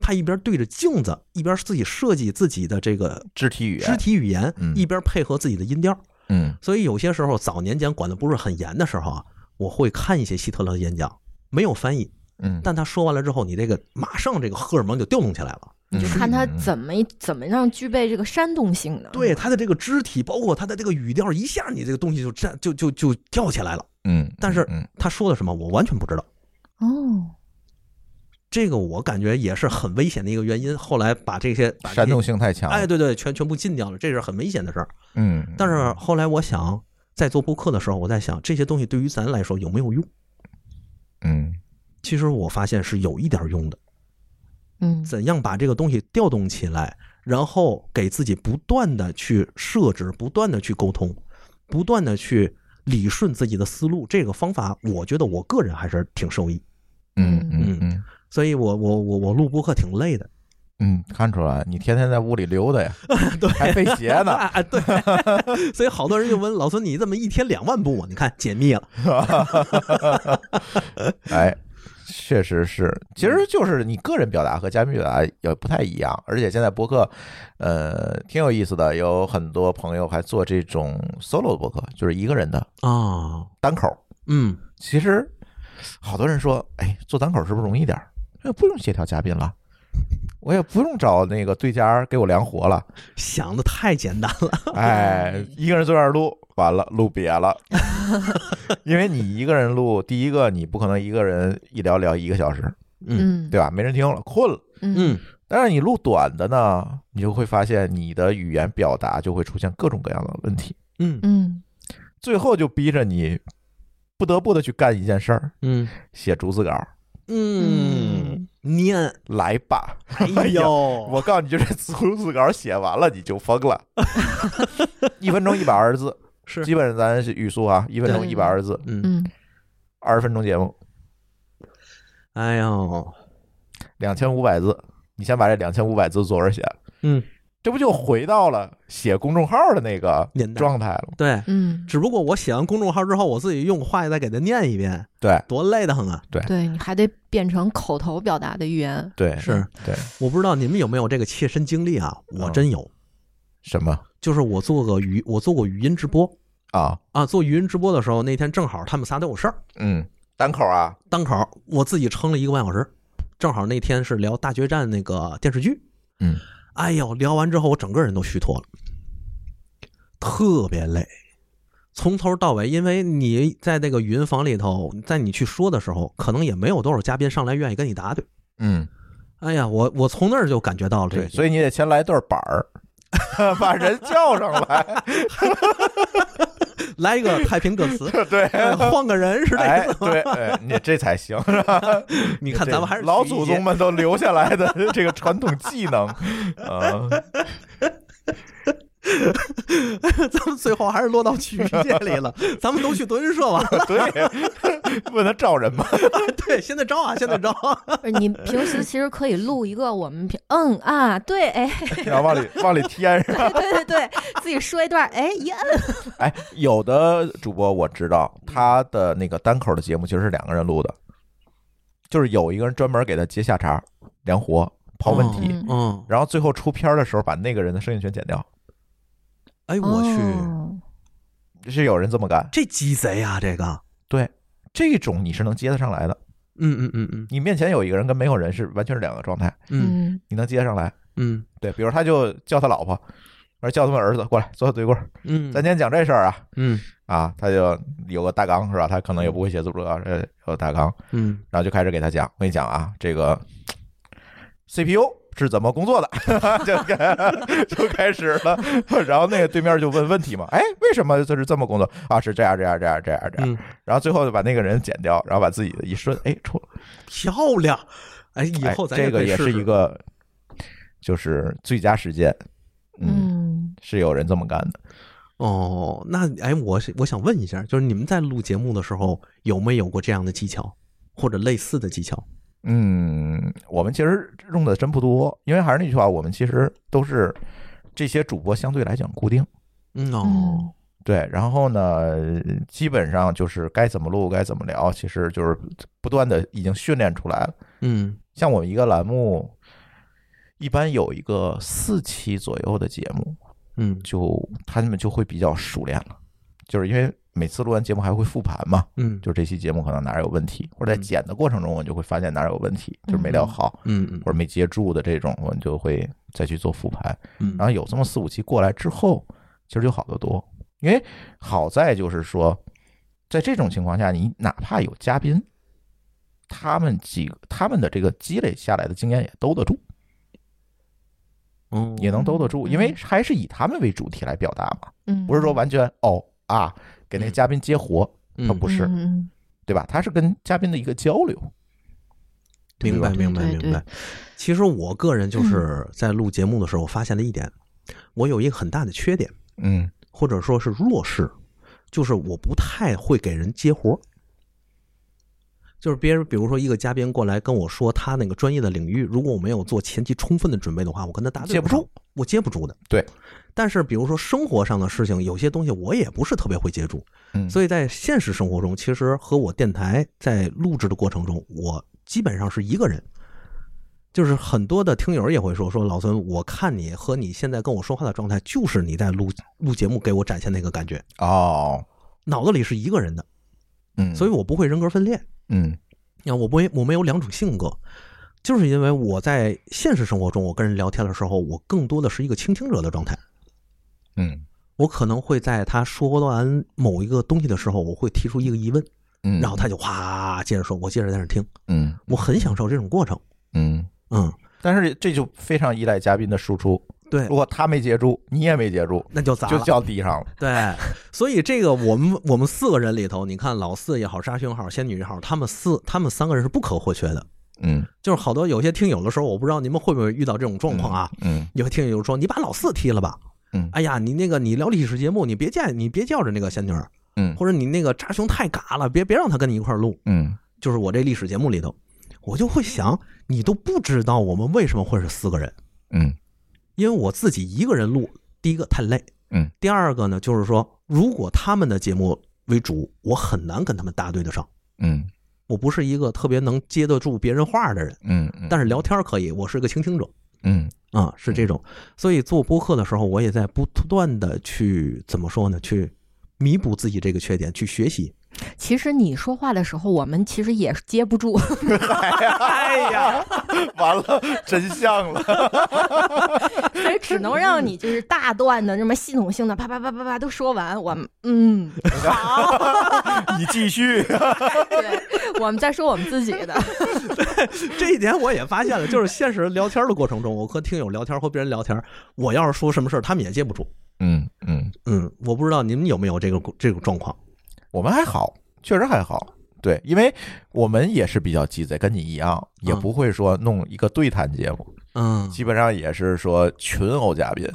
Speaker 3: 他一边对着镜子，一边自己设计自己的这个
Speaker 2: 肢体语言，
Speaker 3: 肢，体语言
Speaker 2: 嗯，
Speaker 3: 一边配合自己的音调。
Speaker 2: 嗯
Speaker 3: 所以有些时候早年间管的不是很严的时候啊，我会看一些希特勒的演讲，没有翻译，
Speaker 2: 嗯，
Speaker 3: 但他说完了之后，你这个马上这个荷尔蒙就调动起来了。
Speaker 4: 你
Speaker 2: 嗯
Speaker 4: 就看他
Speaker 2: 嗯
Speaker 4: 怎么怎么样具备这个煽动性呢？
Speaker 3: 对他的这个肢体，包括他的这个语调，一下你这个东西就站就就就跳起来了。
Speaker 2: 嗯，
Speaker 3: 但是
Speaker 2: 嗯
Speaker 3: 他说的什么，我完全不知道。
Speaker 4: 哦，
Speaker 3: 这个我感觉也是很危险的一个原因。后来把这些把这些
Speaker 2: 煽动性太强，
Speaker 3: 哎，，对对，全全部禁掉了，这是很危险的事儿。
Speaker 2: 嗯，
Speaker 3: 但是后来我想，在做播客的时候，我在想这些东西对于咱来说有没有用？
Speaker 2: 嗯
Speaker 3: 其实我发现是有一点用的。
Speaker 4: 嗯，
Speaker 3: 怎样把这个东西调动起来，然后给自己不断的去设置，不断的去沟通，不断的去理顺自己的思路。这个方法，我觉得我个人还是挺受益。
Speaker 2: 嗯嗯嗯
Speaker 3: 所以我我我我录播客挺累的，
Speaker 2: 嗯，看出来你天天在屋里溜达呀，
Speaker 3: 对，
Speaker 2: 还费鞋呢，
Speaker 3: 啊对，所以好多人就问老孙，你怎么一天两万步啊？你看解密了，
Speaker 2: 哎。确实是，其实就是你个人表达和嘉宾表达也不太一样，而且现在播客，呃，挺有意思的，有很多朋友还做这种 solo 的播客，就是一个人的
Speaker 3: 啊、
Speaker 2: 单口，
Speaker 3: 嗯，
Speaker 2: 其实好多人说，哎，做单口是不是容易点儿？因为不用协调嘉宾了，我也不用找那个对家儿给我量活了，
Speaker 3: 想的太简单了，
Speaker 2: 哎，一个人坐这儿录，完了录瘪了，因为你一个人录，第一个你不可能一个人一聊聊一个小时，
Speaker 4: 嗯
Speaker 2: 对吧？没人听了，困了。
Speaker 4: 嗯
Speaker 3: 嗯
Speaker 2: 但是你录短的呢，你就会发现你的语言表达就会出现各种各样的问题。
Speaker 3: 嗯
Speaker 4: 嗯
Speaker 2: 最后就逼着你不得不的去干一件事儿，
Speaker 3: 嗯
Speaker 2: 写逐字稿，
Speaker 3: 嗯， 念，
Speaker 2: 来吧，
Speaker 3: 哎呦，
Speaker 4: 哦
Speaker 2: 我告诉你，就这逐字稿写完了你就疯 了，一分钟一百二十字，
Speaker 3: 是，
Speaker 2: 基本上咱是语速啊，一分钟
Speaker 4: 对
Speaker 2: 一百二十字，
Speaker 3: 嗯，
Speaker 4: 嗯，
Speaker 2: 二十分钟节目
Speaker 3: 哎呦，
Speaker 2: 两千五百字，你先把这两千五百字作文写了，
Speaker 3: 嗯，
Speaker 2: 这不就回到了写公众号的那个
Speaker 3: 年代
Speaker 2: 状态了吗？
Speaker 3: 对，
Speaker 4: 嗯，
Speaker 3: 只不过我写完公众号之后，我自己用话再给他念一遍，
Speaker 2: 对
Speaker 3: 多累得很啊！
Speaker 4: 对你还得变成口头表达的语言，
Speaker 2: 对，
Speaker 3: 是
Speaker 2: 对
Speaker 3: 我不知道你们有没有这个切身经历啊？我
Speaker 2: 嗯
Speaker 3: 真有，
Speaker 2: 什么
Speaker 3: 就是我做个语，我做过语音直播
Speaker 2: 啊？
Speaker 3: 啊，做语音直播的时候，那天正好他们仨都有事儿，
Speaker 2: 嗯，单口啊，
Speaker 3: 单口儿我自己撑了一个半小时，正好那天是聊《大决战》那个电视剧，
Speaker 2: 嗯，
Speaker 3: 哎呦，聊完之后我整个人都虚脱了，特别累，从头到尾，因为你在那个语音房里头，在你去说的时候，可能也没有多少嘉宾上来愿意跟你答对。
Speaker 2: 嗯，
Speaker 3: 哎呀，我我从那儿就感觉到了这
Speaker 2: 对，
Speaker 3: 一
Speaker 2: 所以你得先来段板儿， 把人叫上来。
Speaker 3: 点来一个太平歌 词，
Speaker 2: 对，
Speaker 3: 哎换个人是这
Speaker 2: 哎
Speaker 3: 个，
Speaker 2: 对，哎你这才 行，是吧？
Speaker 3: 你看咱们还是
Speaker 2: 这老
Speaker 3: 取一
Speaker 2: 祖
Speaker 3: 些
Speaker 2: 宗们都留下来 的这个传统技能啊，
Speaker 3: 咱们最后还是落到曲艺界里了，咱们都去德云社吧。
Speaker 2: 对， 不能招人吗？
Speaker 3: 对，现在招啊，现在招啊。
Speaker 4: 不是你平时其实可以录一个我们平嗯啊对哎
Speaker 2: 然后往里往里添是吧？
Speaker 4: 对对对，自己说一段哎一摁
Speaker 2: 哎，有的主播我知道他的那个单口的节目其实是两个人录的，就是有一个人专门给他接下茬、量活、抛问题，
Speaker 4: 嗯
Speaker 3: 嗯，
Speaker 2: 然后最后出片儿的时候把那个人的声音全剪掉，
Speaker 3: 哎，我去，
Speaker 4: 哦
Speaker 2: 是有人这么干。
Speaker 3: 这鸡贼啊，这个，
Speaker 2: 对，这种你是能接得上来的。
Speaker 3: 嗯嗯嗯嗯
Speaker 2: 你面前有一个人跟没有人是完全是两个状态，
Speaker 3: 嗯
Speaker 4: 嗯
Speaker 2: 你能接上来。
Speaker 3: 嗯
Speaker 2: 对，比如他就叫他老婆，或者叫他们儿子过来坐对过儿，
Speaker 3: 嗯，
Speaker 2: 咱今天讲这事儿啊
Speaker 3: 嗯
Speaker 2: 啊，他就有个大纲是吧？他可能也不会写作文啊，呃，有大纲，
Speaker 3: 嗯，
Speaker 2: 然后就开始给他讲，我跟你讲啊，这个 CPU 是怎么工作的，就开就开始了。然后那个对面就问问题嘛，哎，为什么就是这么工作啊？是这样这样这样这样这样。
Speaker 3: 嗯
Speaker 2: 然后最后就把那个人剪掉，然后把自己的一顺，哎，出了。
Speaker 3: 漂亮。哎，以后咱
Speaker 2: 哎这
Speaker 3: 可
Speaker 2: 个
Speaker 3: 以
Speaker 2: 也
Speaker 3: 试
Speaker 2: 是
Speaker 3: 试
Speaker 2: 一个，就是最佳实践，嗯，
Speaker 4: 嗯
Speaker 2: 是有人这么干的。
Speaker 3: 哦。那哎，我是我想问一下，就是你们在录节目的时候有没有过这样的技巧，或者类似的技巧？
Speaker 2: 嗯，我们其实用的真不多，因为还是那句话，我们其实都是这些主播相对来讲固定。
Speaker 3: 嗯
Speaker 4: 嗯
Speaker 3: 哦，
Speaker 2: 对，然后呢，基本上就是该怎么录该怎么聊，其实就是不断的已经训练出来了。
Speaker 3: 嗯
Speaker 2: 像我们一个栏目，一般有一个四期左右的节目，
Speaker 3: 嗯
Speaker 2: 就他们就会比较熟练了，就是因为每次录完节目还会复盘嘛，
Speaker 3: 嗯
Speaker 2: 就是这期节目可能哪儿有问题，或者在
Speaker 3: 嗯
Speaker 2: 剪的过程中我就会发现哪儿有问题，就是没聊好
Speaker 3: 嗯嗯
Speaker 2: 或者没接住的这种，我们就会再去做复盘。
Speaker 3: 嗯，
Speaker 2: 然后有这么四五期过来之后，其实就好得多。因为好在就是说，在这种情况下，你哪怕有嘉宾，他们几个他们的这个积累下来的经验也兜得住，
Speaker 3: 哦
Speaker 2: 也能兜得住，
Speaker 4: 嗯
Speaker 2: 因为还是以他们为主题来表达嘛，
Speaker 4: 嗯，
Speaker 2: 不是说完全哦啊给那个嘉宾接活，
Speaker 3: 嗯
Speaker 2: 他不是
Speaker 4: 嗯
Speaker 2: 对吧？他是跟嘉宾的一个交流。对
Speaker 3: 明白，
Speaker 4: 吧
Speaker 3: 嗯明白，
Speaker 4: 对对嗯
Speaker 3: 明白。其实我个人就是在录节目的时候，我发现了一点，我有一个很大的缺点，
Speaker 2: 嗯
Speaker 3: 或者说是弱势，就是我不太会给人接活儿。就是别人，比如说一个嘉宾过来跟我说他那个专业的领域，如果我没有做前期充分的准备的话，我跟他答对
Speaker 2: 接不
Speaker 3: 上
Speaker 2: 住，
Speaker 3: 我接不住的。
Speaker 2: 对。
Speaker 3: 但是比如说生活上的事情，有些东西我也不是特别会接住，
Speaker 2: 嗯，
Speaker 3: 所以在现实生活中，其实和我电台在录制的过程中，我基本上是一个人。就是很多的听友也会说说老孙，我看你和你现在跟我说话的状态，就是你在录录节目给我展现那个感觉，
Speaker 2: 哦，
Speaker 3: 脑子里是一个人的，
Speaker 2: 嗯，
Speaker 3: 所以我不会人格分裂，
Speaker 2: 嗯
Speaker 3: 啊，我不会我没有两种性格，就是因为我在现实生活中，我跟人聊天的时候，我更多的是一个倾听者的状态，
Speaker 2: 嗯
Speaker 3: 我可能会在他说完某一个东西的时候，我会提出一个疑问，
Speaker 2: 嗯，
Speaker 3: 然后他就哗接着说，我接着在那儿听，
Speaker 2: 嗯
Speaker 3: 我很享受这种过程。
Speaker 2: 嗯，
Speaker 3: 嗯，
Speaker 2: 但是这就非常依赖嘉宾的输出。
Speaker 3: 对
Speaker 2: 如，果他没接住，你也没接住，
Speaker 3: 那就砸
Speaker 2: 就
Speaker 3: 了。
Speaker 2: 掉地上了。
Speaker 3: 对，所以这个我们我们四个人里头，你看老四也好，沙兄也好，仙女也好，他们四他们三个人是不可或缺的。
Speaker 2: 嗯
Speaker 3: 就是好多有些听友的时候，我不知道你们会不会遇到这种状况啊？
Speaker 2: 嗯
Speaker 3: 有些听友说：“你把老四踢了吧。”
Speaker 2: 嗯
Speaker 3: 哎呀，你那个你聊历史节目，你别叫你别叫着那个仙女儿，
Speaker 2: 嗯
Speaker 3: 或者你那个扎熊太嘎了，别别让他跟你一块儿录。
Speaker 2: 嗯
Speaker 3: 就是我这历史节目里头，我就会想，你都不知道我们为什么会是四个人，
Speaker 2: 嗯
Speaker 3: 因为我自己一个人录，第一个太累，
Speaker 2: 嗯，
Speaker 3: 第二个呢就是说，如果他们的节目为主，我很难跟他们搭对得上。
Speaker 2: 嗯
Speaker 3: 我不是一个特别能接得住别人话的人，
Speaker 2: 嗯，
Speaker 3: 但是聊天可以，我是个倾听者。
Speaker 2: 嗯
Speaker 3: 啊，是这种。所以做播客的时候，我也在不断的去怎么说呢？去弥补自己这个缺点，去学习。
Speaker 4: 其实你说话的时候，我们其实也接不住，
Speaker 3: 哎呀，
Speaker 2: 完了，真相了。
Speaker 4: 所以只能让你就是大段的这么系统性的啪啪啪啪啪都说完。我们嗯，好，
Speaker 2: 你继 续。
Speaker 4: 对， 我们再说我们自己的。
Speaker 3: 这一点我也发现了，就是现实聊天的过程中，我和听友聊天或别人聊天，我要是说什么事儿，他们也接不住。
Speaker 2: 嗯嗯，
Speaker 3: 嗯，我不知道你们有没有这个这种状况。
Speaker 2: 我们还好，确实还好。对，因为我们也是比较鸡贼，跟你一样，也
Speaker 3: 嗯
Speaker 2: 不会说弄一个对谈节目，
Speaker 3: 嗯，
Speaker 2: 基本上也是说群殴嘉宾，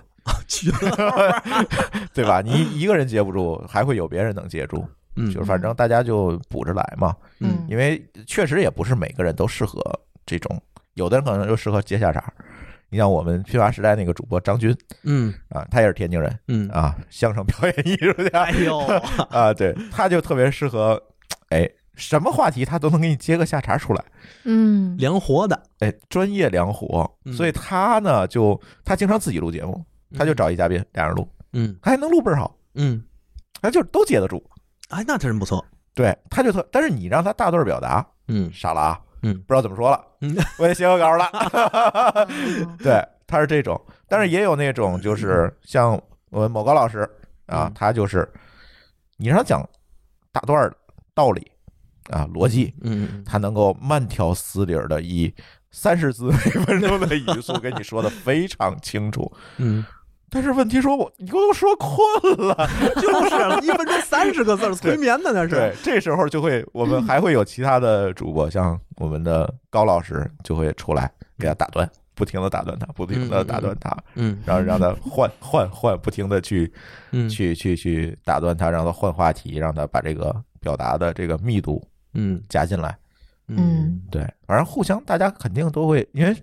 Speaker 3: 去了。
Speaker 2: 对吧？你一个人接不住，还会有别人能接住，
Speaker 3: 嗯
Speaker 2: 就是反正大家就补着来嘛。
Speaker 3: 嗯
Speaker 2: 因为确实也不是每个人都适合这种，有的人可能就适合接下茬儿。你像我们拼娃时代那个主播张军
Speaker 3: 嗯
Speaker 2: 啊，他也是天津人
Speaker 3: 嗯，
Speaker 2: 啊，相声表演艺术家
Speaker 3: 哎呦，
Speaker 2: 啊，对，他就特别适合，哎，什么话题他都能给你接个下茬出来，
Speaker 4: 嗯，
Speaker 3: 凉活 的，
Speaker 2: 哎，专业良活，
Speaker 3: 嗯
Speaker 2: 所以他呢就他经常自己录节目，他就找一嘉宾俩人录，
Speaker 3: 嗯
Speaker 2: 他还能录倍儿好，
Speaker 3: 嗯，
Speaker 2: 他就都接得住。
Speaker 3: 哎，那真不错。
Speaker 2: 对，他就特，但是你让他大段儿表达
Speaker 3: 嗯
Speaker 2: 傻了啊，
Speaker 3: 嗯
Speaker 2: 不知道怎么说了，
Speaker 3: 嗯
Speaker 2: 我也写个稿了。
Speaker 4: 嗯
Speaker 2: 对，他是这种，但是也有那种就是像我们某高老师啊
Speaker 3: 嗯，
Speaker 2: 他就是你让他讲大段儿的道理啊逻辑，
Speaker 3: 嗯
Speaker 2: 他能够慢条斯理儿的以三十字每分钟的语速跟你说的非常清楚。
Speaker 3: 嗯，
Speaker 2: 但是问题说我你给我说困了，
Speaker 3: 就是一分钟三十个 字儿，催眠的那是。
Speaker 2: 对，这时候就会我们还会有其他的主播，像我们的高老师就会出来给他打断，不停的打断他，不停的打断他，
Speaker 3: 嗯
Speaker 2: 然后让他换换换，不停的去
Speaker 3: 嗯
Speaker 2: 去去去打断他，让他换话题，让他把这个表达的这个密度
Speaker 3: 嗯
Speaker 2: 加进来。
Speaker 4: 嗯
Speaker 2: 对，反正互相大家肯定都会，因为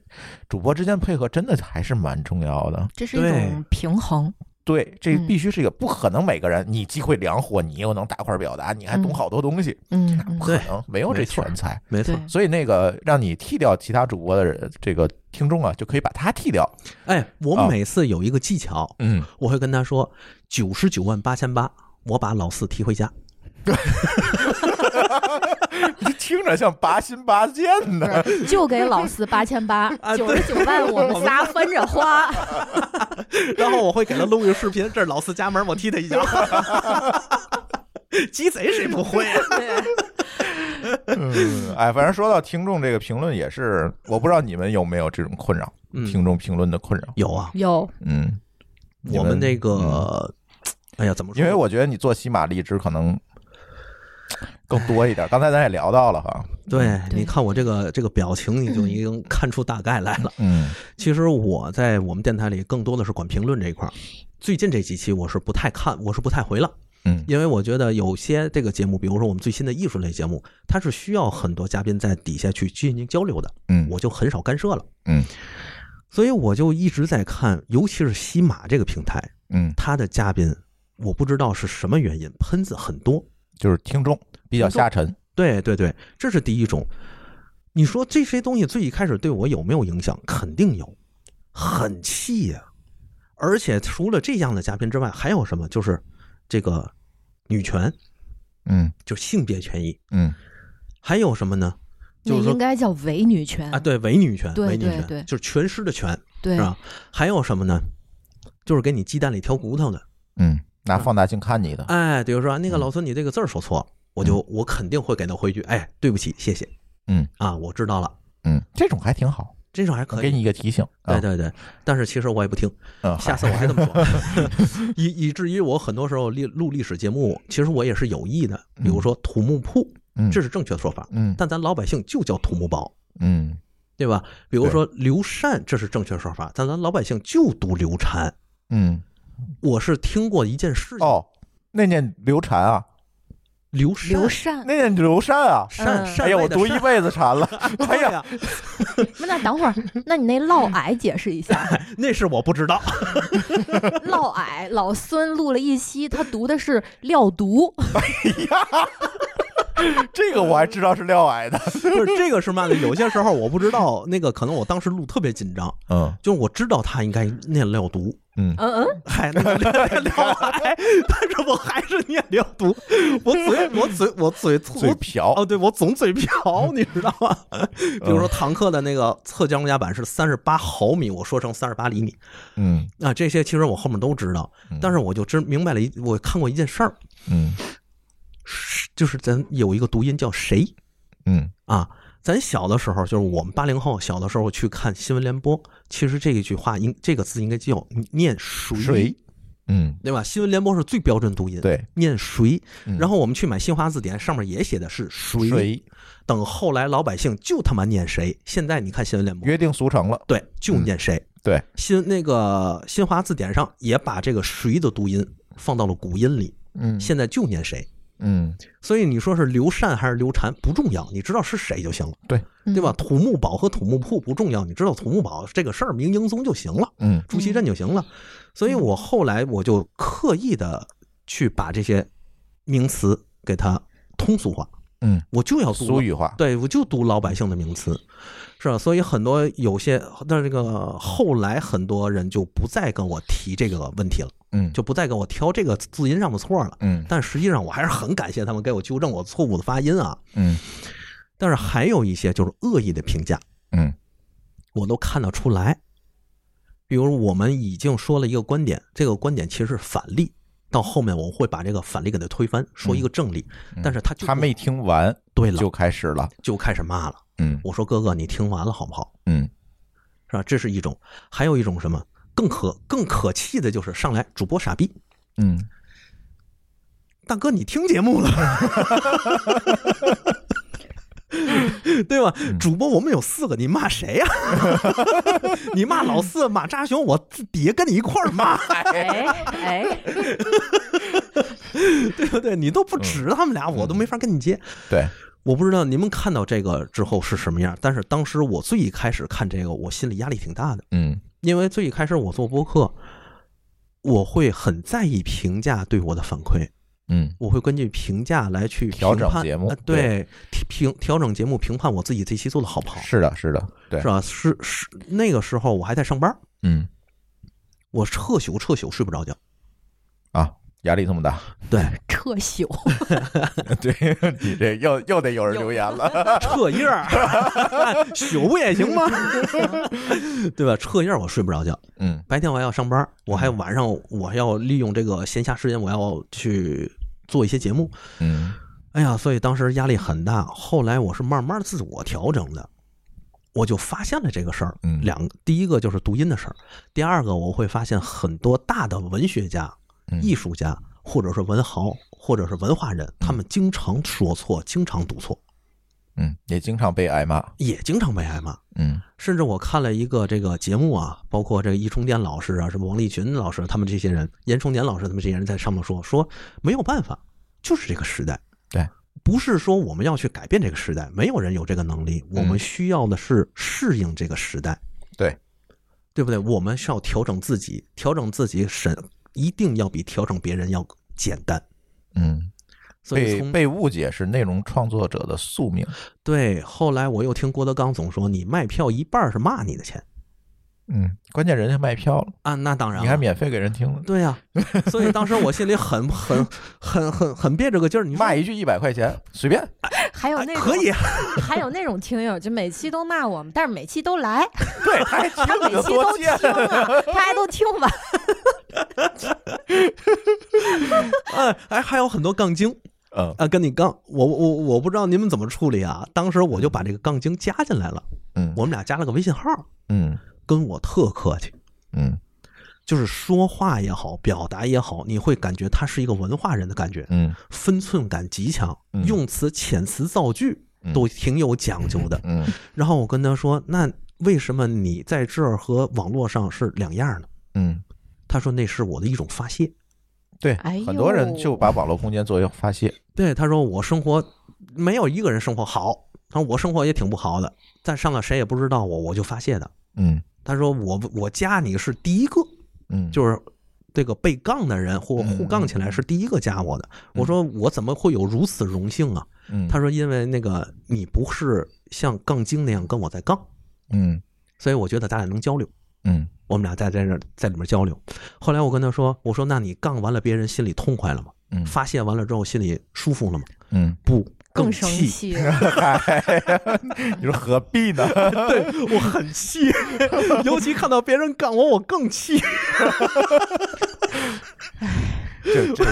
Speaker 2: 主播之间配合真的还是蛮重要的。
Speaker 4: 这是一
Speaker 3: 对
Speaker 4: 种平衡。
Speaker 2: 对，这
Speaker 4: 嗯
Speaker 2: 必须是一个不可能每个人你既会良火，你又能大块表达，你还懂
Speaker 4: 嗯
Speaker 2: 好多东西，
Speaker 4: 嗯，
Speaker 2: 不
Speaker 4: 嗯
Speaker 2: 可
Speaker 3: 对
Speaker 2: 能没有这
Speaker 3: 没错
Speaker 2: 全才。
Speaker 3: 没错
Speaker 4: 对。，
Speaker 2: 所以那个让你剃掉其他主播的人，这个听众啊，就可以把他剃掉。
Speaker 3: 哎，我每次有一个技巧，
Speaker 2: 嗯，
Speaker 3: 我会跟他说九十九万八千八，我把老四踢回家。
Speaker 2: 你听着像拔心拔剑呢。
Speaker 4: 是就给老四八千八
Speaker 3: 啊，对
Speaker 4: 九十九万我们仨分 着花。
Speaker 3: 然后我会给他录一个视频，这是老四家门，我踢他一脚。 鸡贼谁不会？啊
Speaker 4: 对，
Speaker 2: 嗯，哎，反正说到听众这个评论也是，我不知道你们有没有这种困扰，
Speaker 3: 嗯
Speaker 2: 听众评论的困扰。
Speaker 3: 有啊，
Speaker 4: 有
Speaker 2: 嗯，你
Speaker 3: 我们那个，哎呀，怎么说？
Speaker 2: 因为我觉得你做喜马荔枝可能更多一点。刚才咱也聊到了哈，
Speaker 3: 对，
Speaker 4: 嗯对嗯
Speaker 3: 你看我这个这个表情，你就已经看出大概来了。
Speaker 2: 嗯
Speaker 3: 其实我在我们电台里更多的是管评论这一块儿。最近这几期我是不太看，我是不太回了。
Speaker 2: 嗯
Speaker 3: 因为我觉得有些这个节目，比如说我们最新的艺术类节目，它是需要很多嘉宾在底下去进行交流的，
Speaker 2: 嗯
Speaker 3: 我就很少干涉了。
Speaker 2: 嗯
Speaker 3: 所以我就一直在看，尤其是西马这个平台，
Speaker 2: 嗯，
Speaker 3: 它的嘉宾我不知道是什么原因，喷子很多。
Speaker 2: 就是听众比较下沉。
Speaker 3: 对对对，这是第一种。你说这些东西最一开始对我有没有影响？肯定有，很气呀、而且除了这样的嘉宾之外，还有什么？就是这个女权，
Speaker 2: 嗯
Speaker 3: 就是性别权益，
Speaker 2: 嗯
Speaker 3: 还有什么呢？就
Speaker 4: 那
Speaker 3: 是说
Speaker 4: 应该叫伪女权
Speaker 3: 啊，对，伪女权，
Speaker 4: 对
Speaker 3: 伪女
Speaker 4: 对
Speaker 3: 权，
Speaker 4: 对
Speaker 3: 就是全尸的全，
Speaker 4: 对
Speaker 3: 是啊吧？还有什么呢？就是给你鸡蛋里挑骨头的，
Speaker 2: 嗯，拿放大镜看你的。
Speaker 3: 哎，比如说那个老孙，你这个字儿说错了，我就我肯定会给他回一句，哎，对不起，谢谢，
Speaker 2: 嗯
Speaker 3: 啊，我知道了，
Speaker 2: 嗯，这种还挺好。
Speaker 3: 这种还可
Speaker 2: 给
Speaker 3: 以。
Speaker 2: 你一个提醒。
Speaker 3: 对
Speaker 2: 啊，
Speaker 3: 对对，但是其实我也不听，
Speaker 2: 嗯，
Speaker 3: 下次我还这么说， 以以至于我很多时候历录历史节目，其实我也是有意的，比如说土木铺，
Speaker 2: 嗯
Speaker 3: 这是正确的说法，
Speaker 2: 嗯
Speaker 3: 但咱老百姓就叫土木堡，
Speaker 2: 嗯
Speaker 3: 对吧？比如说刘禅，这是正确说法，但咱老百姓就读刘禅。
Speaker 2: 嗯，
Speaker 3: 我是听过一件事情，
Speaker 2: 哦，那念刘禅啊，
Speaker 3: 刘禅，
Speaker 4: 刘禅，
Speaker 2: 那念刘禅啊。
Speaker 3: 禅，
Speaker 4: 嗯
Speaker 3: 禅
Speaker 2: 哎呀，我
Speaker 3: 位的
Speaker 2: 读一
Speaker 3: 禅
Speaker 2: 辈子禅 了。哎
Speaker 3: 对
Speaker 2: 呀，
Speaker 3: 呀，
Speaker 4: 那等会儿，那你那嫪毐解释一下，
Speaker 3: 那是我不 知道，
Speaker 4: 嫪毐老孙录了一期，他读的是廖读，
Speaker 2: 这个我还知道是廖矮的。
Speaker 3: 不是这个是嘛呢？有些时候我不知道，那个可能我当时录特别紧张，
Speaker 2: 嗯
Speaker 3: 就是我知道他应该念廖读，
Speaker 2: 嗯，
Speaker 4: 嗯嗯，
Speaker 3: 嗨，那 个廖廖白，但是我还是念廖读，我 嘴我嘴我嘴
Speaker 2: 嘴
Speaker 3: 嘴
Speaker 2: 瓢。
Speaker 3: 哦，对我总 嘴瓢，你知道吗？比
Speaker 2: 嗯
Speaker 3: 如说堂客的那个侧江夹板是三十八毫米，我说成三十八厘米
Speaker 2: 嗯
Speaker 3: 啊，这些其实我后面都知道，但是我就真明白了一，我看过一件事儿，
Speaker 2: 嗯
Speaker 3: 就是咱有一个读音叫谁。
Speaker 2: 嗯
Speaker 3: 啊，咱小的时候就是我们八零后小的时候去看新闻联播，其实这一句话应这个字应该叫念谁，
Speaker 2: 谁嗯，
Speaker 3: 对吧？新闻联播是最标准读音，，
Speaker 2: 对，
Speaker 3: 念谁。
Speaker 2: 嗯
Speaker 3: 然后我们去买新华字典，上面也写的是谁。
Speaker 2: 谁
Speaker 3: 等后来老百姓就他妈念谁，现在你看新闻联播，
Speaker 2: 约定俗成了。
Speaker 3: 对，就念谁。
Speaker 2: 对，
Speaker 3: 新那个新华字典上也把这个谁的读音放到了古音里，
Speaker 2: 嗯
Speaker 3: 现在就念谁。
Speaker 2: 嗯，
Speaker 3: 所以你说是刘禅还是刘禅不重要，你知道是谁就行了。对吧？？土木堡和土木铺不重要，你知道土木堡这个事儿，明英宗就行了，
Speaker 2: 嗯
Speaker 3: 朱祁镇就行了。所以我后来我就刻意的去把这些名词给它通俗化，
Speaker 2: 嗯，
Speaker 3: 我就要读
Speaker 2: 俗语化。
Speaker 3: 对，我就读老百姓的名词，是吧？所以很多有些，但是这个后来很多人就不再跟我提这个问题了，
Speaker 2: 嗯
Speaker 3: 就不再跟我挑这个字音上的错了。
Speaker 2: 嗯
Speaker 3: 但实际上，我还是很感谢他们给我纠正我错误的发音啊。
Speaker 2: 嗯
Speaker 3: 但是还有一些就是恶意的评价，
Speaker 2: 嗯
Speaker 3: 我都看得出来。比如我们已经说了一个观点，这个观点其实是反例，到后面我会把这个反例给它推翻，说一个正例，但是他就
Speaker 2: 嗯他没听完
Speaker 3: 对了，
Speaker 2: 就开始了。
Speaker 3: 就开始骂了。
Speaker 2: 嗯
Speaker 3: 我说哥哥，你听完了好不好？
Speaker 2: 嗯
Speaker 3: 是吧？这是一种，还有一种什么更可更可气的就是上来主播傻逼，
Speaker 2: 嗯，
Speaker 3: 大哥你听节目了。 对吧？
Speaker 2: 嗯
Speaker 3: 主播，我们有四个，你骂谁呀、 你骂老四，骂扎熊，我底下跟你一块儿骂。
Speaker 4: 哎哎，
Speaker 3: 对不对？你都
Speaker 2: 嗯
Speaker 3: 不指他们俩，我都没法跟你接。
Speaker 2: 对，
Speaker 3: 我不知道你们看到这个之后是什么样，但是当时我最一开始看这个，我心里压力挺大的，
Speaker 2: 嗯
Speaker 3: 因为最一开始我做播客，我会很在意评价对我的反馈，
Speaker 2: 嗯
Speaker 3: 我会根据评价来去
Speaker 2: 调整
Speaker 3: 评判
Speaker 2: 节目
Speaker 3: 呃对评调整节目评判我自己这期做的好不好，
Speaker 2: 是的，是的，对
Speaker 3: 是，吧？是是，那个时候我还在上班，
Speaker 2: 嗯
Speaker 3: 我彻宿彻宿睡不着觉，
Speaker 2: 啊，压力这么 大，
Speaker 3: 对，
Speaker 4: 撤 宿，
Speaker 2: 对你这又又得有人留言了。
Speaker 3: 彻夜 儿，宿不也行吗？ 对吧？彻夜儿我睡不着觉，
Speaker 2: 嗯
Speaker 3: 白天我还要上班，我还晚上我还要利用这个闲暇时间，我要去做一些节目。
Speaker 2: 嗯
Speaker 3: 哎呀，所以当时压力很大。后来我是慢慢自我调整的，我就发现了这个事儿。
Speaker 2: 嗯
Speaker 3: 两第一个就是读音的事儿，第二个我会发现很多大的文学家、
Speaker 2: 嗯
Speaker 3: 艺术家，或者是文豪，或者是文化人，他们经常说错，经常读错，
Speaker 2: 嗯，也经常被挨骂。
Speaker 3: 也经常被挨骂。
Speaker 2: 嗯
Speaker 3: 甚至我看了一个这个节目啊，包括这个易冲天老师啊，什么王立群老师，他们这些人，严崇年老师，他们这些人在上面说说没有办法，就是这个时代。
Speaker 2: 对，
Speaker 3: 不是说我们要去改变这个时代，没有人有这个能力，
Speaker 2: 嗯
Speaker 3: 我们需要的是适应这个时代。
Speaker 2: 对，
Speaker 3: 对不对？我们需要调整自己，调整自己审一定要比调整别人要简单。
Speaker 2: 嗯，
Speaker 3: 所以
Speaker 2: 被
Speaker 3: 从
Speaker 2: 被误解是内容创作者的宿命。
Speaker 3: 对后来我又听郭德纲总说，你卖票一半是骂你的钱
Speaker 2: 嗯，关键人家卖票了，
Speaker 3: 啊，那当然
Speaker 2: 你
Speaker 3: 了
Speaker 2: 还免费给人听了，
Speaker 3: 对呀、所以当时我心里很很很很很憋着个劲儿。你说
Speaker 2: 骂一句一百块钱，随 便。
Speaker 4: 还有
Speaker 3: 哎
Speaker 4: 那 种
Speaker 3: 可以，
Speaker 4: 还有那种听友，就每期都骂我们，但是每期都来，
Speaker 2: 对，他还
Speaker 4: 他每
Speaker 2: 听得
Speaker 4: 期 都
Speaker 2: 多
Speaker 4: 听
Speaker 2: 贱。
Speaker 4: 啊，他还都听完。
Speaker 3: 呃哎哎，还有很多杠精，
Speaker 2: 嗯
Speaker 3: 啊，跟你杠，我我我不知道你们怎么处理啊。当时我就把这个杠精加进来了，
Speaker 2: 嗯
Speaker 3: 我们俩加了个微信号，
Speaker 2: 嗯
Speaker 3: 跟我特客气，
Speaker 2: 嗯
Speaker 3: 就是说话也好，表达也好，你会感觉他是一个文化人的感觉，
Speaker 2: 嗯
Speaker 3: 分寸感极强，
Speaker 2: 嗯
Speaker 3: 用词遣词造句
Speaker 2: 嗯
Speaker 3: 都挺有讲究的。
Speaker 2: 嗯
Speaker 3: 然后我跟他说，那为什么你在这儿和网络上是两样呢？
Speaker 2: 嗯，
Speaker 3: 他说那是我的一种发泄。
Speaker 2: 对，
Speaker 4: 哎
Speaker 2: 很多人
Speaker 4: 呦
Speaker 2: 就把网络空间作为发泄，
Speaker 3: 对，他说我生活没有一个人生活好，他说我生活也挺不好的，但上了谁也不知道我，我就发泄的。
Speaker 2: 嗯
Speaker 3: 他说我我加你是第一个，
Speaker 2: 嗯，
Speaker 3: 就是这个被杠的人或
Speaker 2: 嗯
Speaker 3: 互杠起来是第一个加我的。我说我怎么会有如此荣幸啊？
Speaker 2: 嗯
Speaker 3: 他说因为那个你不是像杠精那样跟我在杠，
Speaker 2: 嗯
Speaker 3: 所以我觉得咱俩能交流。
Speaker 2: 嗯
Speaker 3: 我们俩在在这儿在里面交流，后来我跟他说：“我说那你杠完了别人心里痛快了吗？
Speaker 2: 嗯
Speaker 3: 发泄完了之后心里舒服了吗？
Speaker 2: 嗯，
Speaker 3: 不，
Speaker 4: 更生
Speaker 3: 气，
Speaker 4: 气了。
Speaker 2: 你说何必呢？
Speaker 3: 对我很气，尤其看到别人杠我，我更气。
Speaker 2: 这这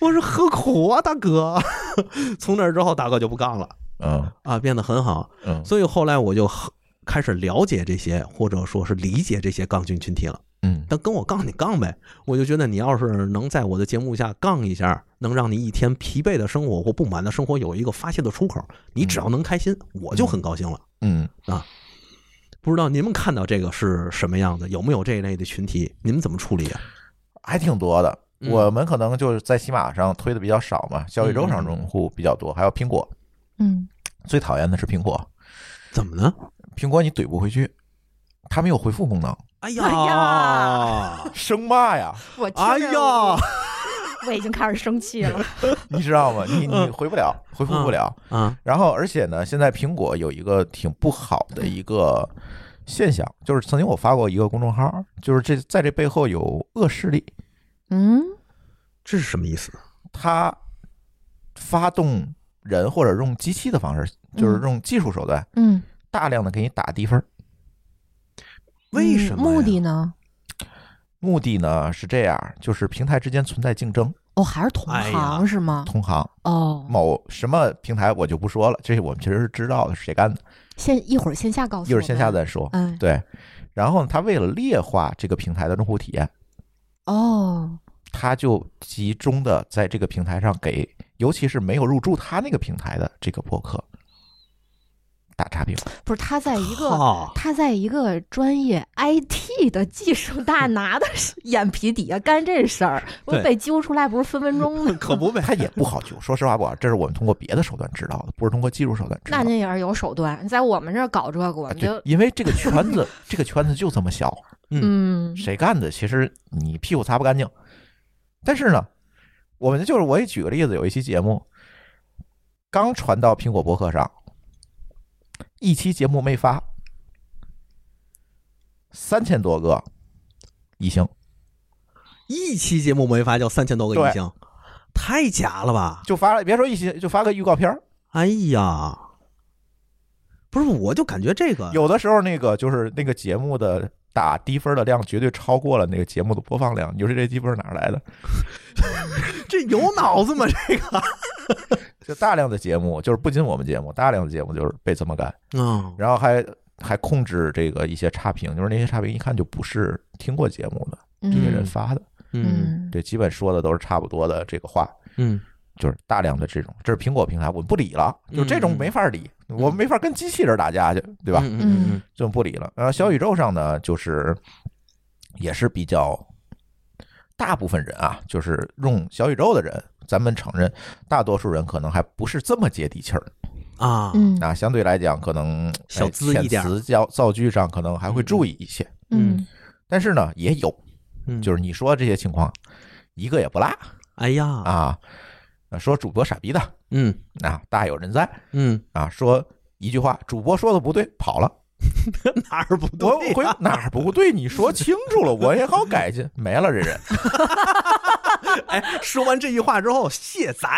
Speaker 3: 我说何苦啊，大哥！ 从那之后，大哥就不杠了
Speaker 2: 嗯
Speaker 3: 啊，变得很好。
Speaker 2: 嗯
Speaker 3: 所以后来我就很开始了解这些，或者说是理解这些杠精群体了。
Speaker 2: 嗯
Speaker 3: 但跟我杠你杠呗，我就觉得你要是能在我的节目下杠一下，能让你一天疲惫的生活或不满的生活有一个发泄的出口，你只要能开心，我就很高兴了。
Speaker 2: 嗯
Speaker 3: 不知道您们看到这个是什么样子，有没有这一类的群体？你们怎么处理啊？
Speaker 2: 还挺多的。
Speaker 3: 嗯
Speaker 2: 我们可能就是在喜马上推的比较少嘛，小宇宙上
Speaker 3: 嗯嗯嗯
Speaker 2: 用户比较多，还有苹果。
Speaker 4: 嗯，
Speaker 2: 最讨厌的是苹果，
Speaker 3: 怎么呢？
Speaker 2: 苹果你怼不回去，它没有回复功能，
Speaker 3: 哎呀，
Speaker 4: 哎
Speaker 3: 呀
Speaker 4: 呀
Speaker 2: 生骂呀，
Speaker 4: 我听
Speaker 3: 哎
Speaker 4: 着
Speaker 3: 呀，
Speaker 4: 我已经开始生气了。
Speaker 2: 你知道吗？ 你你回不了，回复不了。
Speaker 3: 啊，
Speaker 2: 然后，而且呢，现在苹果有一个挺不好的一个现象，就是曾经我发过一个公众号，就是这在这背后有恶势力，
Speaker 4: 嗯，
Speaker 3: 这是什么意思？
Speaker 2: 它发动人或者用机器的方式，就是用技术手段，
Speaker 4: 嗯，
Speaker 2: 大量的给你打低分儿。
Speaker 3: 为什么呀？
Speaker 4: 嗯目的呢？
Speaker 2: 目的呢是这样，就是平台之间存在竞争，
Speaker 4: 哦，还是同
Speaker 3: 哎呀
Speaker 4: 行是吗？
Speaker 2: 同行
Speaker 4: 哦，
Speaker 2: 某什么平台我就不说了，这我们其实是知道的是谁干的，
Speaker 4: 线一会儿线下告诉
Speaker 2: 一会儿线下
Speaker 4: 的，
Speaker 2: 再说。
Speaker 4: 哎，
Speaker 2: 对，然后呢，他为了劣化这个平台的用户体验，
Speaker 4: 哦，
Speaker 2: 他就集中的在这个平台上给，尤其是没有入驻他那个平台的这个博客打差评。
Speaker 4: 不是，他在一个
Speaker 3: 哈
Speaker 4: 他在一个专业 IT 的技术大拿的眼皮底下干这事儿，我
Speaker 3: 对。
Speaker 4: 被揪出来不是分分钟的
Speaker 3: 可不呗，
Speaker 2: 他也不好揪，说实话不好，这是我们通过别的手段知道的，不是通过技术手段知道
Speaker 4: 那
Speaker 2: 的。
Speaker 4: 您也是有手段，在我们这儿搞这个，我
Speaker 2: 啊
Speaker 4: 们
Speaker 2: 对
Speaker 4: 就，
Speaker 2: 因为这个圈子，这个圈子就这么小，
Speaker 4: 嗯，
Speaker 2: 谁干的，其实你屁股擦不干净。但是呢，我们就是我也举个例子，有一期节目刚传到苹果博客上，一期节目没发，三千多个一星，
Speaker 3: 一期节目没发就三千多个
Speaker 2: 对
Speaker 3: 一星，太假了吧？
Speaker 2: 就发了，别说一星，就发个预告片儿。
Speaker 3: 哎呀，不是，我就感觉这个
Speaker 2: 有的时候那个就是那个节目的。打低分的量绝对超过了那个节目的播放量，你说这低分哪儿来的？
Speaker 3: 这有脑子吗？这个
Speaker 2: 就大量的节目，就是不仅我们节目，大量的节目就是被这么干。
Speaker 3: 啊，
Speaker 2: 然后还还控制这个一些差评，就是那些差评一看就不是听过节目的
Speaker 4: 这
Speaker 2: 这些人
Speaker 3: 嗯
Speaker 2: 发的，
Speaker 3: 嗯
Speaker 4: 嗯，
Speaker 2: 对，基本说的都是差不多的这个话，
Speaker 3: 嗯，
Speaker 2: 就是大量的这种，这是苹果平台，我们不理了，就这种
Speaker 3: 嗯
Speaker 2: 没法理，我们没法跟机器人打架去，对吧？
Speaker 3: 嗯嗯
Speaker 2: 这种不理了。然后小宇宙上呢，就是也是比较大部分人啊，就是用小宇宙的人，咱们承认，大多数人可能还不是这么接地气儿，
Speaker 3: 嗯啊，
Speaker 4: 嗯
Speaker 2: 啊，相对来讲可能
Speaker 3: 小
Speaker 2: 哎
Speaker 3: 资一点儿
Speaker 2: 遣词造造句上可能还会注意一些。
Speaker 4: 嗯
Speaker 2: 但是呢，也有，
Speaker 3: 嗯
Speaker 2: 就是是你说这些情况，一个也不落
Speaker 3: 哎呀，
Speaker 2: 啊。呃说主播傻逼的
Speaker 3: 嗯
Speaker 2: 啊，大有人在
Speaker 3: 嗯，
Speaker 2: 啊。说一句话，主播说的不对，跑了。
Speaker 3: 哪儿不对啊
Speaker 2: 我
Speaker 3: 呀？
Speaker 2: 回哪儿不对？你说清楚了，我也好改进。没了这人，
Speaker 3: 哎，说完这句话之后，卸载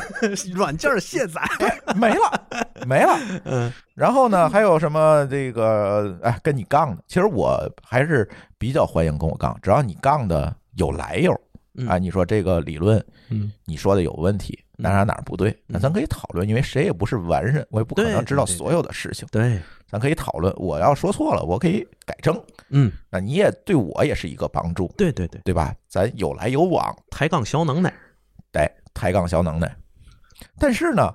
Speaker 3: 软件儿卸载，
Speaker 2: 没了，没了。
Speaker 3: 嗯
Speaker 2: 然后呢，还有什么这个哎，跟你杠的？其实我还是比较欢迎跟我杠，只要你杠的有来由
Speaker 3: 嗯
Speaker 2: 啊，你说这个理论
Speaker 3: 嗯
Speaker 2: 你说的有问题，哪哪哪儿不对，那咱可以讨论，因为谁也不是完人，我也不可
Speaker 3: 对
Speaker 2: 能知道
Speaker 3: 对对
Speaker 2: 所有的事情，
Speaker 3: 对，
Speaker 2: 咱可以讨论。我要说错了，我可以改正，
Speaker 3: 嗯，
Speaker 2: 那你也对我也是一个帮助，
Speaker 3: 对对对，
Speaker 2: 对吧？咱有来有往，
Speaker 3: 抬杠小能耐，
Speaker 2: 哎，抬杠小能耐。但是呢，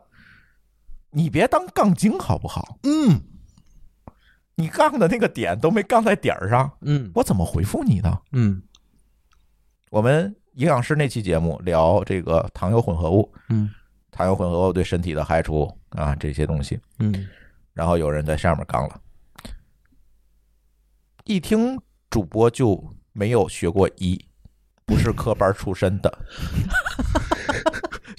Speaker 2: 你别当杠精好不好？
Speaker 3: 嗯
Speaker 2: 你杠的那个点都没杠在点儿上，
Speaker 3: 嗯
Speaker 2: 我怎么回复你呢？
Speaker 3: 嗯
Speaker 2: 我们营养师那期节目聊这个糖油混合物，
Speaker 3: 嗯
Speaker 2: 糖油混合物对身体的害处啊这些东西，
Speaker 3: 嗯
Speaker 2: 然后有人在下面杠了，一听主播就没有学过医，不是科班出身的，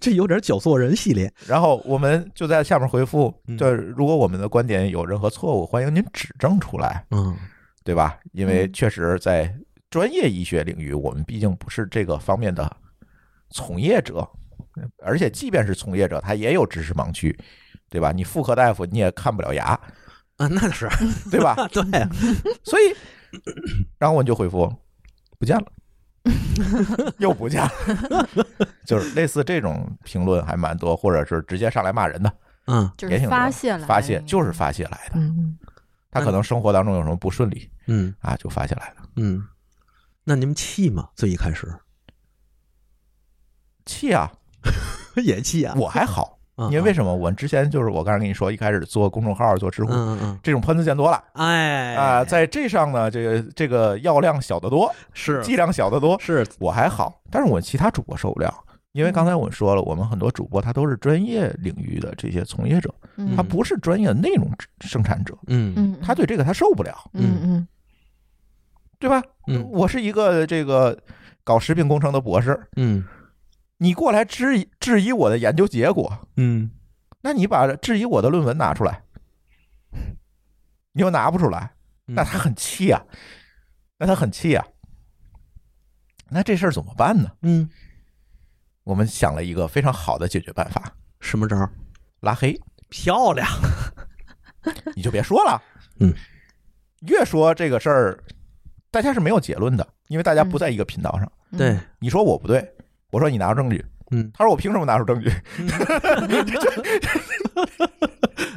Speaker 3: 这有点搅作人系列，
Speaker 2: 然后我们就在下面回复
Speaker 3: 嗯，
Speaker 2: 就是如果我们的观点有任何错误，欢迎您指正出来，
Speaker 3: 嗯
Speaker 2: 对吧？因为
Speaker 4: 嗯
Speaker 2: 确实在专业医学领域，我们毕竟不是这个方面的从业者，而且即便是从业者，他也有知识盲区，对吧？你妇科大夫你也看不了牙，
Speaker 3: 啊，那 是
Speaker 2: 对吧？
Speaker 3: 对，啊
Speaker 2: 所以，然后我就回复不见了，又不见了， 就是类似这种评论还蛮多，或者是直接上来骂人的，
Speaker 3: 嗯
Speaker 4: 就
Speaker 2: 也
Speaker 4: 是
Speaker 2: 挺多
Speaker 4: 发泄来的，
Speaker 2: 发泄就是发泄来的。
Speaker 4: 嗯，
Speaker 2: 他可能生活当中有什么不顺利
Speaker 3: 嗯
Speaker 2: 啊，就发泄来了。
Speaker 3: 嗯，那你们气吗？最一开始
Speaker 2: 气啊，
Speaker 3: 也气啊，
Speaker 2: 我还好，
Speaker 3: 嗯
Speaker 2: 因为为
Speaker 3: 嗯
Speaker 2: 什么？我之前就是我刚才跟你说，一开始做公众号、做知乎，
Speaker 3: 嗯嗯嗯，
Speaker 2: 这种喷子见多了
Speaker 3: 哎
Speaker 2: 啊、在这上呢，这个这个药量小得多，
Speaker 3: 是
Speaker 2: 剂量小得多。
Speaker 3: 是，
Speaker 2: 我还好，但是我其他主播受不了，因为刚才我说了，我们很多主播他都是专业领域的这些从业者，
Speaker 4: 嗯
Speaker 2: 他不是专业内容生产者，
Speaker 3: 嗯
Speaker 4: 嗯，
Speaker 2: 他对这个他受不了，
Speaker 4: 嗯嗯
Speaker 2: 对吧？
Speaker 3: 嗯
Speaker 2: 我是一个这个搞食品工程的博士，
Speaker 3: 嗯
Speaker 2: 你过来质疑质疑我的研究结果，
Speaker 3: 嗯
Speaker 2: 那你把质疑我的论文拿出来，你又拿不出来，
Speaker 3: 嗯
Speaker 2: 那他很气啊，那他很气啊，那这事儿怎么办呢？
Speaker 3: 嗯，
Speaker 2: 我们想了一个非常好的解决办法，
Speaker 3: 什么招儿？
Speaker 2: 拉黑。
Speaker 3: 漂亮，
Speaker 2: 你就别说了。
Speaker 3: 嗯，
Speaker 2: 越说这个事儿，大家是没有结论的，因为大家不在一个频道上。
Speaker 4: 嗯
Speaker 3: 对，
Speaker 2: 你说我不对，我说你拿出证据，
Speaker 3: 嗯
Speaker 2: 他说我凭什么拿出证据？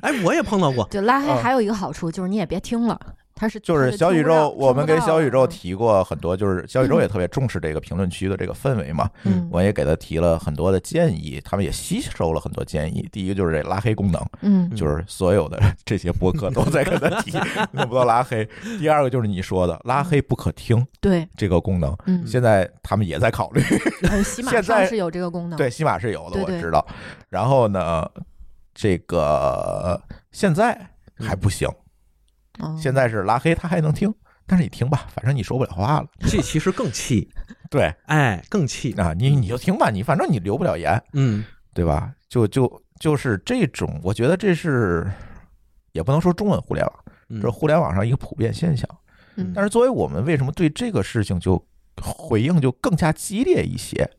Speaker 3: 哎，我也碰到过，
Speaker 4: 就拉黑
Speaker 2: 嗯
Speaker 4: 还有一个好处就是你也别听了，他是
Speaker 2: 就是小宇宙，我们给小宇宙，提过很多， 就是小宇宙
Speaker 4: 嗯
Speaker 2: 也特别重视这个评论区的这个氛围嘛，
Speaker 4: 他是听不到的
Speaker 2: 我也给他提了很多的建议，他们也吸收了很多建议。第一个就是这拉黑功能，
Speaker 4: 嗯嗯
Speaker 2: 就是所有的这些播客都在跟他 提弄不到拉黑。第二个就是你说的拉黑不可听
Speaker 4: 对，
Speaker 2: 这个功能，
Speaker 4: 嗯，
Speaker 2: 现在他们也在考虑。
Speaker 4: 呃喜马
Speaker 2: 现在
Speaker 4: 上是有这个功能，
Speaker 2: 对，，西马是有的，
Speaker 4: 嗯对
Speaker 2: 我
Speaker 4: 对
Speaker 2: 知道。然后呢，这个呃现在还不行，
Speaker 4: 嗯、
Speaker 2: 现在是拉黑他还能听，但是你听吧，反正你说不了话了。
Speaker 3: 这其实更气，
Speaker 2: 对
Speaker 3: 哎，更气，
Speaker 2: 啊，你你就听吧，你反正你留不了言，
Speaker 3: 嗯
Speaker 2: 对吧？就就就是这种，我觉得这是也不能说中文互联网，
Speaker 3: 嗯
Speaker 2: 这是互联网上一个普遍现象。
Speaker 4: 嗯
Speaker 2: 但是作为我们为什么对这个事情就回应就更加激烈一些？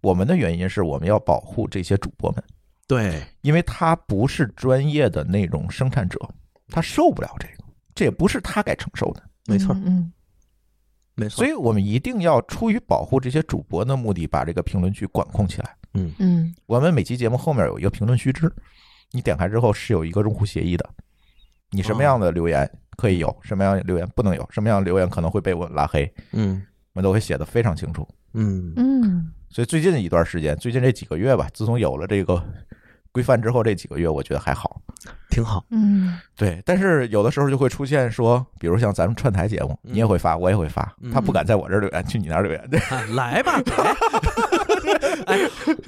Speaker 2: 我们的原因是我们要保护这些主播们。
Speaker 3: 对，
Speaker 2: 因为他不是专业的内容生产者，他受不了这个，这也不是他该承受的。
Speaker 3: 没错
Speaker 4: 嗯嗯
Speaker 3: 没错
Speaker 2: 所，以我们一定要出于保护这些主播的目的，把这个评论区管控起来。
Speaker 4: 嗯
Speaker 2: 我们每期节目后面有一个评论须知，你点开之后是有一个用户协议的，你什么样的留言可以有，什么样的留言不能有，什么样的留言可能会被我拉黑，
Speaker 3: 嗯
Speaker 2: 我们都会写的非常清楚。
Speaker 3: 嗯
Speaker 4: 嗯
Speaker 2: 所以最近一段时间，最近这几个月吧，自从有了这个规范之后，这几个月我觉得还好。
Speaker 3: 挺好，
Speaker 4: 嗯
Speaker 2: 对，但是有的时候就会出现说，比如像咱们串台节目，
Speaker 3: 嗯
Speaker 2: 你也会发，我也会发，
Speaker 3: 嗯
Speaker 2: 他不敢在我这儿留言，去你那儿留 言。
Speaker 3: 哎来吧，给 哎，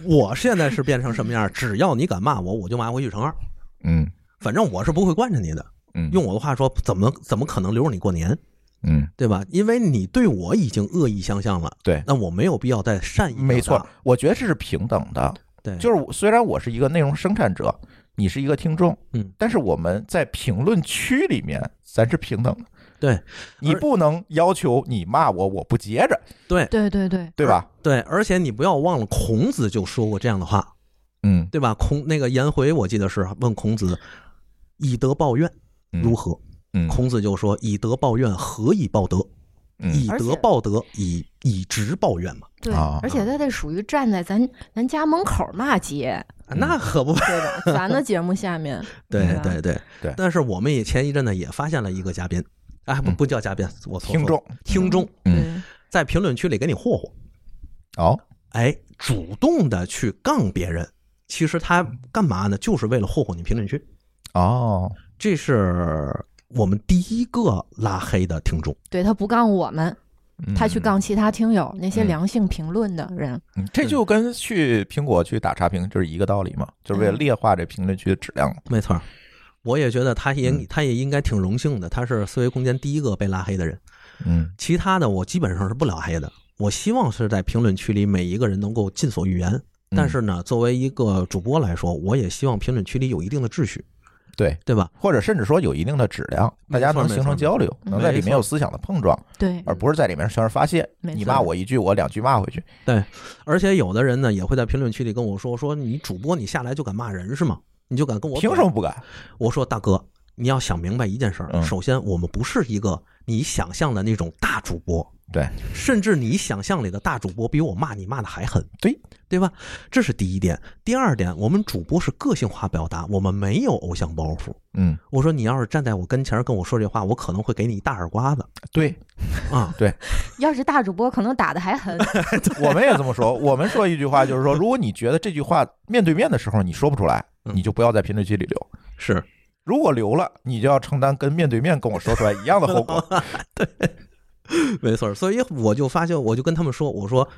Speaker 3: 我现在是变成什么样？只要你敢骂我，我就骂回去乘二。
Speaker 2: 嗯
Speaker 3: 反正我是不会惯着你的。
Speaker 2: 嗯，
Speaker 3: 用我的话说，怎么能怎么可能留着你过年，
Speaker 2: 嗯，
Speaker 3: 对吧？因为你对我已经恶意相向了，
Speaker 2: 对
Speaker 3: 那我没有必要再善意表达。
Speaker 2: 没错，我觉得这是平等的，
Speaker 3: 对，
Speaker 2: 就是我虽然我是一个内容生产者，你是一个听众，
Speaker 3: 嗯，
Speaker 2: 但是我们在评论区里面咱是平等的，
Speaker 3: 对
Speaker 2: 你不能要求你骂我我不接着，
Speaker 3: 对
Speaker 4: 对对对，
Speaker 2: 对吧？
Speaker 3: 对，而且你不要忘了，孔子就说过这样的话，
Speaker 2: 嗯
Speaker 3: 对吧？孔那个颜回，我记得是问孔子以德报怨
Speaker 2: 嗯
Speaker 3: 如何？
Speaker 2: 嗯
Speaker 3: 孔子就说：“以德报怨，何以报德？
Speaker 2: 嗯
Speaker 3: 以
Speaker 4: 而
Speaker 3: 德
Speaker 4: 且
Speaker 3: 报德，以以直报怨嘛，
Speaker 4: 对
Speaker 2: 啊，
Speaker 4: 而且他这属于站在咱咱家门口骂街，
Speaker 3: 啊那可不
Speaker 4: 对吧？咱的节目下面，
Speaker 3: 对
Speaker 4: 吧
Speaker 3: 对对
Speaker 2: 对
Speaker 3: 但是我们也前一阵呢也发现了一个嘉宾，啊不
Speaker 2: 嗯
Speaker 3: 不叫嘉宾，我错
Speaker 2: 听
Speaker 3: 错了
Speaker 2: 众
Speaker 3: 听众
Speaker 4: 对
Speaker 2: 嗯，
Speaker 3: 在评论区里给你霍霍，
Speaker 2: 哦，
Speaker 3: 哎，主动的去杠别人，其实他干嘛呢？就是为了霍霍你评论区，
Speaker 2: 哦，
Speaker 3: 这是我们第一个拉黑的听众。
Speaker 4: 对他不杠我们，他去
Speaker 2: 嗯，
Speaker 4: 杠其他听友那些
Speaker 2: 嗯
Speaker 4: 良性评论的人，
Speaker 2: 嗯这就跟去苹果去打差评就是一个道理嘛，就是
Speaker 4: 嗯
Speaker 2: 为了劣化这评论区的质量。
Speaker 3: 没错儿，我也觉得他也、
Speaker 2: 嗯
Speaker 3: 他也应该挺荣幸的，他是思维空间第一个被拉黑的人。
Speaker 2: 嗯
Speaker 3: 其他的我基本上是不了黑的。我希望是在评论区里每一个人能够尽所欲言，
Speaker 2: 嗯
Speaker 3: 但是呢，作为一个主播来说，我也希望评论区里有一定的秩序，
Speaker 2: 对，
Speaker 3: 对吧？
Speaker 2: 或者甚至说有一定的质量，
Speaker 3: 没
Speaker 2: 大
Speaker 3: 错
Speaker 2: 家能形成交流，
Speaker 4: 没错
Speaker 2: 能在里面有思想的碰撞，
Speaker 4: 对
Speaker 2: 而不是在里面全是发泄。
Speaker 4: 嗯没错
Speaker 2: 你骂我一句，我两句骂回去。
Speaker 3: 而且有的人呢，也会在评论区里跟我说：“说你主播你下来就敢骂人是吗？你就敢跟我
Speaker 2: 凭什么？”不敢？
Speaker 3: 我说：“大哥，你要想明白一件事儿，
Speaker 2: 嗯
Speaker 3: 首先我们不是一个你想象的那种大主播，
Speaker 2: 对，
Speaker 3: 甚至你想象里的大主播比我骂你骂的还狠，
Speaker 2: 对
Speaker 3: 对吧？这是第一点。第二点，我们主播是个性化表达，我们没有偶像包袱。
Speaker 2: 嗯，
Speaker 3: 我说你要是站在我跟前儿跟我说这话，我可能会给你一大耳刮子
Speaker 2: 对，
Speaker 3: 啊！
Speaker 4: 要是大主播可能打的还狠，
Speaker 2: 我们也这么说。我们说一句话，就是说，如果你觉得这句话面对面的时候你说不出来，
Speaker 3: 嗯
Speaker 2: 你就不要在评论区里留。
Speaker 3: 是
Speaker 2: 如果留了，你就要承担跟面对面跟我说出来一样的后果。
Speaker 3: 没错儿，所以我就发现，我就跟他们说，我说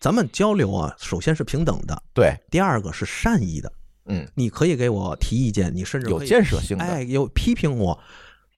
Speaker 3: 咱们交流啊，首先是平等的，
Speaker 2: 对，
Speaker 3: 第二个是善意的。
Speaker 2: 嗯，
Speaker 3: 你可以给我提意见，你甚至
Speaker 2: 有
Speaker 3: 可以
Speaker 2: 建设性的
Speaker 3: 哎，有批评我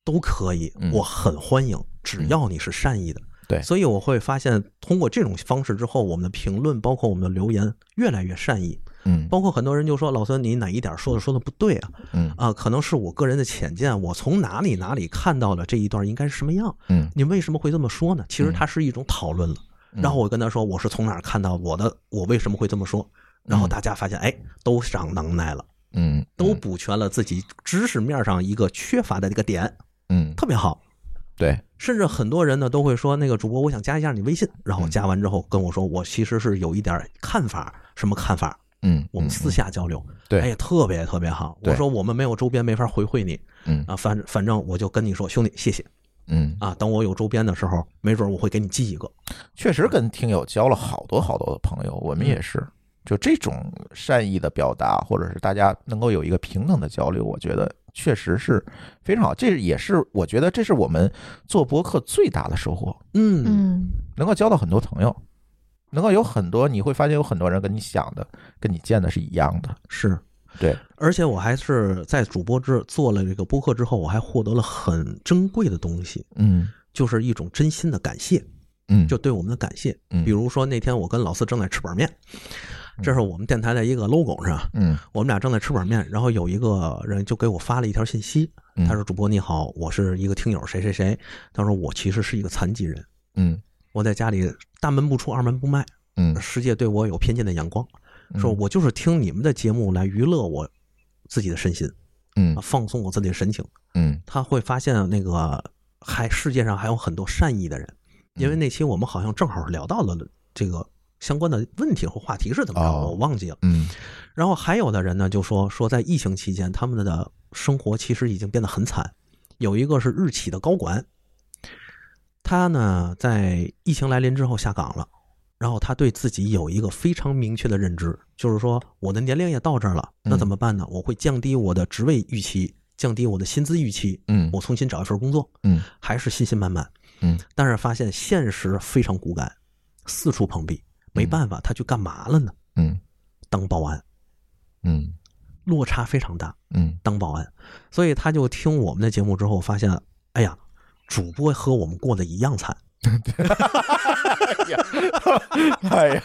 Speaker 3: 都可以
Speaker 2: 嗯，
Speaker 3: 我很欢迎，只要你是善意的。
Speaker 2: 对
Speaker 3: 所以我会发现，通过这种方式之后，我们的评论，包括我们的留言，越来越善意。
Speaker 2: 嗯
Speaker 3: 包括很多人就说：“老孙，你哪一点说的说的不对啊？
Speaker 2: 嗯
Speaker 3: 啊，可能是我个人的浅见，我从哪里哪里看到了这一段应该是什么样。
Speaker 2: 嗯，
Speaker 3: 你为什么会这么说呢？其实它是一种讨论了。
Speaker 2: 嗯
Speaker 3: 然后我跟他说，我是从哪儿看到我的，我为什么会这么说？然后大家发现，哎，都长能耐了，
Speaker 2: 嗯
Speaker 3: 都补全了自己知识面上一个缺乏的这个点，
Speaker 2: 嗯
Speaker 3: 特别好。
Speaker 2: 对，
Speaker 3: 甚至很多人呢都会说，那个主播，我想加一下你微信。然
Speaker 2: 嗯
Speaker 3: 后加完之后跟我说，我其实是有一点看法，什么看法？
Speaker 2: 嗯，
Speaker 3: 我们私下交流，
Speaker 2: 对
Speaker 3: 哎呀，特别特别好。
Speaker 2: 对
Speaker 3: 我说我们没有周边，没法回馈你，
Speaker 2: 嗯
Speaker 3: 啊，反反正我就跟你说，兄弟，谢谢
Speaker 2: 嗯，
Speaker 3: 啊，等我有周边的时候，没准我会给你寄一个。
Speaker 2: 确实跟听友交了好多好多的朋友，我们
Speaker 3: 嗯
Speaker 2: 也是。就这种善意的表达，或者是大家能够有一个平等的交流，我觉得确实是非常好。这也是我觉得这是我们做播客最大的收获，
Speaker 3: 嗯，
Speaker 4: 嗯，
Speaker 2: 能够交到很多朋友，能够有很多你会发现有很多人跟你想的、跟你见的是一样的。
Speaker 3: 是
Speaker 2: 对，
Speaker 3: 而且我还是在主播之做了这个播客之后，我还获得了很珍贵的东西，
Speaker 2: 嗯
Speaker 3: 就是一种真心的感谢，
Speaker 2: 嗯，
Speaker 3: 就对我们的感谢。
Speaker 2: 嗯
Speaker 3: 比如说那天我跟老四正在吃板面，这是我们电台的一个 logo 是吧？
Speaker 2: 嗯
Speaker 3: 我们俩正在吃板面，然后有一个人就给我发了一条信息，
Speaker 2: 嗯
Speaker 3: 他说：“主播你好，我是一个听友谁谁谁。”他说：“我其实是一个残疾人，
Speaker 2: 嗯
Speaker 3: 我在家里大门不出二门不迈，
Speaker 2: 嗯，
Speaker 3: 世界对我有偏见的眼光，说
Speaker 2: 嗯
Speaker 3: 我就是听你们的节目来娱乐我自己的身心，
Speaker 2: 嗯
Speaker 3: 啊放松我自己的神情。
Speaker 2: 嗯
Speaker 3: 他会发现那个还世界上还有很多善意的人，因为那期我们好像正好聊到了这个相关的问题和话题是怎么着，
Speaker 2: 哦
Speaker 3: 我忘记了。
Speaker 2: 嗯
Speaker 3: 然后还有的人呢，就说说在疫情期间，他们的生活其实已经变得很惨。有一个是日企的高管，他呢在疫情来临之后下岗了，然后他对自己有一个非常明确的认知，就是说我的年龄也到这儿了，那怎么办呢？我会降低我的职位预期，降低我的薪资预期，
Speaker 2: 嗯
Speaker 3: 我重新找一份工作，
Speaker 2: 嗯
Speaker 3: 还是信心满满。
Speaker 2: 嗯，
Speaker 3: 但是发现现实非常骨感，四处碰壁，没办法，他去干嘛了呢？
Speaker 2: 嗯
Speaker 3: 当保安，
Speaker 2: 嗯
Speaker 3: 落差非常大。
Speaker 2: 嗯
Speaker 3: 当保安，所以他就听我们的节目之后发现，哎呀，主播和我们过得一样惨。
Speaker 2: 哎 呀，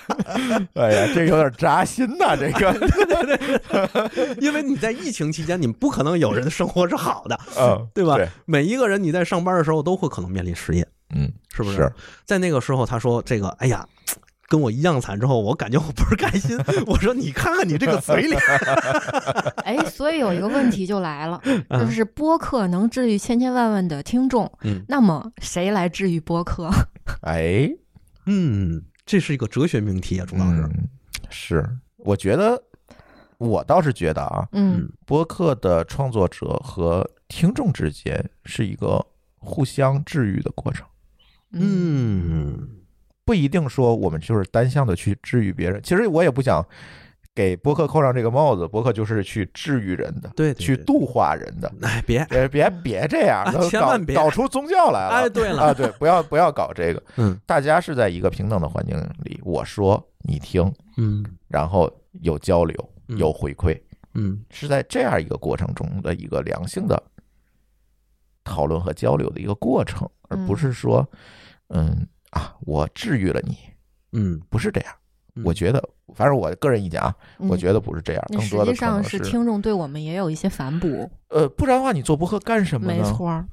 Speaker 2: 哎呀，这有点扎心呐、这个，
Speaker 3: 因为你在疫情期间，你们不可能有人的生活是好的，
Speaker 2: 嗯，
Speaker 3: 对吧？
Speaker 2: 对
Speaker 3: 每一个人你在上班的时候都会可能面临失业，
Speaker 2: 嗯，
Speaker 3: 是不是？
Speaker 2: 是
Speaker 3: 在那个时候，他说这个，哎呀。跟我一样惨之后，我感觉我不是开心。我说你看看你这个嘴脸，
Speaker 4: 哎，所以有一个问题就来了，
Speaker 3: 嗯
Speaker 4: 就是播客能治愈千千万万的听众，
Speaker 3: 嗯
Speaker 4: 那么谁来治愈播客？
Speaker 2: 哎，
Speaker 3: 嗯，这是一个哲学命题啊，主要是，
Speaker 2: 嗯是，我觉得我倒是觉得啊，
Speaker 4: 嗯
Speaker 2: 播客的创作者和听众之间是一个互相治愈的过程。
Speaker 4: 嗯
Speaker 3: 嗯
Speaker 2: 不一定说我们就是单向的去治愈别人。其实我也不想给播客扣上这个帽子，播客就是去治愈人的，
Speaker 3: 对对
Speaker 2: 去
Speaker 3: 对
Speaker 2: 度化人 的。
Speaker 3: 哎，别，
Speaker 2: 别别别这样，
Speaker 3: 啊
Speaker 2: 都
Speaker 3: 千
Speaker 2: 搞
Speaker 3: 万别
Speaker 2: 搞出宗教来了。
Speaker 3: 哎对了
Speaker 2: 啊，对，不要不要搞这个。
Speaker 3: 嗯
Speaker 2: 大家是在一个平等的环境里，我说你听，
Speaker 3: 嗯
Speaker 2: 然后有交流，
Speaker 3: 嗯
Speaker 2: 有回馈，
Speaker 3: 嗯
Speaker 2: 是在这样一个过程中的一个良性的讨论和交流的一个过程，而不是说，嗯啊，我治愈了你，
Speaker 3: 嗯，
Speaker 2: 不是这样。
Speaker 3: 嗯
Speaker 2: 我觉得，反正我个人意见啊，
Speaker 4: 嗯
Speaker 2: 我觉得不是这样，
Speaker 4: 那
Speaker 2: 更
Speaker 4: 实
Speaker 2: 多的
Speaker 4: 际
Speaker 2: 可
Speaker 4: 上
Speaker 2: 能
Speaker 4: 是
Speaker 2: 是
Speaker 4: 听众对我们也有一些反哺，
Speaker 2: 呃，不然的话你做播客干什么呢？
Speaker 4: 没错儿，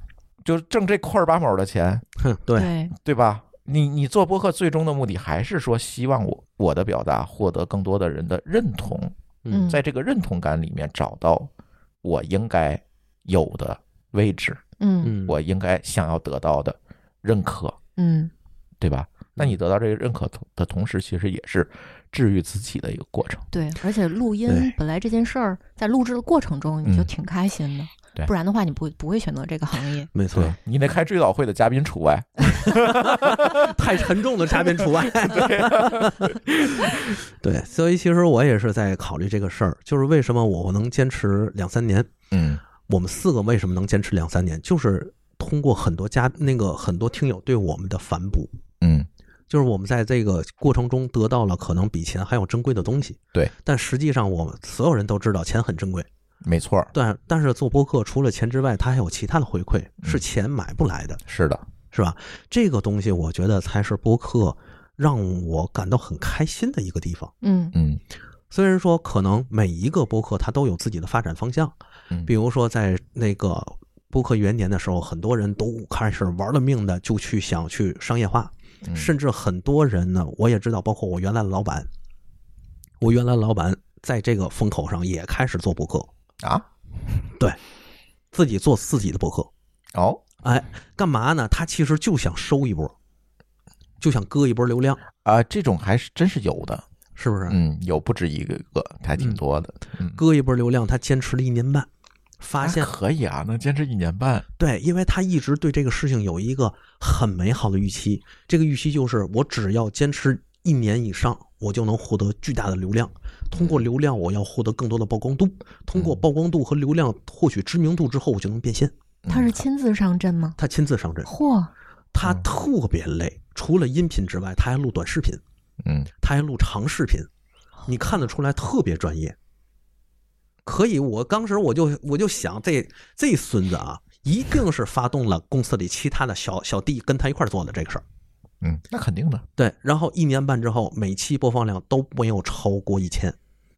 Speaker 2: 就挣这块儿八毛的钱，
Speaker 3: 哼，对，
Speaker 4: 对，
Speaker 2: 对吧？你你做播客最终的目的还是说，希望我我的表达获得更多的人的认同，
Speaker 4: 嗯
Speaker 2: 在这个认同感里面找到我应该有的位置，
Speaker 4: 嗯
Speaker 3: 嗯，
Speaker 2: 我应该想要得到的认可，
Speaker 4: 嗯
Speaker 2: 对吧？那你得到这个认可的同时，其实也是治愈自己的一个过程。
Speaker 4: 对，而且录音
Speaker 3: 对
Speaker 4: 本来这件事儿在录制的过程中你就
Speaker 2: 嗯
Speaker 4: 挺开心的，
Speaker 2: 对
Speaker 4: 不然的话你不不会选择这个行业。
Speaker 3: 没错，
Speaker 2: 你那开追悼会的嘉宾除外，
Speaker 3: 太沉重的嘉宾除外。 对，所以其实我也是在考虑这个事儿，就是为什么我能坚持两三年？
Speaker 2: 嗯
Speaker 3: 我们四个为什么能坚持两三年？就是通过很多家那个很多听友对我们的反哺，
Speaker 2: 嗯，
Speaker 3: 就是我们在这个过程中得到了可能比钱还要珍贵的东西。
Speaker 2: 对，
Speaker 3: 但实际上我们所有人都知道钱很珍贵，
Speaker 2: 没错儿，
Speaker 3: 但但是做播客除了钱之外，它还有其他的回馈，是钱买不来的。
Speaker 2: 是的，
Speaker 3: 是吧？这个东西我觉得才是播客让我感到很开心的一个地方。
Speaker 4: 嗯
Speaker 2: 嗯
Speaker 3: 虽然说可能每一个播客它都有自己的发展方向，
Speaker 2: 嗯
Speaker 3: 比如说在那个播客元年的时候，很多人都开始玩了命的就去想去商业化，
Speaker 2: 嗯
Speaker 3: 甚至很多人呢，我也知道，包括我原来的老板，我原来的老板在这个风口上也开始做播客，
Speaker 2: 啊，
Speaker 3: 自己做自己的播客。
Speaker 2: 哦
Speaker 3: 哎，干嘛呢？他其实就想收一波，就想割一波流量，
Speaker 2: 啊、这种还是真是有的，
Speaker 3: 是不是？
Speaker 2: 嗯，有不止一个个，还挺多的，嗯，
Speaker 3: 割一波流量，他坚持了一年半，发现、
Speaker 2: 还可以啊，能坚持一年半，
Speaker 3: 对，因为他一直对这个事情有一个很美好的预期，这个预期就是我只要坚持一年以上，我就能获得巨大的流量。通过流量，我要获得更多的曝光度，通过曝光度和流量获取知名度之后，我就能变现。
Speaker 4: 他
Speaker 2: 嗯
Speaker 4: 是亲自上阵吗？
Speaker 3: 他亲自上阵，
Speaker 4: 嚯，
Speaker 3: 他特别累，除了音频之外，他还录短视频，
Speaker 2: 嗯
Speaker 3: 他还录长视频，你看得出来特别专业。可以，我当时我就我就想这这孙子啊，一定是发动了公司里其他的小小弟跟他一块儿做的这个事儿。
Speaker 2: 嗯，那肯定的，
Speaker 3: 对，然后一年半之后，每期播放量都没有超过一千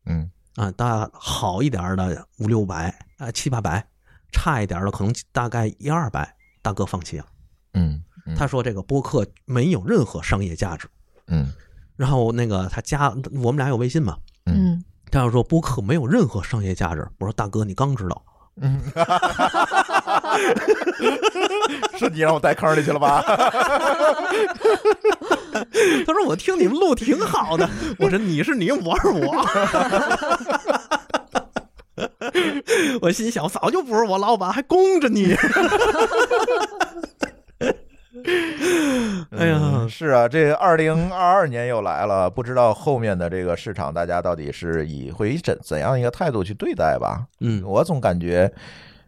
Speaker 2: 嗯
Speaker 3: 啊，大好一点儿的五六百啊七八百，差一点儿的可能大概一二百。大哥放弃了，啊
Speaker 2: 嗯
Speaker 3: 他说这个播客没有任何商业价值。
Speaker 2: 嗯
Speaker 3: 然后那个他加我们俩有微信嘛，
Speaker 4: 嗯，
Speaker 3: 他要说播客没有任何商业价值，我说大哥你刚知道，
Speaker 2: 嗯，是你让我带坑里去了吧？
Speaker 3: 他说我听你们录挺好的，我说你是你，我 是我，我心想早就不是我老板，还供着你， 哎呀
Speaker 2: 嗯，是啊，这二零二二年又来了，不知道后面的这个市场，大家到底是以会以怎怎样一个态度去对待吧？
Speaker 3: 嗯
Speaker 2: 我总感觉，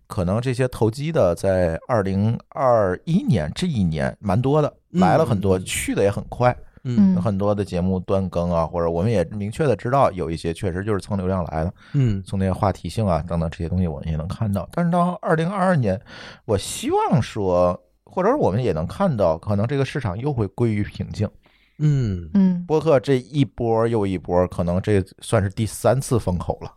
Speaker 2: 可能这些投机的在二零二一年这一年蛮多的，
Speaker 3: 嗯
Speaker 2: 来了很多，去的也很快，
Speaker 3: 嗯
Speaker 4: 嗯
Speaker 2: 很多的节目断更啊，或者我们也明确的知道有一些确实就是蹭流量来的，
Speaker 3: 嗯
Speaker 2: 从那些话题性啊等等这些东西，我们也能看到。但是到二零二二年，我希望说，或者说我们也能看到，可能这个市场又会归于平静。
Speaker 3: 嗯，
Speaker 4: 嗯
Speaker 2: 播客这一波又一波，可能这算是第三次风口了。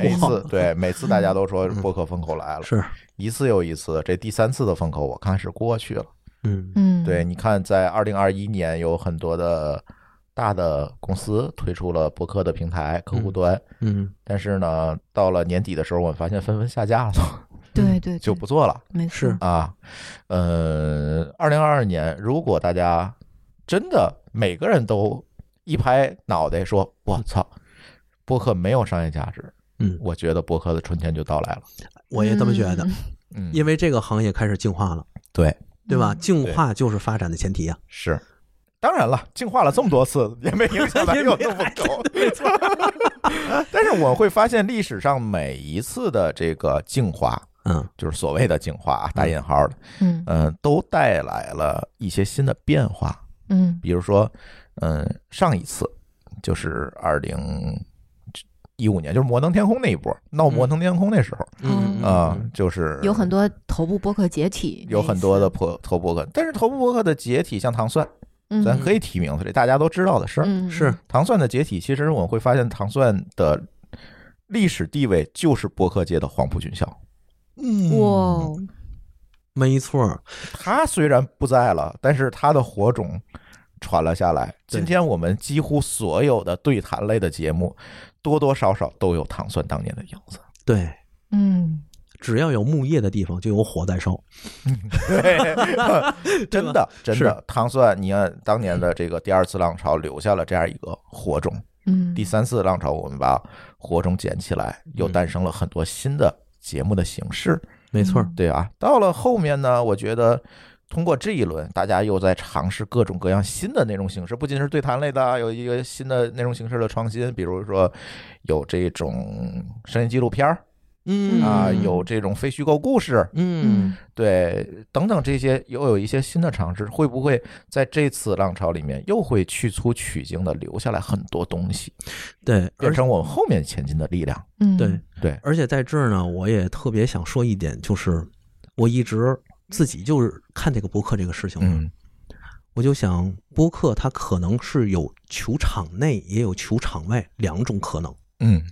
Speaker 2: 每次对每次大家都说播客风口来了，
Speaker 3: 嗯是
Speaker 2: 一次又一次，这第三次的风口我看是过去了。
Speaker 3: 嗯
Speaker 4: 嗯，
Speaker 2: 对，，你看，在二零二一年有很多的大的公司推出了播客的平台客户端，
Speaker 3: 嗯
Speaker 2: 但是呢，到了年底的时候，我们发现纷纷下架了。
Speaker 4: 对对，
Speaker 2: 就
Speaker 4: 对
Speaker 2: 不做了
Speaker 4: 没错
Speaker 3: 是
Speaker 2: 啊。呃，二零二二年，如果大家真的每个人都一拍脑袋说“我操”，播客没有商业价值，
Speaker 3: 嗯，
Speaker 2: 我觉得播客的春天就到来了。
Speaker 3: 我也这么觉得，
Speaker 4: 嗯
Speaker 2: 嗯，
Speaker 3: 因
Speaker 2: 为
Speaker 3: 为这个行业开始进化了，
Speaker 2: 对
Speaker 3: 对吧？
Speaker 4: 嗯
Speaker 3: 进化就是发展的前提啊呀、
Speaker 2: 是。当然了，进化了这么多次，也没影响咱
Speaker 3: 也
Speaker 2: 有
Speaker 3: 没
Speaker 2: 那么高。但是我会发现，历史上每一次的这个进化，
Speaker 4: 哦
Speaker 3: 嗯，
Speaker 2: 就是所谓的进化啊，打引号的，
Speaker 4: 嗯
Speaker 2: 嗯、都带来了一些新的变化。
Speaker 4: 嗯
Speaker 2: 比如说，嗯、上一次就是二零一五年，就是摩登天空那一波，闹摩登天空那时候
Speaker 4: 嗯
Speaker 2: 啊、就是
Speaker 4: 有很多头部播客解体，
Speaker 2: 有很多的破头博客，但是头部博客的解体，像糖蒜，
Speaker 4: 那一次，
Speaker 2: 咱
Speaker 4: 嗯
Speaker 2: 可以提名字，这大家都知道的事儿。
Speaker 4: 嗯
Speaker 3: 是
Speaker 2: 糖蒜的解体，其实我们会发现糖蒜的历史地位就是播客界的黄埔军校。
Speaker 3: 嗯
Speaker 4: 哇哦，
Speaker 3: 没错儿，
Speaker 2: 他虽然不在了，但是他的火种传了下来。
Speaker 3: 对
Speaker 2: 今天我们几乎所有的对谈类的节目，多多少少都有糖蒜当年的影 子。
Speaker 3: 对，
Speaker 4: 嗯
Speaker 3: 只要有木业的地方就有火在烧，
Speaker 2: 对， 真的，真
Speaker 3: 是
Speaker 2: 的，糖蒜，你看当年的这个第二次浪潮留下了这样一个火种，
Speaker 4: 嗯，
Speaker 2: 第三次浪潮我们把火种捡起来，又
Speaker 3: 嗯
Speaker 2: 诞生了很多新的节目的形式。
Speaker 3: 没错儿，
Speaker 4: 嗯
Speaker 2: 对啊，到了后面呢，我觉得通过这一轮，大家又在尝试各种各样新的内容形式，不仅是对谈类的啊，有一个新的内容形式的创新，比如说有这种声音纪录片儿
Speaker 3: 嗯
Speaker 2: 啊，
Speaker 4: 嗯
Speaker 2: 有这种非虚构故事，
Speaker 3: 嗯
Speaker 4: 嗯
Speaker 2: 对，等等这些，又有一些新的尝试，会不会在这次浪潮里面又会去粗取精的留下来很多东西，
Speaker 3: 对，
Speaker 2: 变
Speaker 3: 而
Speaker 2: 成我们后面前进的力量？
Speaker 4: 嗯
Speaker 3: 对，
Speaker 2: 对，
Speaker 3: 而且在这儿呢，我也特别想说一点，就是我一直自己就是看这个播客这个事情嘛，
Speaker 2: 嗯
Speaker 3: 我就想播客它可能是有球场内也有球场外两种可能。
Speaker 2: 嗯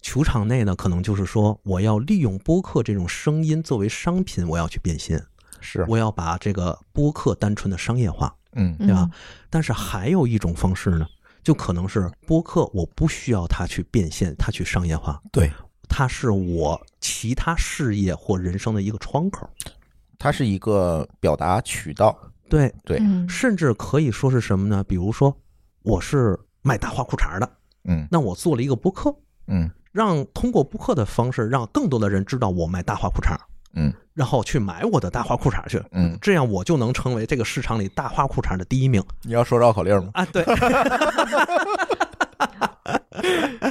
Speaker 3: 球场内呢，可能就是说我要利用播客这种声音作为商品，我要去变现，
Speaker 2: 是，
Speaker 3: 我要把这个播客单纯的商业化。
Speaker 2: 嗯
Speaker 4: 对
Speaker 3: 对吧？但是还有一种方式呢，就可能是播客，我不需要它去变现，它去商业化，
Speaker 2: 对，
Speaker 3: 它是我其他事业或人生的一个窗口。
Speaker 2: 它是一个表达渠道。
Speaker 3: 对，
Speaker 2: 对
Speaker 4: 嗯
Speaker 3: 甚至可以说是什么呢？比如说，我是卖大花裤衩的，
Speaker 2: 嗯
Speaker 3: 那我做了一个播客，
Speaker 2: 嗯
Speaker 3: 让通过播客的方式，让更多的人知道我卖大花裤衩，
Speaker 2: 嗯
Speaker 3: 然后去买我的大花裤衩去。
Speaker 2: 嗯，
Speaker 3: 这样我就能成为这个市场里大花裤衩的第一名
Speaker 2: 你要说绕口令吗？
Speaker 3: 啊！对，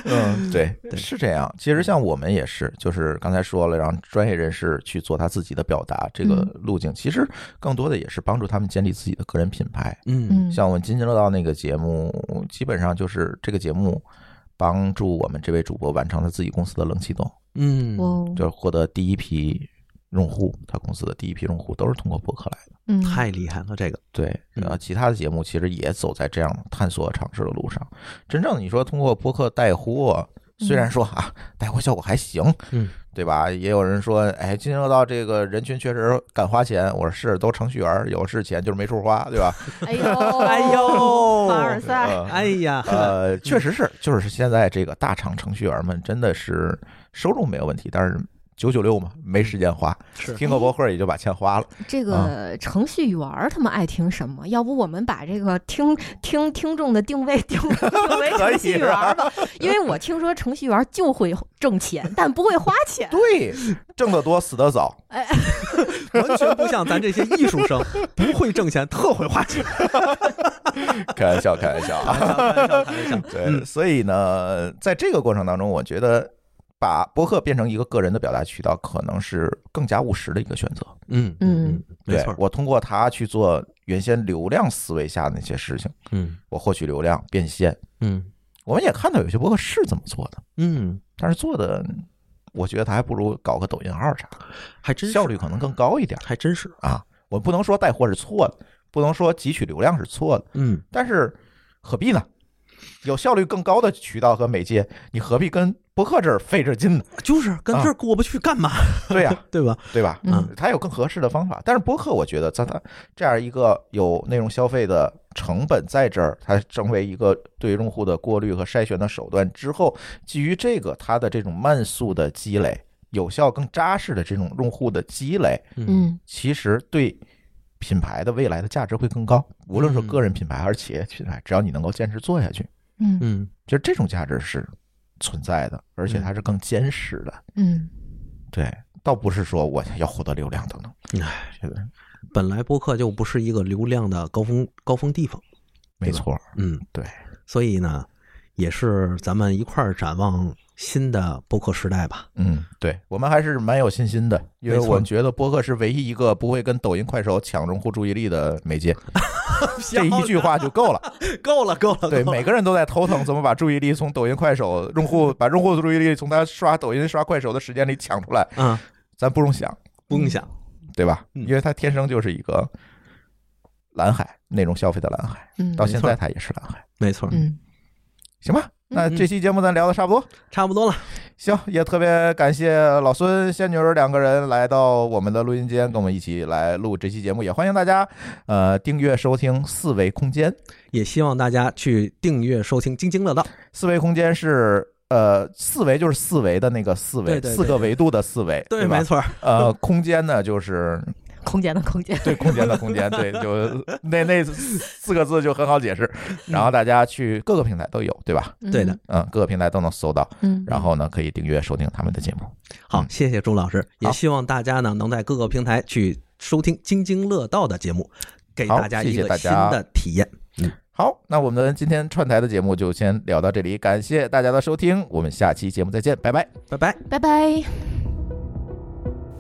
Speaker 2: 嗯，对，
Speaker 3: 对
Speaker 2: 是这样。其实像我们也是，就是刚才说了，让专业人士去做他自己的表达，这个
Speaker 4: 嗯
Speaker 2: 路径其实更多的也是帮助他们建立自己的个人品牌。
Speaker 3: 嗯
Speaker 4: 嗯
Speaker 2: 像我们津津乐道那个节目，基本上就是这个节目。帮助我们这位主播完成了自己公司的冷启动，
Speaker 3: 嗯，
Speaker 4: 哦
Speaker 2: 就是获得第一批用户，他公司的第一批用户都是通过博客来的。
Speaker 4: 嗯
Speaker 3: 太厉害了，这个
Speaker 2: 对，
Speaker 3: 嗯
Speaker 2: 然后其他的节目其实也走在这样探索尝试的路上。真正你说通过播客带货，虽然说啊带货效果还行，
Speaker 3: 嗯，
Speaker 2: 对吧？也有人说，哎，进入到这个人群确实敢花钱。我说是，都程序员有是钱就是没处花，对吧？
Speaker 4: 哎呦
Speaker 3: 哎呦
Speaker 4: 凡尔赛，
Speaker 2: 呃
Speaker 3: 哎呀，
Speaker 2: 呃，确实是，就是现在这个大厂程序员们真的是收入没有问题，但是九九六嘛，没时间花，
Speaker 3: 是
Speaker 2: 听个博客也就把钱花了。
Speaker 4: 这个程序员儿他们爱听什么？要不我们把这个听听听众的定位 定定为程序员儿吧，因为我听说程序员儿就会挣钱，但不会花钱。
Speaker 2: 对，挣得多死得 早，
Speaker 3: 完全不像咱这些艺术 生，不会挣钱，特会花钱。
Speaker 2: 开玩笑，开玩笑啊。
Speaker 3: 开玩笑，开玩笑，
Speaker 2: 对，
Speaker 3: 嗯
Speaker 2: 所以呢，在这个过程当中，我觉得把播客变成一个个人的表达渠道，可能是更加务实的一个选择。
Speaker 3: 嗯
Speaker 4: 嗯，
Speaker 3: 没
Speaker 2: 对
Speaker 3: 错，
Speaker 2: 我通过它去做原先流量思维下的那些事情，
Speaker 3: 嗯
Speaker 2: 我获取流量变现。
Speaker 3: 嗯
Speaker 2: 我们也看到有些播客是这么做的，
Speaker 3: 嗯，
Speaker 2: 但是做的，我觉得它还不如搞个抖音号啥，
Speaker 3: 还真是
Speaker 2: 效率可能更高一点
Speaker 3: 还真是，
Speaker 2: 啊。我不能说带货是错的，不能说汲取流量是错的，
Speaker 3: 嗯，
Speaker 2: 但是何必呢？有效率更高的渠道和媒介，你何必跟播客这儿费这劲呢？
Speaker 3: 就是跟这儿过不去干嘛？
Speaker 2: 对 呀、
Speaker 3: 对吧？
Speaker 2: 对吧？
Speaker 4: 嗯
Speaker 2: 它有更合适的方法。但是播客，我觉得在它这样一个有内容消费的成本在这儿，它成为一个对用户的过滤和筛选的手段之后，基于这个它的这种慢速的积累，有效、更扎实的这种用户的积累，
Speaker 3: 嗯
Speaker 4: 嗯
Speaker 2: 其实对品牌的未来的价值会更高。无论是
Speaker 3: 嗯
Speaker 2: 个人品牌还是企业品牌，只要你能够坚持做下去，
Speaker 4: 嗯
Speaker 3: 嗯
Speaker 2: 就这种价值是存在的，而且它是更坚实的。
Speaker 4: 嗯
Speaker 2: 对，倒不是说我要获得流量等等。
Speaker 3: 唉，
Speaker 2: 觉得
Speaker 3: 本来播客就不是一个流量的高峰高峰地方，
Speaker 2: 没错，
Speaker 3: 嗯，
Speaker 2: 对，
Speaker 3: 所以呢，也是咱们一块儿展望新的播客时代吧。
Speaker 2: 嗯，对我们还是蛮有信心的，因为
Speaker 3: 没错
Speaker 2: 我觉得播客是唯一一个不会跟抖音、快手抢用户注意力的媒介，这一句话就够了。
Speaker 3: 够了，够了，
Speaker 2: 对，
Speaker 3: 够了
Speaker 2: 每个人都在头疼怎么把注意力从抖音、快手用户把用户的注意力从他刷抖音、刷快手的时间里抢出来，
Speaker 3: 啊，
Speaker 2: 咱不用想，
Speaker 3: 不用想，
Speaker 2: 对吧？
Speaker 3: 嗯
Speaker 2: 因为他天生就是一个蓝海内容消费的蓝海，
Speaker 4: 嗯
Speaker 2: 到现在他也是蓝海，
Speaker 3: 没错，
Speaker 4: 嗯
Speaker 2: 行吧？那
Speaker 3: 嗯
Speaker 2: 这期节目咱聊的差不多，
Speaker 3: 差不多了。
Speaker 2: 行，也特别感谢老孙、仙女儿两个人来到我们的录音间，跟我们一起来录这期节目。也欢迎大家，呃，订阅收听四维空间。
Speaker 3: 也希望大家去订阅收听《津津乐道》。
Speaker 2: 四维空间是呃，四维就是四维的那个四维，
Speaker 3: 对对对
Speaker 2: 四个维度的四维，对吧
Speaker 3: 没。错，
Speaker 2: 呃，空间呢就是
Speaker 4: 空间的空间，
Speaker 2: 对空间的空间，对，就那那四个字就很好解释。
Speaker 3: 嗯
Speaker 2: 然后大家去各个平台都有，对吧？
Speaker 4: 嗯
Speaker 3: 对的，
Speaker 2: 嗯，各个平台都能搜到。
Speaker 4: 嗯，
Speaker 2: 然后呢，可以订阅收听他们的节目。
Speaker 3: 好
Speaker 2: 嗯，
Speaker 3: 谢谢朱老师，也
Speaker 2: 好
Speaker 3: 希望大家呢能在各个平台去收听《津津乐道》的节目，给
Speaker 2: 好
Speaker 3: 大家
Speaker 2: 谢
Speaker 3: 一
Speaker 2: 谢大
Speaker 3: 个新
Speaker 2: 家
Speaker 3: 的体验。
Speaker 2: 好，那我们今天串台的节目就先聊到这里，感谢大家的收听，我们下期节目再见，拜拜。
Speaker 3: 拜拜。
Speaker 4: 拜拜。